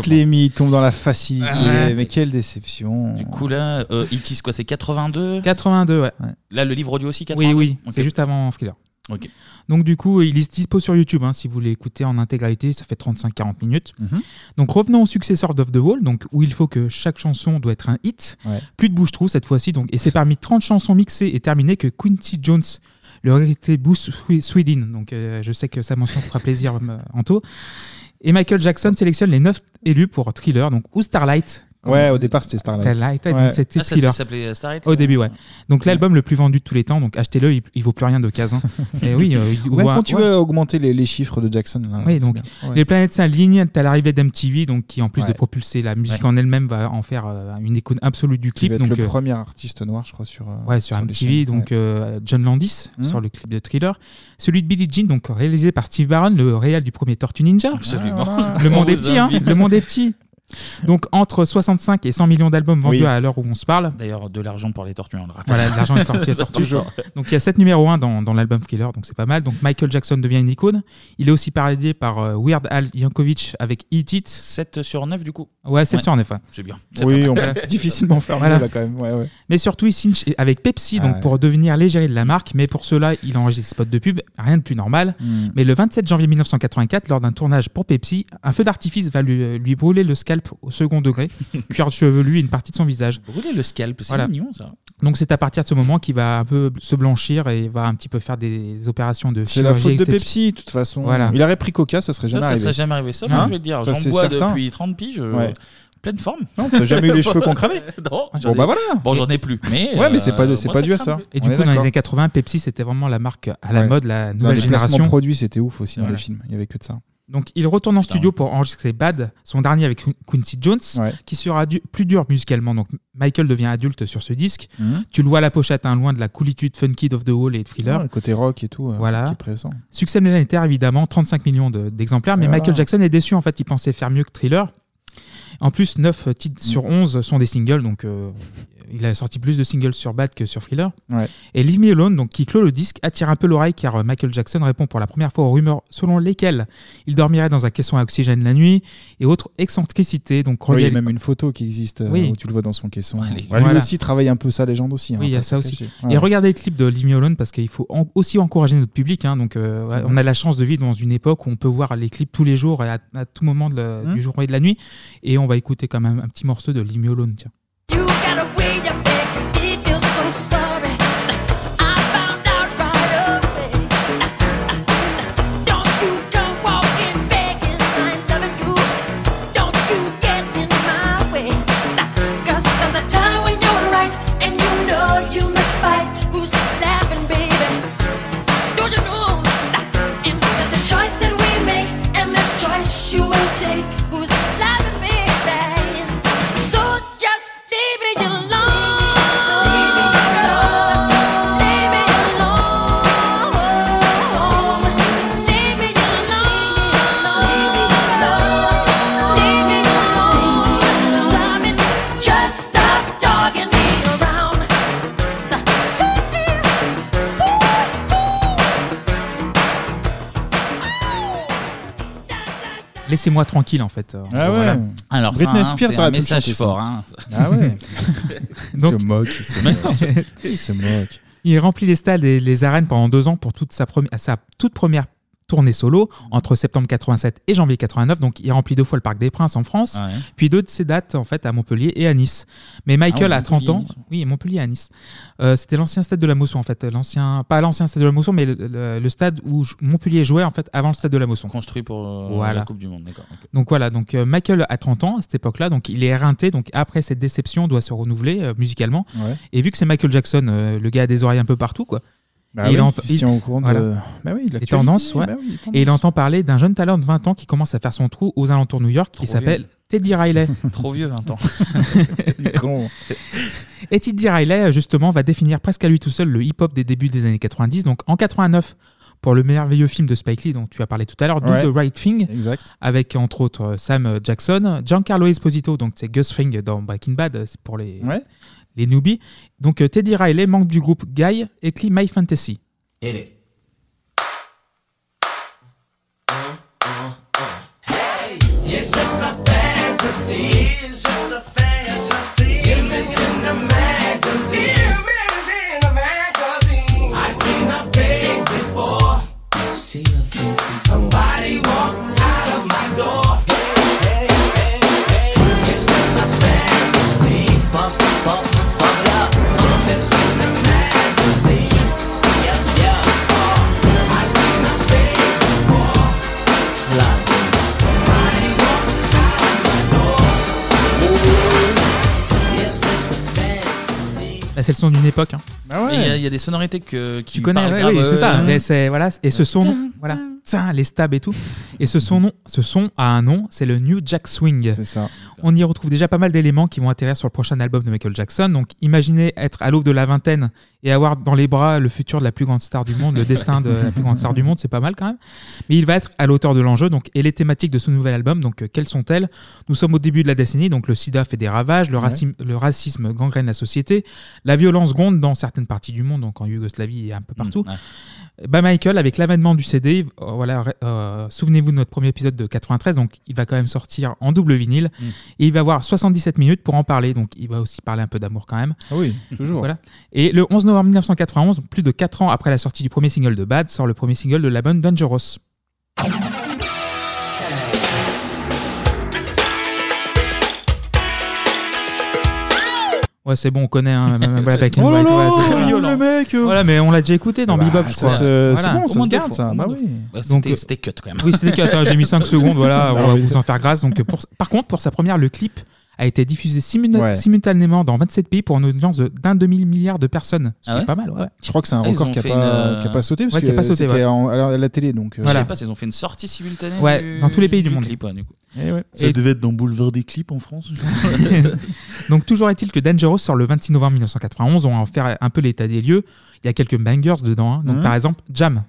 Speaker 6: Clémy il tombe dans la facilité,
Speaker 1: Ouais.
Speaker 6: mais quelle déception.
Speaker 1: Ah. Du coup, là, euh, E.T., c'est quoi C'est 82
Speaker 7: 82, ouais.
Speaker 1: Là, le livre audio aussi, 82
Speaker 7: Oui, oui,
Speaker 1: Ok.
Speaker 7: c'est juste avant Thriller.
Speaker 1: Ok.
Speaker 7: Donc du coup, il est dispo sur YouTube, hein, si vous l'écoutez en intégralité, ça fait 35-40 minutes.
Speaker 6: Mhm.
Speaker 7: Donc revenons au successeur d'Off the Wall, donc, où il faut que chaque chanson doit être un hit.
Speaker 6: Ouais.
Speaker 7: Plus de bouche-trou cette fois-ci, donc, et c'est parmi 30 chansons mixées et terminées que Quincy Jones le regretté Bruce Swi- Sweden. Donc euh, je sais que sa mention fera plaisir euh, Anto. Et Michael Jackson sélectionne les 9 élus pour Thriller, donc ou Starlight.
Speaker 6: Ouais, au départ, c'était Starlight.
Speaker 7: Starlight, ouais, donc
Speaker 6: Ouais.
Speaker 7: c'était
Speaker 1: Ah, ça
Speaker 7: Thriller.
Speaker 1: s'appelait, euh, Starlight,
Speaker 7: Au
Speaker 1: ouais.
Speaker 7: début, ouais. Donc l'album le plus vendu de tous les temps, donc achetez-le, il, il vaut plus rien de 15 ans. Et oui, euh, il
Speaker 6: ouais,
Speaker 7: vaut un-
Speaker 6: continuez à augmenter les, les chiffres de Jackson. là,
Speaker 7: oui,
Speaker 6: c'est
Speaker 7: donc
Speaker 6: bien. Ouais.
Speaker 7: les planètes s'alignent, t'as l'arrivée d'MTV, donc qui en plus de
Speaker 6: Ouais.
Speaker 7: propulser la musique
Speaker 6: Ouais.
Speaker 7: en elle-même va en faire euh, une icône absolue du
Speaker 6: Qui
Speaker 7: clip.
Speaker 6: va être
Speaker 7: donc
Speaker 6: le
Speaker 7: euh,
Speaker 6: premier artiste noir, je crois, sur, euh,
Speaker 7: ouais, sur,
Speaker 6: les
Speaker 7: MTV,
Speaker 6: chaînes.
Speaker 7: donc
Speaker 6: Ouais.
Speaker 7: euh, John Landis
Speaker 6: Mhm.
Speaker 7: sur le clip de Thriller, celui de Billie Jean, donc réalisé par Steve Barron, le réal du premier Tortue Ninja.
Speaker 1: Absolument.
Speaker 7: Le
Speaker 1: On
Speaker 7: monde est
Speaker 1: vous
Speaker 7: petit, hein,
Speaker 1: invite.
Speaker 7: le monde est petit. Donc entre 65 et 100 millions d'albums vendus
Speaker 1: Oui.
Speaker 7: à l'heure où on se parle.
Speaker 1: D'ailleurs, de l'argent pour les tortues, hein, on le rappelle.
Speaker 7: Voilà, de l'argent est tortue, est tortue. Donc il y a 7 numéros 1 dans, dans l'album Thriller, donc c'est pas mal. Donc Michael Jackson devient une icône. Il est aussi parodié par euh, Weird Al Yankovic avec E Eat It.
Speaker 1: 7 sur 9 du coup
Speaker 7: Ouais, 7
Speaker 1: Ouais.
Speaker 7: sur 9. ouais.
Speaker 1: C'est bien.
Speaker 6: Oui, on
Speaker 7: Voilà.
Speaker 6: peut difficilement faire mieux, là, quand même. Ouais, ouais.
Speaker 7: Mais surtout, il signe chez- avec Pepsi donc
Speaker 6: Ah ouais.
Speaker 7: pour devenir l'égérie de la marque. Mais pour cela, il enregistre des spots de pub, rien de plus normal.
Speaker 6: Hmm.
Speaker 7: Mais le 27 janvier 1984, lors d'un tournage pour Pepsi, un feu d'artifice va lui, euh, lui brûler le scalp au second degré, cuir chevelu et une partie de son visage.
Speaker 1: Brûler le scalp, c'est mignon, ça.
Speaker 7: Donc c'est à partir de ce moment qu'il va un peu se blanchir et va un petit peu faire des opérations de
Speaker 6: C'est la
Speaker 7: chirurgie
Speaker 6: faute de
Speaker 7: esthétique.
Speaker 6: Pepsi, de toute façon.
Speaker 7: Voilà.
Speaker 6: Il aurait pris Coca, ça serait
Speaker 1: Ça,
Speaker 6: jamais
Speaker 1: ça
Speaker 6: arrivé.
Speaker 1: serait jamais arrivé. Ça, moi,
Speaker 6: Hein
Speaker 1: je vais le dire.
Speaker 6: Ça,
Speaker 1: J'en
Speaker 6: c'est
Speaker 1: bois
Speaker 6: certain.
Speaker 1: depuis 30 piges. euh,
Speaker 6: Ouais.
Speaker 1: Pleine forme.
Speaker 6: Non, t'as jamais eu les cheveux concramés
Speaker 1: Non.
Speaker 6: Bon,
Speaker 1: j'en ai-
Speaker 6: bah voilà.
Speaker 1: Bon, j'en ai plus. Mais,
Speaker 6: Ouais, mais c'est pas de-
Speaker 1: euh,
Speaker 6: c'est
Speaker 1: moi,
Speaker 6: pas
Speaker 1: ça
Speaker 6: dû à
Speaker 1: crame.
Speaker 6: ça.
Speaker 7: Et
Speaker 6: On
Speaker 7: du
Speaker 6: est
Speaker 7: coup, dans les
Speaker 6: d'accord.
Speaker 7: années 80, Pepsi, c'était vraiment la marque à la
Speaker 6: Ouais. Bah,
Speaker 7: mode, la
Speaker 6: Dans
Speaker 7: nouvelle génération.
Speaker 6: Les produits, c'était ouf aussi dans
Speaker 7: Voilà.
Speaker 6: les films. Il y avait que de ça.
Speaker 7: Donc il retourne en studio pour enregistrer Bad, son dernier avec Quincy Jones, qui sera du- plus dur musicalement. Donc Michael devient adulte sur ce disque.
Speaker 6: Mhm.
Speaker 7: Tu le vois à la pochette, hein, loin de la coolitude fun kid of the wall et de thriller.
Speaker 6: Ouais, le côté rock et tout, euh,
Speaker 7: voilà.
Speaker 6: qui est présent.
Speaker 7: Succès planétaire évidemment, 35 millions de- d'exemplaires, mais
Speaker 6: Voilà.
Speaker 7: Michael Jackson est déçu en fait, il pensait faire mieux que thriller. En plus, 9 titres sur
Speaker 6: Mm.
Speaker 7: 11 sont des singles, donc euh, il a sorti plus de singles sur Bad que sur Thriller.
Speaker 6: Ouais.
Speaker 7: Et Leave Me Alone, donc, qui clôt le disque, attire un peu l'oreille car euh, Michael Jackson répond pour la première fois aux rumeurs selon lesquelles il dormirait dans un caisson à oxygène la nuit et autres excentricités. Donc,
Speaker 6: Ouais, il y a
Speaker 7: reliées-
Speaker 6: même une photo qui existe euh,
Speaker 7: Oui.
Speaker 6: où tu le vois dans son caisson.
Speaker 7: Ouais,
Speaker 6: Lui
Speaker 7: voilà.
Speaker 6: aussi travaille un peu sa légende aussi. hein,
Speaker 7: Oui, il y a
Speaker 6: pas
Speaker 7: ça
Speaker 6: se
Speaker 7: aussi.
Speaker 6: cacher. Ouais.
Speaker 7: Et regardez le clip de Leave Me Alone parce qu'il faut en- aussi encourager notre public. hein. donc, euh, ouais, on a la chance de vivre dans une époque où on peut voir les clips tous les jours et à, à tout moment de la-
Speaker 6: Mhm.
Speaker 7: du jour et de la nuit. Et on va écouter quand même un petit morceau de Leave Me Alone. Tiens.
Speaker 15: Choice that we make, and this choice you will take. Who's laughing, baby? So just leave me alone. Leave me alone. Leave me alone. Leave me alone. Leave me alone. Stop it. Just stop dogging me around.
Speaker 7: Laissez-moi tranquille en fait. Euh,
Speaker 6: Ah ouais.
Speaker 7: voilà.
Speaker 1: Alors,
Speaker 6: Britney
Speaker 1: ça, hein,
Speaker 6: Spears
Speaker 1: c'est
Speaker 6: aurait
Speaker 1: un
Speaker 6: pu le
Speaker 1: message
Speaker 6: chanter, ça.
Speaker 1: fort. hein.
Speaker 6: Ah ouais.
Speaker 7: Donc-
Speaker 6: Il se moque. Il se
Speaker 7: Mais
Speaker 6: moque.
Speaker 7: non.
Speaker 6: Il se moque.
Speaker 7: Il remplit les stades et les arènes pendant deux ans pour toute sa, premi- sa toute première tournée solo entre septembre 87 et janvier 89. Donc, il remplit deux fois le Parc des Princes en France,
Speaker 1: Ouais.
Speaker 7: puis deux de ses dates en fait à Montpellier et à Nice. Mais Michael
Speaker 1: Ah oui,
Speaker 7: a 30 ans.
Speaker 1: Montpellier,
Speaker 7: Oui, Montpellier à Nice. Euh, C'était l'ancien stade de la Mosson en fait, l'ancien pas l'ancien stade de la Mosson, mais le, le- le stade où j- Montpellier jouait en fait avant le stade de la Mosson.
Speaker 1: Construit pour euh, la Coupe du Monde, d'accord. ok.
Speaker 7: Donc voilà, donc euh, Michael a 30 ans à cette époque-là, donc il est éreinté, donc après cette déception doit se renouveler euh, musicalement.
Speaker 6: Ouais.
Speaker 7: Et vu que c'est Michael Jackson, euh, le gars a des oreilles un peu partout, quoi.
Speaker 6: Bah
Speaker 7: Et
Speaker 6: oui,
Speaker 7: en-
Speaker 6: il se tient au courant de- Bah oui, de
Speaker 7: Des
Speaker 6: l'actualité,
Speaker 7: tendances, ouais.
Speaker 6: bah oui, des
Speaker 7: Et il
Speaker 6: tendances.
Speaker 7: entend parler d'un jeune talent de 20 ans qui commence à faire son trou aux alentours de New York, qui
Speaker 1: Trop
Speaker 7: s'appelle
Speaker 1: vieux.
Speaker 7: Teddy Riley.
Speaker 1: Trop vieux, 20 ans.
Speaker 6: Con.
Speaker 7: Et Teddy Riley, justement, va définir presque à lui tout seul le hip-hop des débuts des années 90. Donc en 89, pour le merveilleux film de Spike Lee dont tu as parlé tout à l'heure,
Speaker 6: Ouais.
Speaker 7: Do the Right Thing,
Speaker 6: Exact.
Speaker 7: avec entre autres euh, Sam Jackson, Giancarlo Esposito, donc c'est Gus Fring dans Breaking Bad, euh, c'est pour les, les newbies. Donc euh, Teddy Riley, membre du groupe Guy, écrit My Fantasy.
Speaker 11: Hit it.
Speaker 2: It's just a fantasy. It's just a fantasy. Image in a magazine. Image in a magazine. I seen a face before. See a face before. Somebody walks out of my door. Hey, hey, hey, hey. It's just a fantasy. Bump, bump, bump it up. Image in a magazine. Yeah, yeah.
Speaker 7: Là, c'est le son d'une époque. hein.
Speaker 6: Bah
Speaker 1: Et Il y a- il y, a des sonorités que, qui
Speaker 7: tu connais,
Speaker 1: parlent
Speaker 7: ouais,
Speaker 1: grave,
Speaker 7: oui, c'est ça.
Speaker 1: euh,
Speaker 7: Mais c'est- voilà, et ce son,
Speaker 1: Tin,
Speaker 7: voilà, Tin, les stabs et tout. Et ce son, nom, ce son a un nom, c'est le New Jack Swing. On y retrouve déjà pas mal d'éléments qui vont atterrir sur le prochain album de Michael Jackson. Donc, imaginez être à l'aube de la vingtaine et avoir dans les bras le futur de la plus grande star du monde, le destin de la plus grande star du monde, c'est pas mal quand même. Mais il va être à l'auteur de l'enjeu. Donc, et les thématiques de ce nouvel album, donc euh, quelles sont-elles Nous sommes au début de la décennie, donc le SIDA fait des ravages, le,
Speaker 6: Ouais.
Speaker 7: racisme, le racisme gangrène la société, la violence gronde dans certaines parties du monde, donc en Yougoslavie et un peu partout.
Speaker 6: Mm,
Speaker 7: Bah Michael, avec l'avènement du CD, euh, voilà, euh, souvenez-vous de notre premier épisode de 93, donc il va quand même sortir en double vinyle
Speaker 6: Mm.
Speaker 7: et il va avoir 77 minutes pour en parler, donc il va aussi parler un peu d'amour quand même.
Speaker 6: Ah oui, toujours.
Speaker 7: Voilà. Et le 11 novembre 1991, plus de 4 ans après la sortie du premier single de Bad, sort le premier single de l'album Dangerous. Ouais, c'est bon, on connaît hein, même Black and
Speaker 6: Oh là
Speaker 7: White,
Speaker 6: là,
Speaker 7: ouais, c'est très
Speaker 6: le
Speaker 7: violent.
Speaker 6: mec, euh.
Speaker 7: Voilà, mais on l'a déjà écouté dans
Speaker 6: Bah,
Speaker 7: Bebop, je
Speaker 6: ça
Speaker 7: crois. Euh,
Speaker 6: se- c'est
Speaker 7: Voilà.
Speaker 6: bon, ça Au moins se deux garde, fois, ça. au moins Bah deux oui. fois.
Speaker 1: Ouais,
Speaker 7: Donc,
Speaker 1: c'était-
Speaker 7: euh,
Speaker 1: c'était cut, quand même.
Speaker 7: Oui, c'était cut. hein, J'ai mis 5 secondes, voilà,
Speaker 1: Non,
Speaker 7: on va
Speaker 1: mais
Speaker 7: vous
Speaker 1: c'est-
Speaker 7: en faire grâce. Donc, euh, pour... Par contre, pour sa première, le clip a été diffusé simul-
Speaker 6: Ouais.
Speaker 7: simultanément dans 27 pays pour une audience de- d'un demi-milliard de personnes. Ce qui
Speaker 1: Ah ouais Ah,
Speaker 7: est pas mal, ouais.
Speaker 6: Je crois que c'est un record qui n'a pas, qui a pas sauté parce
Speaker 7: Ouais, qui
Speaker 6: que
Speaker 7: a pas sauté,
Speaker 6: c'était
Speaker 7: ouais.
Speaker 6: en- à la télé donc. euh,
Speaker 1: euh, Je sais pas, ils ont fait une sortie simultanée.
Speaker 7: Ouais,
Speaker 1: du-
Speaker 7: dans tous les pays du monde.
Speaker 1: clip, ouais, du coup.
Speaker 6: Eh
Speaker 7: Et ouais.
Speaker 1: Ça
Speaker 7: Et-
Speaker 1: devait être dans Boulevard des clips en France.
Speaker 7: Donc toujours est-il que Dangerous sort le 26 novembre 1991, on va en faire un peu l'état des lieux. Il y a quelques bangers dedans, hein. donc
Speaker 1: Mhm.
Speaker 7: par exemple Jam.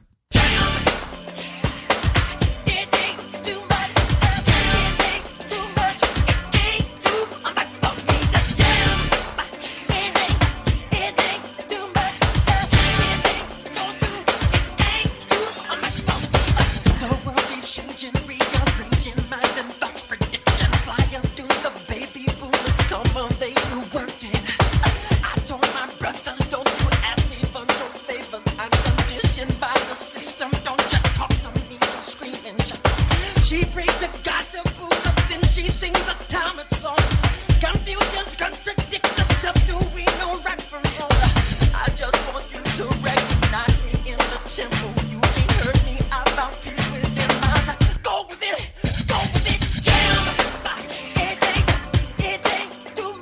Speaker 15: She brings the gospel food, then she sings a time song. Confusions contradict herself, do we know right from wrong? I just want you to recognize me in the temple. You ain't heard me, I found peace within my life. Go with it, go with it, jam. It ain't, it ain't too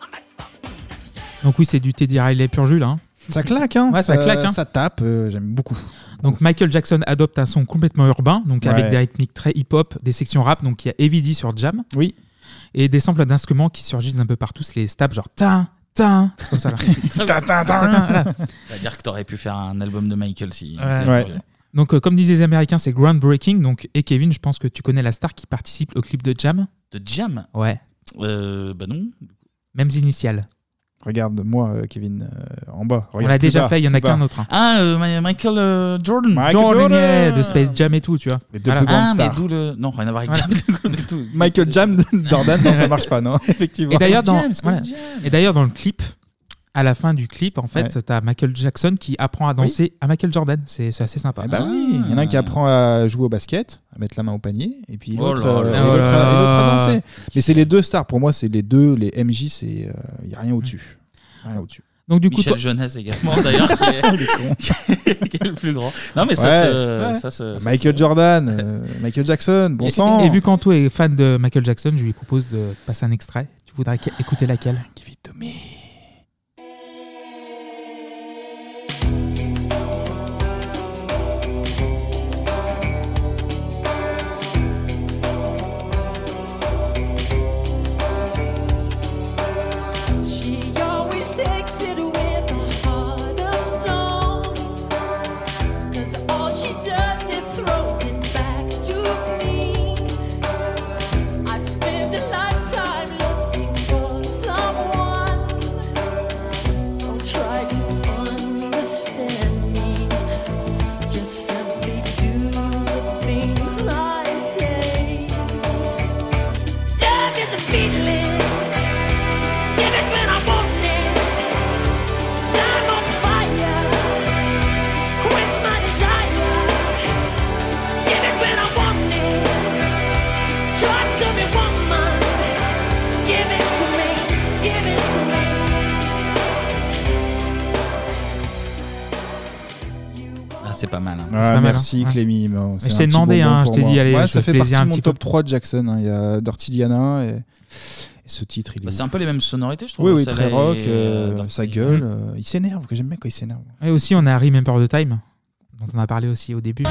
Speaker 15: much.
Speaker 7: Donc oui, c'est du Teddy Riley pur jus là. hein.
Speaker 6: Ça claque, hein.
Speaker 7: Ouais, ça, claque. hein.
Speaker 6: Ça tape. euh, J'aime beaucoup.
Speaker 7: Donc Michael Jackson adopte un son complètement urbain, donc
Speaker 6: Ouais.
Speaker 7: avec des rythmiques très hip-hop, des sections rap, donc il y a Evidy sur Jam.
Speaker 6: Oui.
Speaker 7: Et des samples d'instruments qui surgissent d'un peu partout, c'est les stabs genre tin, tin, comme ça là. Tin, tin, tin, tin, voilà.
Speaker 1: C'est-à-dire que t'aurais pu faire un album de Michael si.
Speaker 7: Ouais. Donc euh, comme disaient les Américains, c'est groundbreaking, donc et Kevin, je pense que tu connais la star qui participe au clip de Jam.
Speaker 1: De Jam
Speaker 7: Ouais.
Speaker 1: Euh, bah non.
Speaker 7: Mêmes initiales.
Speaker 6: Regarde moi, euh, Kevin, euh, en bas.
Speaker 7: On l'a déjà fait, il y en a qu'un autre.
Speaker 6: autre.
Speaker 7: hein.
Speaker 1: Ah, euh, Ma- Michael euh, Jordan.
Speaker 7: Jordan, yeah, de Space Jam et tout, tu vois.
Speaker 6: Les deux
Speaker 7: Voilà.
Speaker 6: plus grandes
Speaker 1: Ah, mais
Speaker 6: stars.
Speaker 1: d'où le. Non, rien à voir avec
Speaker 7: Voilà.
Speaker 1: Jam. du coup, du tout.
Speaker 6: Michael Jam, Jordan, non, ça marche pas, non Effectivement.
Speaker 7: Et d'ailleurs, dans,
Speaker 1: James, Space
Speaker 7: voilà.
Speaker 1: Jam.
Speaker 7: Et d'ailleurs, dans le clip, à la fin du clip, en fait,
Speaker 6: Ouais.
Speaker 7: t'as Michael Jackson qui apprend à danser à Michael Jordan. C'est c'est assez sympa.
Speaker 6: Eh ben oui, il y en a
Speaker 1: Ah.
Speaker 6: un qui apprend à jouer au basket, à mettre la main au panier, et puis
Speaker 7: Oh
Speaker 6: l'autre
Speaker 7: là là.
Speaker 6: euh, et l'autre à,
Speaker 7: Oh là
Speaker 6: et l'autre à
Speaker 7: là.
Speaker 6: danser. Mais c'est les deux stars, pour moi, c'est les deux, les MJ, c'est il n'y a rien au-dessus. Rien au-dessus.
Speaker 7: Mm. Donc du coup,
Speaker 1: Michel
Speaker 7: toi-
Speaker 1: Jonas également, d'ailleurs. qui est-
Speaker 6: Il est con.
Speaker 1: qui est le plus grand. Non, mais ça
Speaker 6: Ouais.
Speaker 1: se.
Speaker 6: Ouais.
Speaker 1: ça se- ça
Speaker 6: Michael
Speaker 1: se-
Speaker 6: Jordan, euh, Michael Jackson, bon
Speaker 7: et,
Speaker 6: sang.
Speaker 7: et vu qu'Anto est fan de Michael Jackson, je lui propose de passer un extrait. Tu voudrais que- écouter laquelle
Speaker 15: She always takes it with a heart of stone. 'Cause all she does is throws it back to me. I've spent a lifetime looking for someone. Don't try to understand me. Just simply do the things I say. Love is a feeling. Give it when I want it. Sun on fire. Quench my desire. Give it when I want it. Talk to me, woman. Give it to me. Give it to me.
Speaker 1: Ah, c'est pas mal. hein.
Speaker 6: Ah,
Speaker 7: C'est pas mal,
Speaker 6: merci
Speaker 7: hein.
Speaker 6: Clémy. bon,
Speaker 7: Mais
Speaker 6: c'est
Speaker 7: je t'ai
Speaker 6: un petit
Speaker 7: demandé,
Speaker 6: bonbon
Speaker 7: hein, je
Speaker 6: pour
Speaker 7: t'ai dit,
Speaker 6: moi.
Speaker 7: allez,
Speaker 6: Ouais,
Speaker 7: je
Speaker 6: ça
Speaker 7: fais
Speaker 6: fait
Speaker 7: plaisir un
Speaker 6: partie de mon
Speaker 7: petit
Speaker 6: top 3 de Jackson. hein. Il y a Dirty Diana et, Ce titre, il est.
Speaker 1: Bah, c'est
Speaker 6: ouf.
Speaker 1: un peu les mêmes sonorités, je trouve.
Speaker 6: Oui, oui,
Speaker 1: Ça
Speaker 6: très
Speaker 1: l'est,
Speaker 6: rock,
Speaker 1: euh,
Speaker 6: euh,
Speaker 1: dans-
Speaker 6: sa gueule.
Speaker 7: Mm.
Speaker 6: euh, il s'énerve, que j'aime bien quand il s'énerve.
Speaker 7: Et aussi, on a Remember the Time, dont on a parlé aussi au début.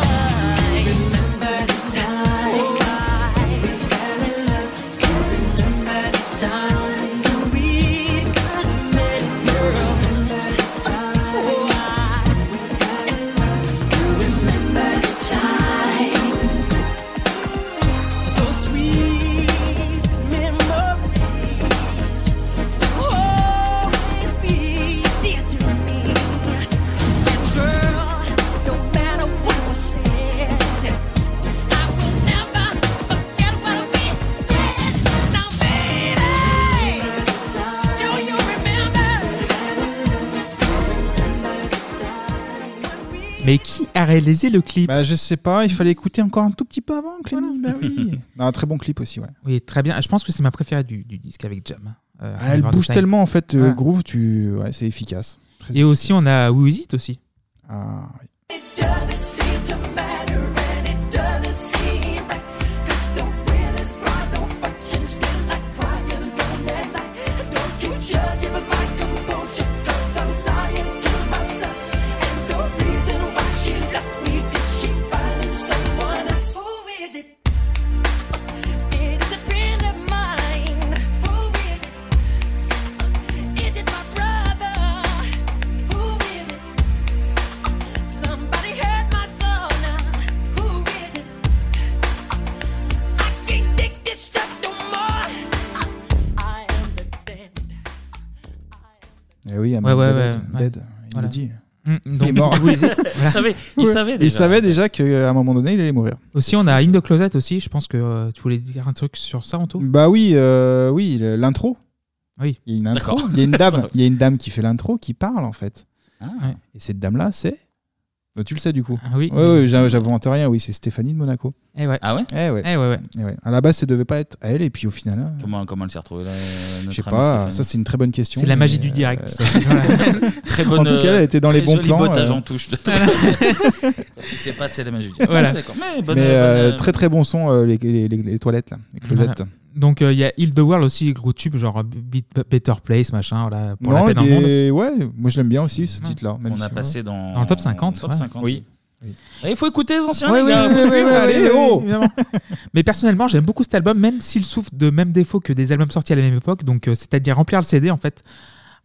Speaker 7: Mais qui a réalisé le clip
Speaker 6: bah, Je sais pas, il fallait écouter encore un tout petit peu avant, Clémy. Bah oui. un très bon clip aussi, ouais.
Speaker 7: Oui, très bien. Je pense que c'est ma préférée du, du disque avec Jam. Euh,
Speaker 6: Ah, elle
Speaker 7: Remember the
Speaker 6: bouge
Speaker 7: Time.
Speaker 6: tellement en fait, euh,
Speaker 7: Voilà.
Speaker 6: groove, tu... ouais, c'est efficace. Très
Speaker 7: Ah. Et aussi, on a Who Is It aussi.
Speaker 6: Ah,
Speaker 15: Somebody hurt my soul now. Who is it? I can't take this stuff no more. I am the dead.
Speaker 6: Eh oui, I'm
Speaker 7: Ouais, ouais,
Speaker 6: dead,
Speaker 7: ouais,
Speaker 6: I'm
Speaker 7: ouais.
Speaker 6: dead. Il
Speaker 7: Voilà.
Speaker 6: le dit.
Speaker 7: Mm,
Speaker 6: Il
Speaker 7: donc,
Speaker 6: est mort.
Speaker 7: Who Is It Voilà.
Speaker 6: Ouais. Il savait déjà qu'à un moment donné, il allait mourir.
Speaker 7: Aussi, on a In the Closet aussi. Je pense que euh, tu voulais dire un truc sur ça, Anto
Speaker 6: Bah oui, euh, oui, le- l'intro.
Speaker 7: Oui.
Speaker 6: Il y a une intro.
Speaker 7: D'accord. Ah.
Speaker 6: Il y a une dame. Il y a une dame qui fait l'intro, qui parle en fait. Et cette dame là, c'est. Euh, tu le sais du coup.
Speaker 7: oui.
Speaker 6: Ouais, ouais, j'a- j'invente rien. Oui, c'est Stéphanie de Monaco.
Speaker 7: Eh ouais.
Speaker 1: Ah ouais
Speaker 6: Eh ouais.
Speaker 7: Eh ouais, ouais.
Speaker 6: Eh ouais. À la base, ça devait pas être elle, et puis au final, euh,
Speaker 1: Comment, comment elle s'est retrouvée là
Speaker 6: je sais pas. Ça, c'est une très bonne question.
Speaker 7: C'est la
Speaker 6: mais,
Speaker 7: magie
Speaker 6: euh,
Speaker 7: du direct. ça.
Speaker 1: Très bonne,
Speaker 6: En tout cas, elle était dans
Speaker 1: très
Speaker 6: les bons
Speaker 1: joli
Speaker 6: plans,
Speaker 1: bottage
Speaker 6: euh.
Speaker 1: en touche. De... Quand il s'est passé la magie.
Speaker 7: Voilà.
Speaker 1: D'accord. Mais, bonne,
Speaker 6: mais euh,
Speaker 1: bonne-
Speaker 6: très très bon son euh, les, les- les- les toilettes là, les closettes.
Speaker 7: Voilà. Donc, euh, il y a Hill the World aussi, gros tube, genre Be- Be- Better Place, machin, voilà, pour la
Speaker 6: Non,
Speaker 7: paix dans
Speaker 6: il
Speaker 7: le monde. Ah.
Speaker 6: est- hein. ouais, moi je l'aime bien aussi ce titre là.
Speaker 1: On a passé dans,
Speaker 7: Dans le top 50,
Speaker 1: top
Speaker 7: ouais. Ah
Speaker 1: 50.
Speaker 7: Oui.
Speaker 1: Et Eh, Il faut écouter les anciens.
Speaker 6: Ah
Speaker 7: Ouais,
Speaker 1: les
Speaker 7: ouais,
Speaker 1: gars,
Speaker 7: ouais,
Speaker 1: faut
Speaker 7: ouais,
Speaker 1: suivre,
Speaker 7: ouais,
Speaker 1: allez,
Speaker 7: ouais,
Speaker 1: oh.
Speaker 7: évidemment. Mais personnellement, j'aime beaucoup cet album, même s'il souffre de même défaut que des albums sortis à la même époque, donc euh, c'est-à-dire remplir le CD en fait.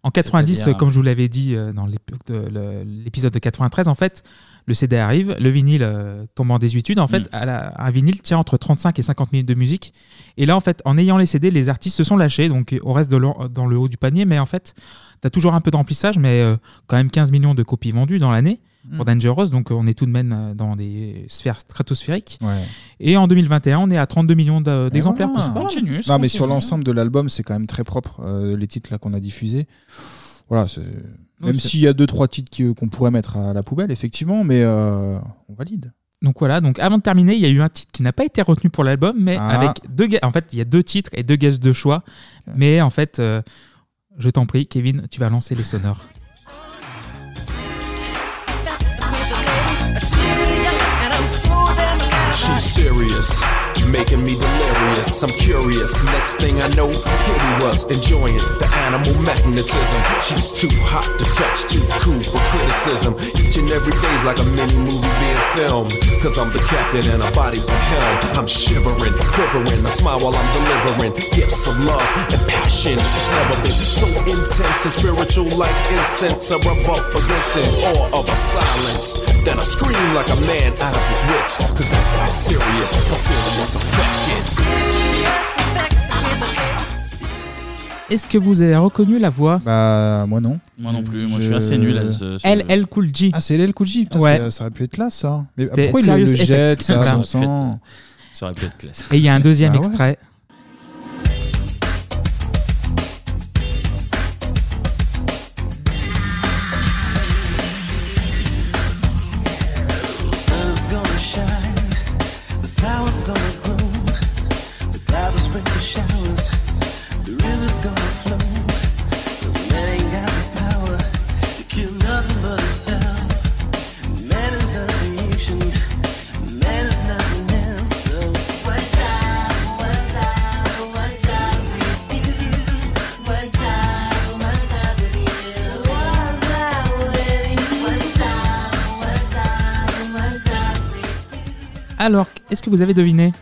Speaker 7: En 90,
Speaker 1: C'est-à-dire-
Speaker 7: euh, comme je vous l'avais dit euh, dans l'époque de- le- l'épisode de 93, en fait, le CD arrive, le vinyle euh, tombe en désuétude. En fait, à la- un vinyle tient entre 35 et 50 minutes de musique. Et là, en fait, en ayant les CD, les artistes se sont lâchés. Donc, on reste de l'en- dans le haut du panier. Mais en fait, tu as toujours un peu de remplissage, mais euh, quand même 15 millions de copies vendues dans l'année pour
Speaker 6: Mm.
Speaker 7: Dangerous. Donc, euh, on est tout de même euh, dans des sphères stratosphériques.
Speaker 6: Ouais. Eh
Speaker 7: Et en 2021, on est à 32 millions d'a- d'exemplaires.
Speaker 6: voilà.
Speaker 7: C'est pas mal.
Speaker 1: Ah, Continue,
Speaker 6: Non, mais sur l'ensemble de l'album, c'est quand même très propre. euh, les titres là qu'on a diffusés, voilà. c'est- Même
Speaker 7: c'est-
Speaker 6: s'il y a deux trois titres qui- euh, qu'on pourrait mettre à la poubelle, effectivement, mais euh, on valide.
Speaker 7: Donc voilà, donc avant de terminer, il y a eu un titre qui n'a pas été retenu pour l'album, mais
Speaker 6: Ah.
Speaker 7: avec deux ga- en fait, il y a deux titres et deux guests de choix. Mais en fait, euh, je t'en prie, Kevin, tu vas lancer les sonores.
Speaker 18: She's serious, making me delirious. I'm curious. Next thing I know, here we was enjoying the animal magnetism. She's too hot to touch, too cool for criticism. Each and every day's like a mini movie being filmed. Cause I'm the captain and her body's the helm. I'm shivering, quivering. I smile while I'm delivering gifts of love and passion. It's never been so intense and spiritual like incense. I rub up against an awe of a silence. Then I scream like a man out of his wits. Cause that's how serious a serious effect is.
Speaker 7: Est-ce que vous avez reconnu la voix
Speaker 6: Bah moi non.
Speaker 1: Moi non plus, moi je suis assez nul à ce. ce-
Speaker 7: LL Cool J.
Speaker 6: Euh, Ah c'est LL Cool J. Putain,
Speaker 7: Ouais.
Speaker 6: c'était- ça aurait pu être là ça. Mais
Speaker 7: C'était
Speaker 6: pourquoi il le-
Speaker 7: Serious
Speaker 6: le
Speaker 7: Effect.
Speaker 6: jette ça,
Speaker 7: Voilà.
Speaker 6: son
Speaker 1: Ça aurait pu
Speaker 6: sang
Speaker 1: être- Ça aurait pu être classe.
Speaker 7: Et il y a un deuxième
Speaker 6: Ah ouais.
Speaker 7: extrait.
Speaker 15: sun's gonna shine, the flowers gonna grow, the clouds will sprinkle showers, the river's gonna flow. But man ain't got the power to kill nothing but itself. Man is the creation, man is nothing else. So what's up? What's up?
Speaker 7: Alors, est-ce que vous avez deviné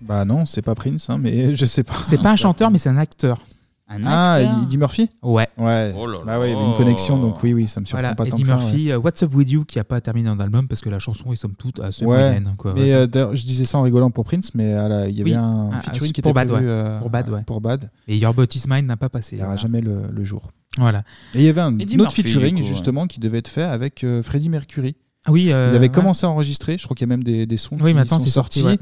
Speaker 6: Bah non, c'est pas Prince, hein, mais je sais pas.
Speaker 7: C'est pas un chanteur, mais c'est un acteur.
Speaker 6: Un Ah, acteur Eddie Murphy
Speaker 7: Ouais.
Speaker 6: Ouais.
Speaker 1: Oh
Speaker 6: bah ouais, il y avait une connexion, donc oui, oui, ça me surprend
Speaker 7: Voilà,
Speaker 6: pas tant
Speaker 7: Eddie
Speaker 6: que ça, ouais.
Speaker 7: Murphy, euh, What's Up With You, qui a pas terminé un album parce que la chanson est somme toute assez
Speaker 6: Ouais.
Speaker 7: moyenne. hein, Quoi.
Speaker 6: Mais
Speaker 7: Ouais,
Speaker 6: euh, d'ailleurs, je disais ça en rigolant pour Prince, mais ah là, il y avait
Speaker 7: Oui.
Speaker 6: un
Speaker 7: Ah,
Speaker 6: featuring qui
Speaker 7: pour
Speaker 6: était
Speaker 7: Bad,
Speaker 6: prévu,
Speaker 7: ouais.
Speaker 6: euh,
Speaker 7: Pour Bad, ouais.
Speaker 6: pour Bad.
Speaker 7: Et Your Body's Mine n'a pas passé.
Speaker 6: Il n'ira jamais le, le jour.
Speaker 7: Voilà.
Speaker 6: Et il y avait un
Speaker 7: Eddie
Speaker 6: autre
Speaker 7: Murphy,
Speaker 6: featuring
Speaker 7: du coup, ouais.
Speaker 6: justement qui devait être fait avec euh, Freddie Mercury.
Speaker 7: Ah oui,
Speaker 6: Ils
Speaker 7: euh,
Speaker 6: avaient
Speaker 7: ouais.
Speaker 6: commencé à enregistrer. Je crois qu'il y a même des, des sons
Speaker 7: Oui,
Speaker 6: qui
Speaker 7: maintenant,
Speaker 6: sont
Speaker 7: c'est sorti,
Speaker 6: sortis.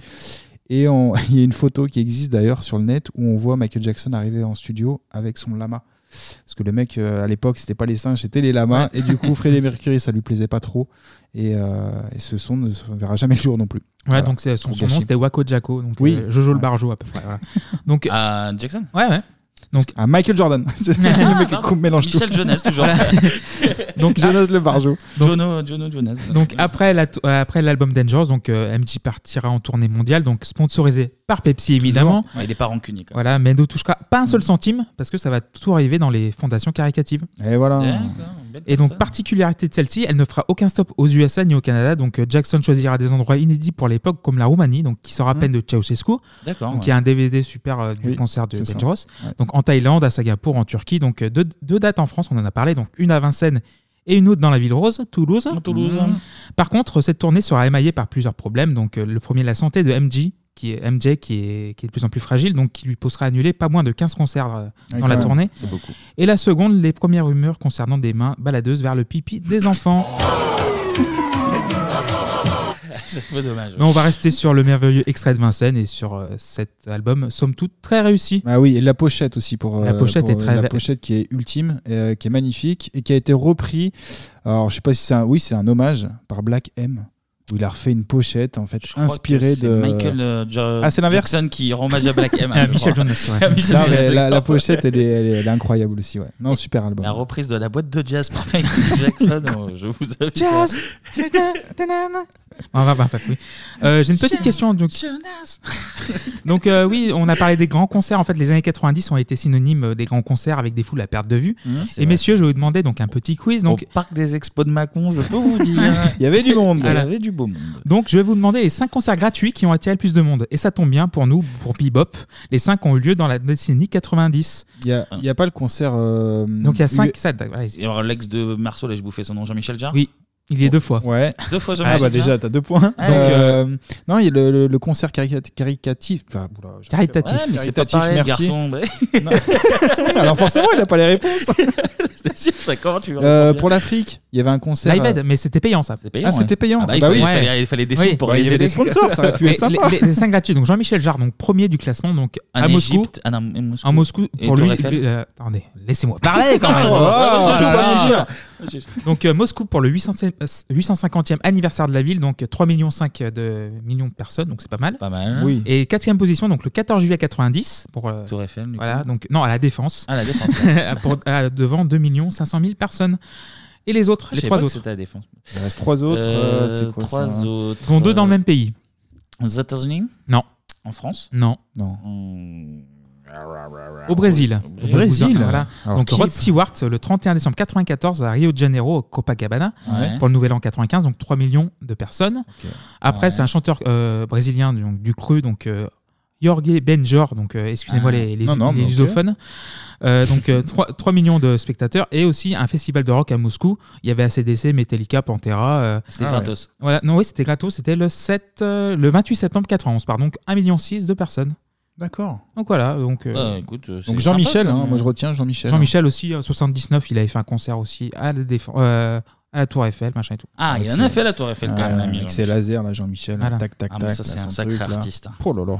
Speaker 6: Et on- il y a une photo qui existe d'ailleurs sur le net où on voit Michael Jackson arriver en studio avec son lama. Parce que le mec, euh, à l'époque, c'était pas les singes, c'était les lamas.
Speaker 7: Ouais.
Speaker 6: Et du coup, Freddie Mercury, ça lui plaisait pas trop. Et, euh, et ce son ne se verra jamais le jour non plus.
Speaker 7: Voilà,
Speaker 6: Voilà.
Speaker 7: donc c'est- son,
Speaker 6: Trop
Speaker 7: son nom
Speaker 6: gâché.
Speaker 7: c'était Wako Jaco, donc
Speaker 6: Oui.
Speaker 7: euh, Jojo le
Speaker 6: Ouais.
Speaker 7: Barjo à peu près. voilà. Donc,
Speaker 1: à Jackson
Speaker 7: Ouais, ouais. Donc,
Speaker 6: à Michael Jordan. le mec
Speaker 1: pardon.
Speaker 6: qui mélange tout.
Speaker 1: Michel Jonas, toujours.
Speaker 7: donc,
Speaker 6: Jonas le Barjo.
Speaker 1: Jono, Jono Jonas.
Speaker 7: Donc après la tou- après l'album Dangerous, donc euh, MJ partira en tournée mondiale, donc sponsorisé par Pepsi évidemment.
Speaker 1: Ouais, il est pas rancunier, quand
Speaker 7: Voilà, mais ne touchera pas un
Speaker 1: Mm.
Speaker 7: seul centime parce que ça va tout arriver dans les fondations caritatives.
Speaker 6: Et voilà.
Speaker 1: Eh,
Speaker 7: Et donc particularité de celle-ci, elle ne fera aucun stop aux USA ni au Canada. Donc euh, Jackson choisira des endroits inédits pour l'époque comme la Roumanie, donc qui sort à peine de Ceausescu.
Speaker 1: D'accord,
Speaker 7: Donc
Speaker 1: ouais.
Speaker 7: il y a un DVD super euh, du
Speaker 1: Mm. Oui,
Speaker 7: concert de
Speaker 1: c'est ça.
Speaker 7: Dangerous. Donc en Thaïlande, à Singapour, en Turquie. Donc euh, deux, deux dates en France, on en a parlé. Donc une à Vincennes et une autre dans la ville rose, Toulouse. Mmh.
Speaker 1: Toulouse.
Speaker 7: Par contre, cette tournée sera émaillée par plusieurs problèmes. Donc euh, le premier, la santé de MJ. Qui est MJ qui est, qui est de plus en plus fragile, donc qui lui poussera à annuler pas moins de 15 concerts euh,
Speaker 1: Ouais,
Speaker 7: dans
Speaker 1: c'est
Speaker 7: la
Speaker 1: vrai.
Speaker 7: tournée.
Speaker 1: C'est beaucoup.
Speaker 7: Et la seconde, les premières rumeurs concernant des mains baladeuses vers le pipi des enfants.
Speaker 1: C'est un peu dommage.
Speaker 7: Mais on va rester sur le merveilleux extrait de Vincennes et sur euh, cet album, somme toute très réussi.
Speaker 6: Ah oui, et la pochette aussi pour
Speaker 7: La
Speaker 6: euh,
Speaker 7: pochette
Speaker 6: pour,
Speaker 7: est
Speaker 6: euh,
Speaker 7: très-
Speaker 6: la pochette qui est ultime, et, euh, qui est magnifique et qui a été repris. Alors je sais pas si c'est un, oui c'est un hommage par Black M où il a refait une pochette en fait
Speaker 1: crois que
Speaker 6: inspirée
Speaker 1: c'est
Speaker 6: de
Speaker 1: Michael euh, Jo-
Speaker 6: Ah c'est l'inverse. Ah,
Speaker 1: Jackson qui rend hommage à Black M. hein,
Speaker 7: Ah,
Speaker 1: je crois. À Michel
Speaker 6: Non, mais
Speaker 1: Jonas,
Speaker 6: la, la
Speaker 1: exactement.
Speaker 6: pochette elle est, elle est- elle est incroyable aussi ouais. Non super album.
Speaker 1: La reprise de la boîte de jazz par Michael Jackson, oh, je vous avais
Speaker 7: Jazz. Ah, bah, bah, bah, oui. Euh, J'ai une petite question. Donc, donc euh, oui, on a parlé des grands concerts. En fait, les années 90 ont été synonymes euh, des grands concerts avec des foules à perte de vue.
Speaker 1: Mmh, c'est
Speaker 7: et
Speaker 1: vrai.
Speaker 7: messieurs, je vais vous demander donc un petit quiz. Donc,
Speaker 1: Au parc des expos de Mâcon, je peux vous dire.
Speaker 6: Il y avait du monde.
Speaker 1: Il y avait du beau monde.
Speaker 7: Donc, je vais vous demander les 5 concerts gratuits qui ont attiré le plus de monde. Et ça tombe bien pour nous, pour Bebop. Les 5 ont eu lieu dans la décennie 90.
Speaker 6: Il y a, il y a pas le concert. euh,
Speaker 7: Donc, il y a 5
Speaker 6: U-
Speaker 1: Et alors, l'ex de Marceau, là, j'ai bouffé son nom, Jean-Michel Jarre
Speaker 7: Oui, il y est deux fois.
Speaker 6: Ouais.
Speaker 1: Deux fois
Speaker 6: Ah
Speaker 1: Jean-Michel
Speaker 6: bah
Speaker 1: Jarre
Speaker 6: déjà t'as deux points.
Speaker 1: Ah,
Speaker 6: Donc,
Speaker 1: oui.
Speaker 6: euh, non il y a le, le- le concert caricat- caricatif. enfin, oula, j'ai-
Speaker 1: Caritatif. Ouais, mais c'est pas pareil, le garçon, mais-
Speaker 6: Non. Alors forcément il a pas les réponses.
Speaker 1: C'est sûr, ça, comment tu veux
Speaker 6: Euh,
Speaker 1: répondre
Speaker 6: pour l'afrique, il y avait un concert.
Speaker 7: Live
Speaker 6: euh,
Speaker 7: Aid, mais c'était payant ça.
Speaker 6: payant, Ah, ouais. c'était payant.
Speaker 1: Ah bah, il fallait- il fallait- il fallait des sous pour
Speaker 6: Bah, il y
Speaker 1: les
Speaker 6: avait des
Speaker 1: aider.
Speaker 6: sponsors, ça aurait pu
Speaker 7: Mais
Speaker 6: être sympa.
Speaker 7: Les, 5 gratuits. Donc Jean-Michel Jarre, donc premier du classement, donc
Speaker 1: En
Speaker 7: à Moscou.
Speaker 1: Égypte, ah non, en Moscou.
Speaker 7: En Moscou,
Speaker 1: Et
Speaker 7: pour
Speaker 1: Tour
Speaker 7: lui.
Speaker 1: Eiffel.
Speaker 7: lui, euh, attendez, laissez-moi parler quand même.
Speaker 1: Oh,
Speaker 7: Oh
Speaker 1: je joue
Speaker 7: là
Speaker 1: pas,
Speaker 7: là.
Speaker 1: c'est sûr.
Speaker 7: Donc euh, Moscou pour le 800e, euh, 850e anniversaire de la ville, donc 3,5 millions de millions de personnes, donc c'est pas mal.
Speaker 1: Pas mal.
Speaker 6: Oui.
Speaker 7: Et quatrième position, donc le 14 juillet 90 pour euh,
Speaker 1: Tour Eiffel. du
Speaker 7: Voilà,
Speaker 1: coup.
Speaker 7: donc non à la défense.
Speaker 1: À la Défense,
Speaker 7: Pour- à- devant 2 500 000 personnes. Et les autres,
Speaker 1: Je
Speaker 7: les
Speaker 1: savais
Speaker 7: trois
Speaker 1: pas que
Speaker 7: autres.
Speaker 1: C'était à la Défense.
Speaker 6: Il reste trois autres,
Speaker 1: Euh,
Speaker 6: euh, c'est quoi,
Speaker 1: Trois
Speaker 6: ça
Speaker 1: autres.
Speaker 7: Dont deux dans le
Speaker 1: euh,
Speaker 7: même pays.
Speaker 1: Aux États-Unis
Speaker 7: Non.
Speaker 1: En France
Speaker 7: Non.
Speaker 6: Non.
Speaker 7: Au Brésil.
Speaker 1: Au
Speaker 7: Je vous
Speaker 1: Brésil
Speaker 7: en- voilà.
Speaker 1: Alors,
Speaker 7: Donc
Speaker 1: qui-
Speaker 7: Rod Stewart le 31 décembre 94 à Rio de Janeiro, au Copacabana,
Speaker 1: Ouais.
Speaker 7: pour le Nouvel An 95, donc 3 millions de personnes. Après,
Speaker 1: Ouais.
Speaker 7: c'est un chanteur euh, brésilien donc, du cru, donc euh, Jorge Benjor, donc euh, excusez-moi
Speaker 1: Ah.
Speaker 7: les, les,
Speaker 1: Non, non,
Speaker 7: les
Speaker 1: mais ok.
Speaker 7: lusophones. Euh, donc euh, 3, 3 millions de spectateurs et aussi un festival de rock à Moscou. Il y avait ACDC, Metallica, Pantera. euh,
Speaker 1: C'était Ah ouais. gratos.
Speaker 7: Voilà. Non, oui, c'était gratos. C'était le, 7, euh, le 28 septembre 91, pardon. Donc 1,6 million de personnes.
Speaker 6: D'accord.
Speaker 7: Donc voilà. Donc, euh,
Speaker 1: Bah, écoute, euh,
Speaker 6: Donc
Speaker 1: c'est
Speaker 6: Jean-Michel,
Speaker 1: sympa,
Speaker 6: hein,
Speaker 1: comme-
Speaker 6: moi je retiens Jean-Michel.
Speaker 7: Jean-Michel aussi, en 79, il avait fait un concert aussi à la, Défense- euh, à la Tour Eiffel, machin et tout.
Speaker 1: Ah, il
Speaker 6: Avec
Speaker 1: en a
Speaker 6: ses-
Speaker 1: fait la Tour Eiffel quand
Speaker 6: Ah,
Speaker 1: même. l'ami
Speaker 6: Avec ses
Speaker 1: Jean-Michel.
Speaker 6: lasers là Jean-Michel.
Speaker 1: Voilà.
Speaker 6: Tac tac
Speaker 1: Ah, mais
Speaker 6: tac.
Speaker 1: ça,
Speaker 6: là,
Speaker 1: c'est un
Speaker 6: son
Speaker 1: sacré
Speaker 6: truc, là.
Speaker 1: artiste, hein.
Speaker 6: Oh là là.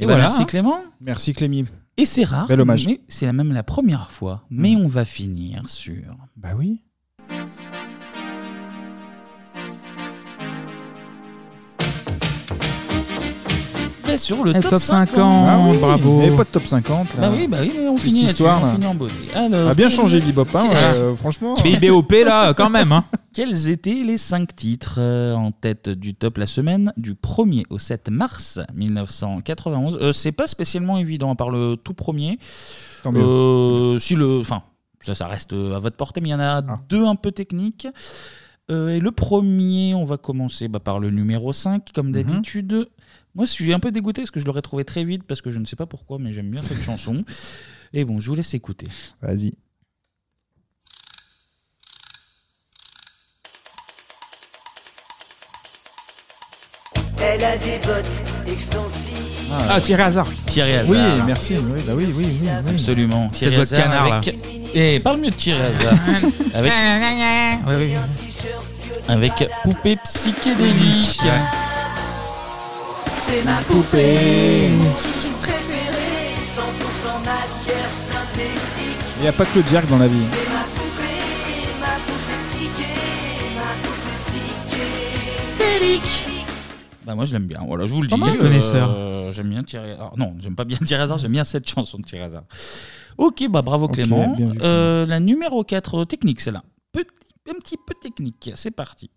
Speaker 1: Et bah, merci Clément.
Speaker 6: Merci Clémy.
Speaker 1: Et c'est rare.
Speaker 6: Bel hommage. Mm.
Speaker 1: mais C'est la même la première fois. Mais on va finir sur.
Speaker 6: Bah oui.
Speaker 1: Bah, sur le
Speaker 7: Eh,
Speaker 1: top,
Speaker 7: top
Speaker 1: 50.
Speaker 7: 50.
Speaker 6: Ah oui,
Speaker 7: bravo.
Speaker 6: Mais pas de top 50. là.
Speaker 1: Bah oui, bah oui, mais on
Speaker 6: Cette
Speaker 1: finit là-dessus,
Speaker 6: hein. histoire,
Speaker 1: on
Speaker 6: là.
Speaker 1: finit en beauté. Alors,
Speaker 6: a bien
Speaker 1: quel-
Speaker 6: changé Bebop, hein, euh, franchement.
Speaker 7: BIBOP, là, quand même, hein.
Speaker 1: Quels étaient les cinq titres euh, en tête du top la semaine du 1er au 7 mars 1991 Euh, C'est pas spécialement évident, à part le tout premier.
Speaker 6: Tant mieux. Ah.
Speaker 1: Euh, si le, enfin, ça, ça reste à votre portée, mais il y en a deux un peu techniques. Euh, et le premier, on va commencer bah, par le numéro 5,
Speaker 6: Mhm.
Speaker 1: comme d'habitude. Moi, je suis un peu dégoûté parce que je l'aurais trouvé très vite, parce que je ne sais pas pourquoi, mais j'aime bien cette chanson. Et bon, je vous laisse écouter.
Speaker 6: Vas-y.
Speaker 11: Elle a des bottes extensives.
Speaker 1: Ah, Thierry Hazard. Thierry Hazard.
Speaker 6: Oui, merci. Oui, bah oui, oui, oui, oui.
Speaker 1: Absolument.
Speaker 6: C'est
Speaker 1: Thierry
Speaker 6: votre
Speaker 1: Hazard
Speaker 6: canard,
Speaker 1: avec... Eh, parle mieux de Thierry Hazard. avec...
Speaker 7: oui,
Speaker 1: avec Poupée psychédélique.
Speaker 11: C'est ma poupée. Chouchou préférée, 100% matière synthétique.
Speaker 6: Il n'y a pas que le Jack dans la vie.
Speaker 11: C'est ma poupée, ma poupée psyché, ma poupée psychédélique.
Speaker 1: Bah moi je l'aime bien, voilà, je vous le
Speaker 7: Pas
Speaker 1: dis.
Speaker 7: mal,
Speaker 1: Euh,
Speaker 7: connaisseur.
Speaker 1: J'aime bien Thierry Hazard. Non, j'aime pas bien Thierry Hazard, j'aime bien cette chanson de Thierry Hazard. Ok, bah bravo Clément.
Speaker 6: bien vu,
Speaker 1: Euh, la numéro 4 euh, technique, celle-là. Petit, un petit peu technique, c'est parti.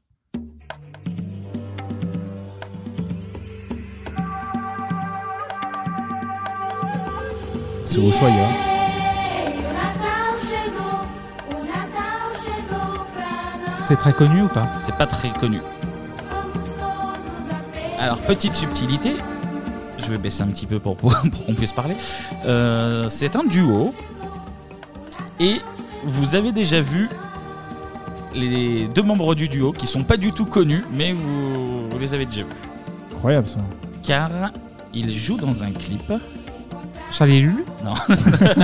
Speaker 6: C'est au choix, hein.
Speaker 7: C'est très connu ou pas
Speaker 1: C'est pas très connu. Alors, petite subtilité, je vais baisser un petit peu pour, pour, pour qu'on puisse parler. Euh, c'est un duo. Et vous avez déjà vu les deux membres du duo qui sont pas du tout connus, mais vous, vous les avez déjà vus.
Speaker 6: Incroyable ça.
Speaker 1: Car ils jouent dans un clip.
Speaker 7: Charlie Lulu
Speaker 1: Non.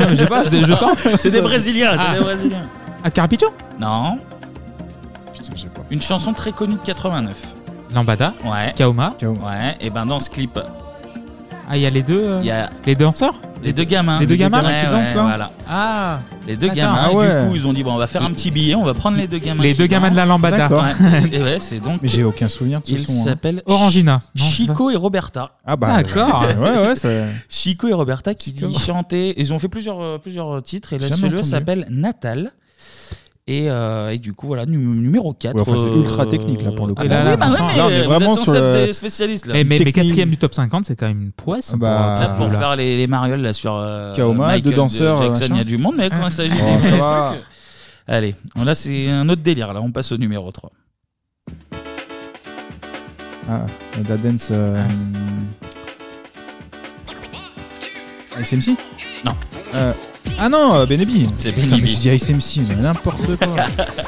Speaker 7: Je sais pas, je, je tente.
Speaker 1: C'est des Brésiliens, c'est des Brésiliens.
Speaker 7: Ah, Carapicho
Speaker 1: Non. Une chanson très connue de 89.
Speaker 7: Lambada
Speaker 1: Ouais.
Speaker 7: Kaoma
Speaker 1: Ouais, et ben dans ce clip,
Speaker 7: Ah, il y a les deux. euh,
Speaker 1: Il y a-
Speaker 7: Les danseurs
Speaker 1: Hein, les deux gamins.
Speaker 7: Les deux gamins
Speaker 1: Ouais,
Speaker 7: qui
Speaker 1: ouais,
Speaker 7: dansent là
Speaker 1: voilà.
Speaker 7: Ah
Speaker 1: Les deux
Speaker 7: D'accord.
Speaker 1: gamins,
Speaker 7: Ah
Speaker 1: et
Speaker 7: ouais.
Speaker 1: du coup, ils ont dit bon, on va faire un petit billet, on va prendre les deux gamins.
Speaker 7: Les
Speaker 1: qui
Speaker 7: deux gamins de la
Speaker 1: dansent.
Speaker 7: lambada. D'accord.
Speaker 1: Ouais. Et ouais, c'est donc.
Speaker 6: Mais j'ai aucun souvenir de ce
Speaker 1: Ils
Speaker 6: son, hein.
Speaker 1: s'appellent
Speaker 7: Orangina.
Speaker 1: Chi- Chico et Roberta.
Speaker 6: Ah bah.
Speaker 7: D'accord.
Speaker 6: ouais, ouais, ça.
Speaker 1: Chico et Roberta qui chantaient. Ils ont fait plusieurs, euh, plusieurs titres et là,
Speaker 6: Jamais
Speaker 1: celui-là
Speaker 6: entendu.
Speaker 1: s'appelle Natal. Et, euh, et du coup, voilà, nu- numéro 4.
Speaker 6: Ouais, enfin, c'est ultra technique, là, pour le coup.
Speaker 1: Ah bah
Speaker 6: Ah là,
Speaker 1: oui, bah
Speaker 6: franchement,
Speaker 1: ouais,
Speaker 6: là, on
Speaker 1: mais
Speaker 6: est
Speaker 1: vous
Speaker 6: vraiment
Speaker 1: êtes
Speaker 6: sur
Speaker 1: censés
Speaker 6: le-
Speaker 1: être des spécialistes, là.
Speaker 7: Mais, mais, mais
Speaker 1: Technique.
Speaker 7: quatrième du top 50, c'est quand même une poisse.
Speaker 6: Bah,
Speaker 1: Là, pour
Speaker 6: Oula.
Speaker 1: faire les, les marioles là, sur euh,
Speaker 6: Kaoma,
Speaker 1: Michael
Speaker 6: deux
Speaker 1: de
Speaker 6: danseurs,
Speaker 1: Jackson, il y a
Speaker 6: machin.
Speaker 1: du monde, mais quand il s'agit
Speaker 6: Oh,
Speaker 1: des-
Speaker 6: ça
Speaker 1: des
Speaker 6: va.
Speaker 1: trucs, euh, Allez, là c'est un autre délire, là on passe au numéro 3.
Speaker 6: Ah, la dance. Euh...
Speaker 7: Ah.
Speaker 6: SMC
Speaker 1: Non.
Speaker 6: Euh, ah non, euh, Benebi.
Speaker 1: C'est
Speaker 6: Putain,
Speaker 1: Benebi.
Speaker 6: mais Je dis SMC, mais n'importe quoi.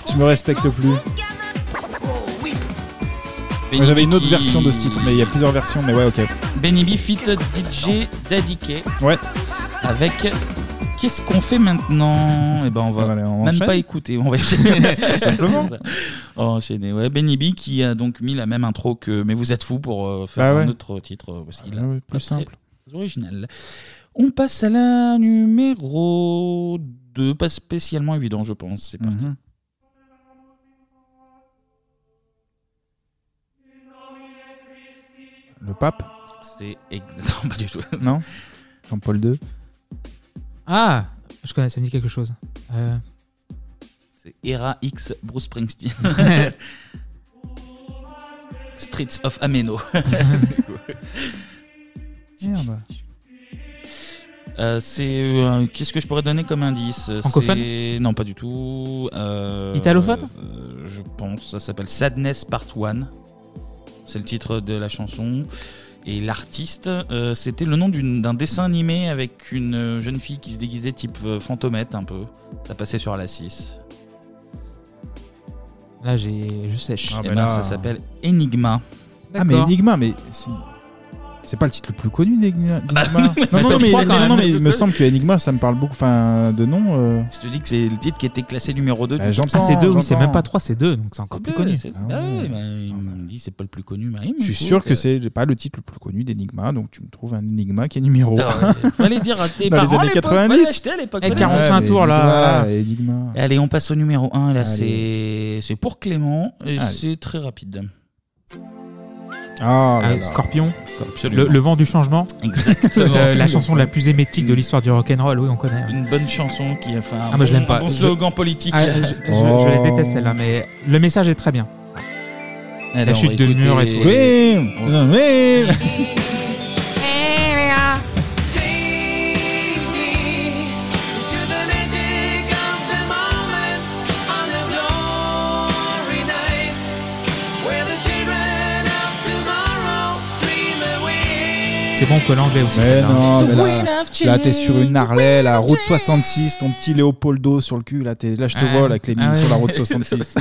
Speaker 6: tu me respectes plus. Moi, J'avais une autre
Speaker 1: qui-
Speaker 6: version de ce titre, mais il y a plusieurs versions, mais ouais, ok.
Speaker 1: Benny B fit DJ Daddy K
Speaker 6: Ouais.
Speaker 1: avec Qu'est-ce qu'on fait maintenant Eh ben on va
Speaker 6: on
Speaker 1: même
Speaker 6: enchaîne.
Speaker 1: pas écouter, on va enchaîner.
Speaker 6: Simplement.
Speaker 1: C'est ça. On va enchaîner. Ouais, Benny B qui a donc mis la même intro que Mais vous êtes fou pour euh, faire
Speaker 6: Bah ouais.
Speaker 1: un autre titre euh, parce qu'il a
Speaker 6: Ah ouais,
Speaker 1: pas très
Speaker 6: plus simple.
Speaker 1: original. On passe à la numéro 2, pas spécialement évident je pense, c'est parti.
Speaker 6: Mhm. Le pape
Speaker 1: C'est exactement pas du tout.
Speaker 6: Non Jean-Paul II
Speaker 7: Ah Je connais, ça me dit quelque chose. Euh,
Speaker 1: C'est Era X Bruce Springsteen. Streets of Ameno.
Speaker 6: Merde.
Speaker 1: Euh, c'est euh, qu'est-ce que je pourrais donner comme indice
Speaker 7: Francophone
Speaker 1: C'est- Non, pas du tout. Euh,
Speaker 7: Italophone
Speaker 1: euh, Je pense. Ça s'appelle Sadness Part 1 C'est le titre de la chanson. Et l'artiste, euh, c'était le nom d'une- d'un dessin animé avec une euh, jeune fille qui se déguisait type euh, fantomette un peu. Ça passait sur la 6.
Speaker 7: là, j'ai, je sèche.
Speaker 1: Eh ben, ça s'appelle Enigma.
Speaker 6: bah Ah, mais
Speaker 7: D'accord.
Speaker 6: Enigma, mais. c'est- C'est pas le titre le plus connu d'Enigma
Speaker 1: bah,
Speaker 6: Non, non,
Speaker 1: top
Speaker 6: non, mais,
Speaker 1: trois, quand
Speaker 6: non,
Speaker 1: même.
Speaker 6: non, mais il me semble que Enigma, ça me parle beaucoup. Enfin, de nom. euh,
Speaker 1: Je te dis que c'est le titre qui était classé numéro 2.
Speaker 6: Bah,
Speaker 7: Ah,
Speaker 6: j'entends,
Speaker 7: c'est deux, oui,
Speaker 6: j'entends. Ah
Speaker 7: c'est même pas trois, c'est deux, donc c'est encore plus connu.
Speaker 1: ah il me dit c'est pas le plus connu. mais il me
Speaker 6: Je suis
Speaker 1: faut
Speaker 6: sûr
Speaker 1: que-
Speaker 6: que c'est pas le titre le plus connu d'Enigma, donc tu me trouves un Enigma qui est numéro
Speaker 1: Putain,
Speaker 6: 1.
Speaker 1: ouais. Fallait dire à tes
Speaker 6: Dans les
Speaker 1: parents à
Speaker 6: années
Speaker 1: l'époque,
Speaker 6: 90.
Speaker 1: fallait acheter à l'époque,
Speaker 7: Eh,
Speaker 1: fallait-
Speaker 7: 45 tours, là.
Speaker 6: Ouais, Enigma.
Speaker 1: Allez, on passe au numéro 1. Là,
Speaker 6: Allez.
Speaker 1: c'est c'est pour Clément et
Speaker 6: Allez.
Speaker 1: c'est très rapide.
Speaker 6: Ah, là
Speaker 7: Ah,
Speaker 6: là.
Speaker 7: Scorpion,
Speaker 1: Absolument.
Speaker 7: le, le vent du changement.
Speaker 1: Exactement.
Speaker 7: Euh, la chanson la plus émétique de l'histoire du rock'n'roll, oui, on connaît.
Speaker 1: Une bonne chanson qui est un,
Speaker 7: Ah, moi, je
Speaker 1: bon-
Speaker 7: l'aime pas.
Speaker 1: un bon slogan politique.
Speaker 7: Ah, je, je-
Speaker 6: Oh.
Speaker 7: je la déteste celle-là, mais le message est très bien.
Speaker 1: Allez,
Speaker 7: Eh, la
Speaker 1: on
Speaker 7: chute
Speaker 1: va
Speaker 7: de
Speaker 1: écouter-
Speaker 7: mur et tout.
Speaker 6: Dream, dream.
Speaker 15: Take of the moment on a glory night.
Speaker 7: c'est bon que l'anglais aussi.
Speaker 6: Mais
Speaker 7: celle-là.
Speaker 6: non, mais
Speaker 7: The
Speaker 6: là,
Speaker 7: Queen of
Speaker 6: là t'es
Speaker 7: Change.
Speaker 6: sur une Harley, la route 66, ton petit Léopoldo sur le cul, là, t'es- là je te
Speaker 7: Ah,
Speaker 6: vole avec les mines
Speaker 7: ah ouais.
Speaker 6: sur la route 66.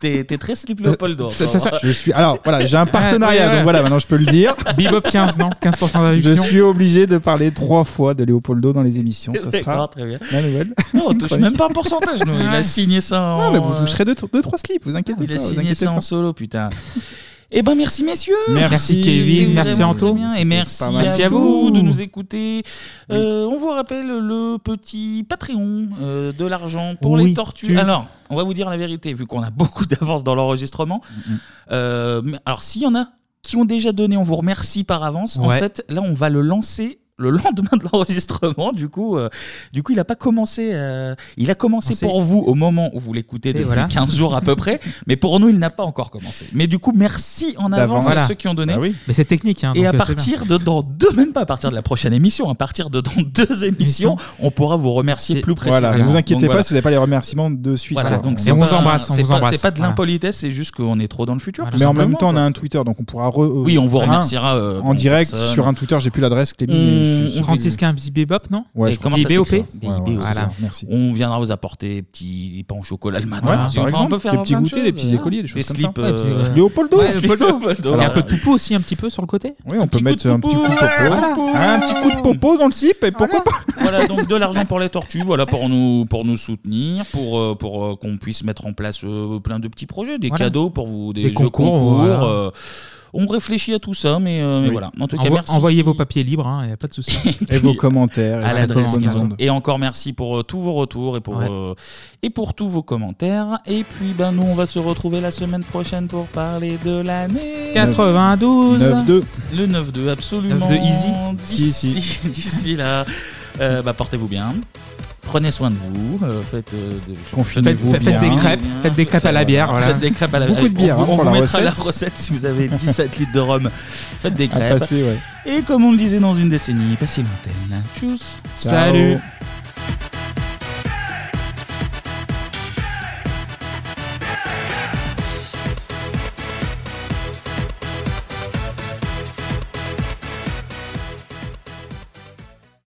Speaker 1: T'es t'es très slip Leopoldo.
Speaker 6: Euh, T'as- t'as-
Speaker 1: encore.
Speaker 6: je suis, alors voilà, j'ai un partenariat,
Speaker 1: Ah, ouais, ouais.
Speaker 6: donc voilà, maintenant je peux le dire.
Speaker 7: Bebop 15, non 15% de
Speaker 6: Je
Speaker 7: réduction.
Speaker 6: suis obligé de parler trois fois de Léopoldo dans les émissions. Ça sera
Speaker 1: D'accord, très bien.
Speaker 6: la nouvelle.
Speaker 1: Non, on touche
Speaker 6: Chronique.
Speaker 1: même pas un pourcentage. nous. Il a
Speaker 6: Ouais.
Speaker 1: signé ça en.
Speaker 6: Non, mais vous toucherez 2-3 slips, vous inquiétez
Speaker 1: Il
Speaker 6: pas.
Speaker 1: a
Speaker 6: vous
Speaker 1: signé
Speaker 6: inquiétez
Speaker 1: ça en
Speaker 6: pas.
Speaker 1: solo, putain. Eh ben merci messieurs.
Speaker 6: Merci,
Speaker 1: C'était
Speaker 6: Kevin. Merci,
Speaker 1: vraiment
Speaker 6: Anto.
Speaker 1: très bien.
Speaker 6: C'était
Speaker 1: Et merci
Speaker 6: pas
Speaker 1: à,
Speaker 6: mal. Merci à
Speaker 1: vous
Speaker 6: vous.
Speaker 1: de nous écouter. Euh, on vous rappelle le petit Patreon euh, de l'argent pour
Speaker 7: Oui,
Speaker 1: les tortues.
Speaker 7: tu-
Speaker 1: Alors, on va vous dire la vérité vu qu'on a beaucoup d'avance dans l'enregistrement.
Speaker 7: Mm,
Speaker 1: Euh, mais- alors s'il y en a qui ont déjà donné, on vous remercie par avance. En
Speaker 7: Ouais.
Speaker 1: fait, là on va le lancer le lendemain de l'enregistrement, du coup, euh, du coup, il a pas commencé. euh, il a commencé
Speaker 7: Lancé.
Speaker 1: pour vous au moment où vous l'écoutez
Speaker 7: Et
Speaker 1: depuis
Speaker 7: voilà.
Speaker 1: 15 jours à peu près, mais pour nous, il n'a pas encore commencé. Mais du coup, merci en avance à
Speaker 7: Voilà.
Speaker 1: ceux qui ont donné.
Speaker 7: Mais c'est technique. hein,
Speaker 1: Et
Speaker 7: donc,
Speaker 1: à
Speaker 7: euh, c'est
Speaker 1: partir de dans deux, même pas à partir de la prochaine émission, à partir de dans deux émissions, on pourra vous remercier plus précisément.
Speaker 6: Voilà, ne vous inquiétez
Speaker 1: Donc,
Speaker 6: pas
Speaker 1: voilà.
Speaker 6: si vous n'avez pas les remerciements de suite.
Speaker 1: Voilà,
Speaker 6: Voilà.
Speaker 1: donc
Speaker 6: On
Speaker 1: c'est
Speaker 6: vous
Speaker 1: pas-
Speaker 6: embrasse, on
Speaker 1: c'est
Speaker 6: vous
Speaker 1: pas-
Speaker 6: embrasse.
Speaker 1: C'est pas de
Speaker 6: Voilà.
Speaker 1: l'impolitesse, c'est juste qu'on est trop dans le futur. tout
Speaker 6: Mais en même
Speaker 1: simplement,
Speaker 6: temps, on
Speaker 1: quoi.
Speaker 6: a un Twitter, donc on pourra. re-
Speaker 1: Oui, on vous
Speaker 6: un,
Speaker 1: remerciera, euh,
Speaker 6: en
Speaker 1: en
Speaker 6: direct
Speaker 1: personne.
Speaker 6: sur un Twitter, j'ai plus l'adresse, Clémy. mais je suis-
Speaker 7: bien. 3615 Bebop, non
Speaker 6: Ouais,
Speaker 1: Et
Speaker 6: je
Speaker 1: comment
Speaker 6: crois.
Speaker 1: ça s'écrit,
Speaker 6: BOP?
Speaker 1: ça
Speaker 6: Ouais, ouais,
Speaker 1: BOP,
Speaker 6: c'est
Speaker 1: voilà.
Speaker 6: ça, merci.
Speaker 1: On viendra vous apporter petits pains au chocolat le matin.
Speaker 6: Ouais,
Speaker 1: Enfin,
Speaker 6: par
Speaker 1: on peut
Speaker 6: exemple,
Speaker 1: faire
Speaker 6: des
Speaker 1: plein
Speaker 6: petits
Speaker 1: de
Speaker 6: goûters,
Speaker 1: choses.
Speaker 6: des petits écoliers, des choses
Speaker 1: Des
Speaker 6: comme ça.
Speaker 1: slips.
Speaker 6: Ouais,
Speaker 7: Ah,
Speaker 1: euh,
Speaker 6: puis, euh, Léopoldo.
Speaker 1: Ouais,
Speaker 6: Ouais,
Speaker 1: Léopoldo.
Speaker 7: Il y a un
Speaker 1: Alors,
Speaker 7: peu de poupou aussi, un petit peu sur le côté.
Speaker 6: Oui, on peut mettre un petit coup de popo.
Speaker 7: Voilà.
Speaker 6: Un petit coup de popo dans le slip, et pourquoi pas
Speaker 1: euh, voilà, donc de l'argent pour les tortues, voilà pour nous pour nous soutenir, pour euh, pour euh, qu'on puisse mettre en place euh, plein de petits projets, des
Speaker 7: Voilà.
Speaker 1: cadeaux pour vous, des,
Speaker 7: Des
Speaker 1: jeux
Speaker 7: concours,
Speaker 1: concours.
Speaker 7: voilà.
Speaker 1: euh, on réfléchit à tout ça, mais, euh, mais
Speaker 7: Oui.
Speaker 1: voilà. En tout cas,
Speaker 7: Envo-
Speaker 1: merci.
Speaker 7: Envoyez vos papiers libres, il n'y a pas de souci.
Speaker 6: Et vos commentaires.
Speaker 1: à
Speaker 6: et
Speaker 1: l'adresse.
Speaker 6: vos bonnes
Speaker 1: qu'ils ont.
Speaker 6: ondes.
Speaker 1: Et encore merci pour euh, tous vos retours et pour,
Speaker 7: Ouais.
Speaker 1: euh, et pour tous vos commentaires. Et puis, ben, nous, on va se retrouver la semaine prochaine pour parler de l'année
Speaker 7: 92.
Speaker 6: 9-2.
Speaker 1: Le 9-2, absolument.
Speaker 7: 9-2 easy.
Speaker 1: D'ici,
Speaker 7: Si,
Speaker 1: d'ici là, euh, bah, portez-vous bien. Prenez soin de vous. euh, faites, euh, de-
Speaker 6: Confinez-vous
Speaker 1: faites- faites
Speaker 6: bien.
Speaker 1: des crêpes.
Speaker 7: Faites des crêpes à la bière, voilà.
Speaker 1: Faites des crêpes à la
Speaker 7: Beaucoup de bière,
Speaker 1: On vous,
Speaker 7: hein, pour
Speaker 1: on vous
Speaker 7: la
Speaker 1: mettra
Speaker 7: recette.
Speaker 1: la recette si vous avez 17 litres de rhum. Faites des
Speaker 6: À
Speaker 1: crêpes.
Speaker 6: passer, ouais.
Speaker 1: Et comme on le disait dans une décennie, passez l'antenne. Tchuss.
Speaker 6: Ciao. Salut.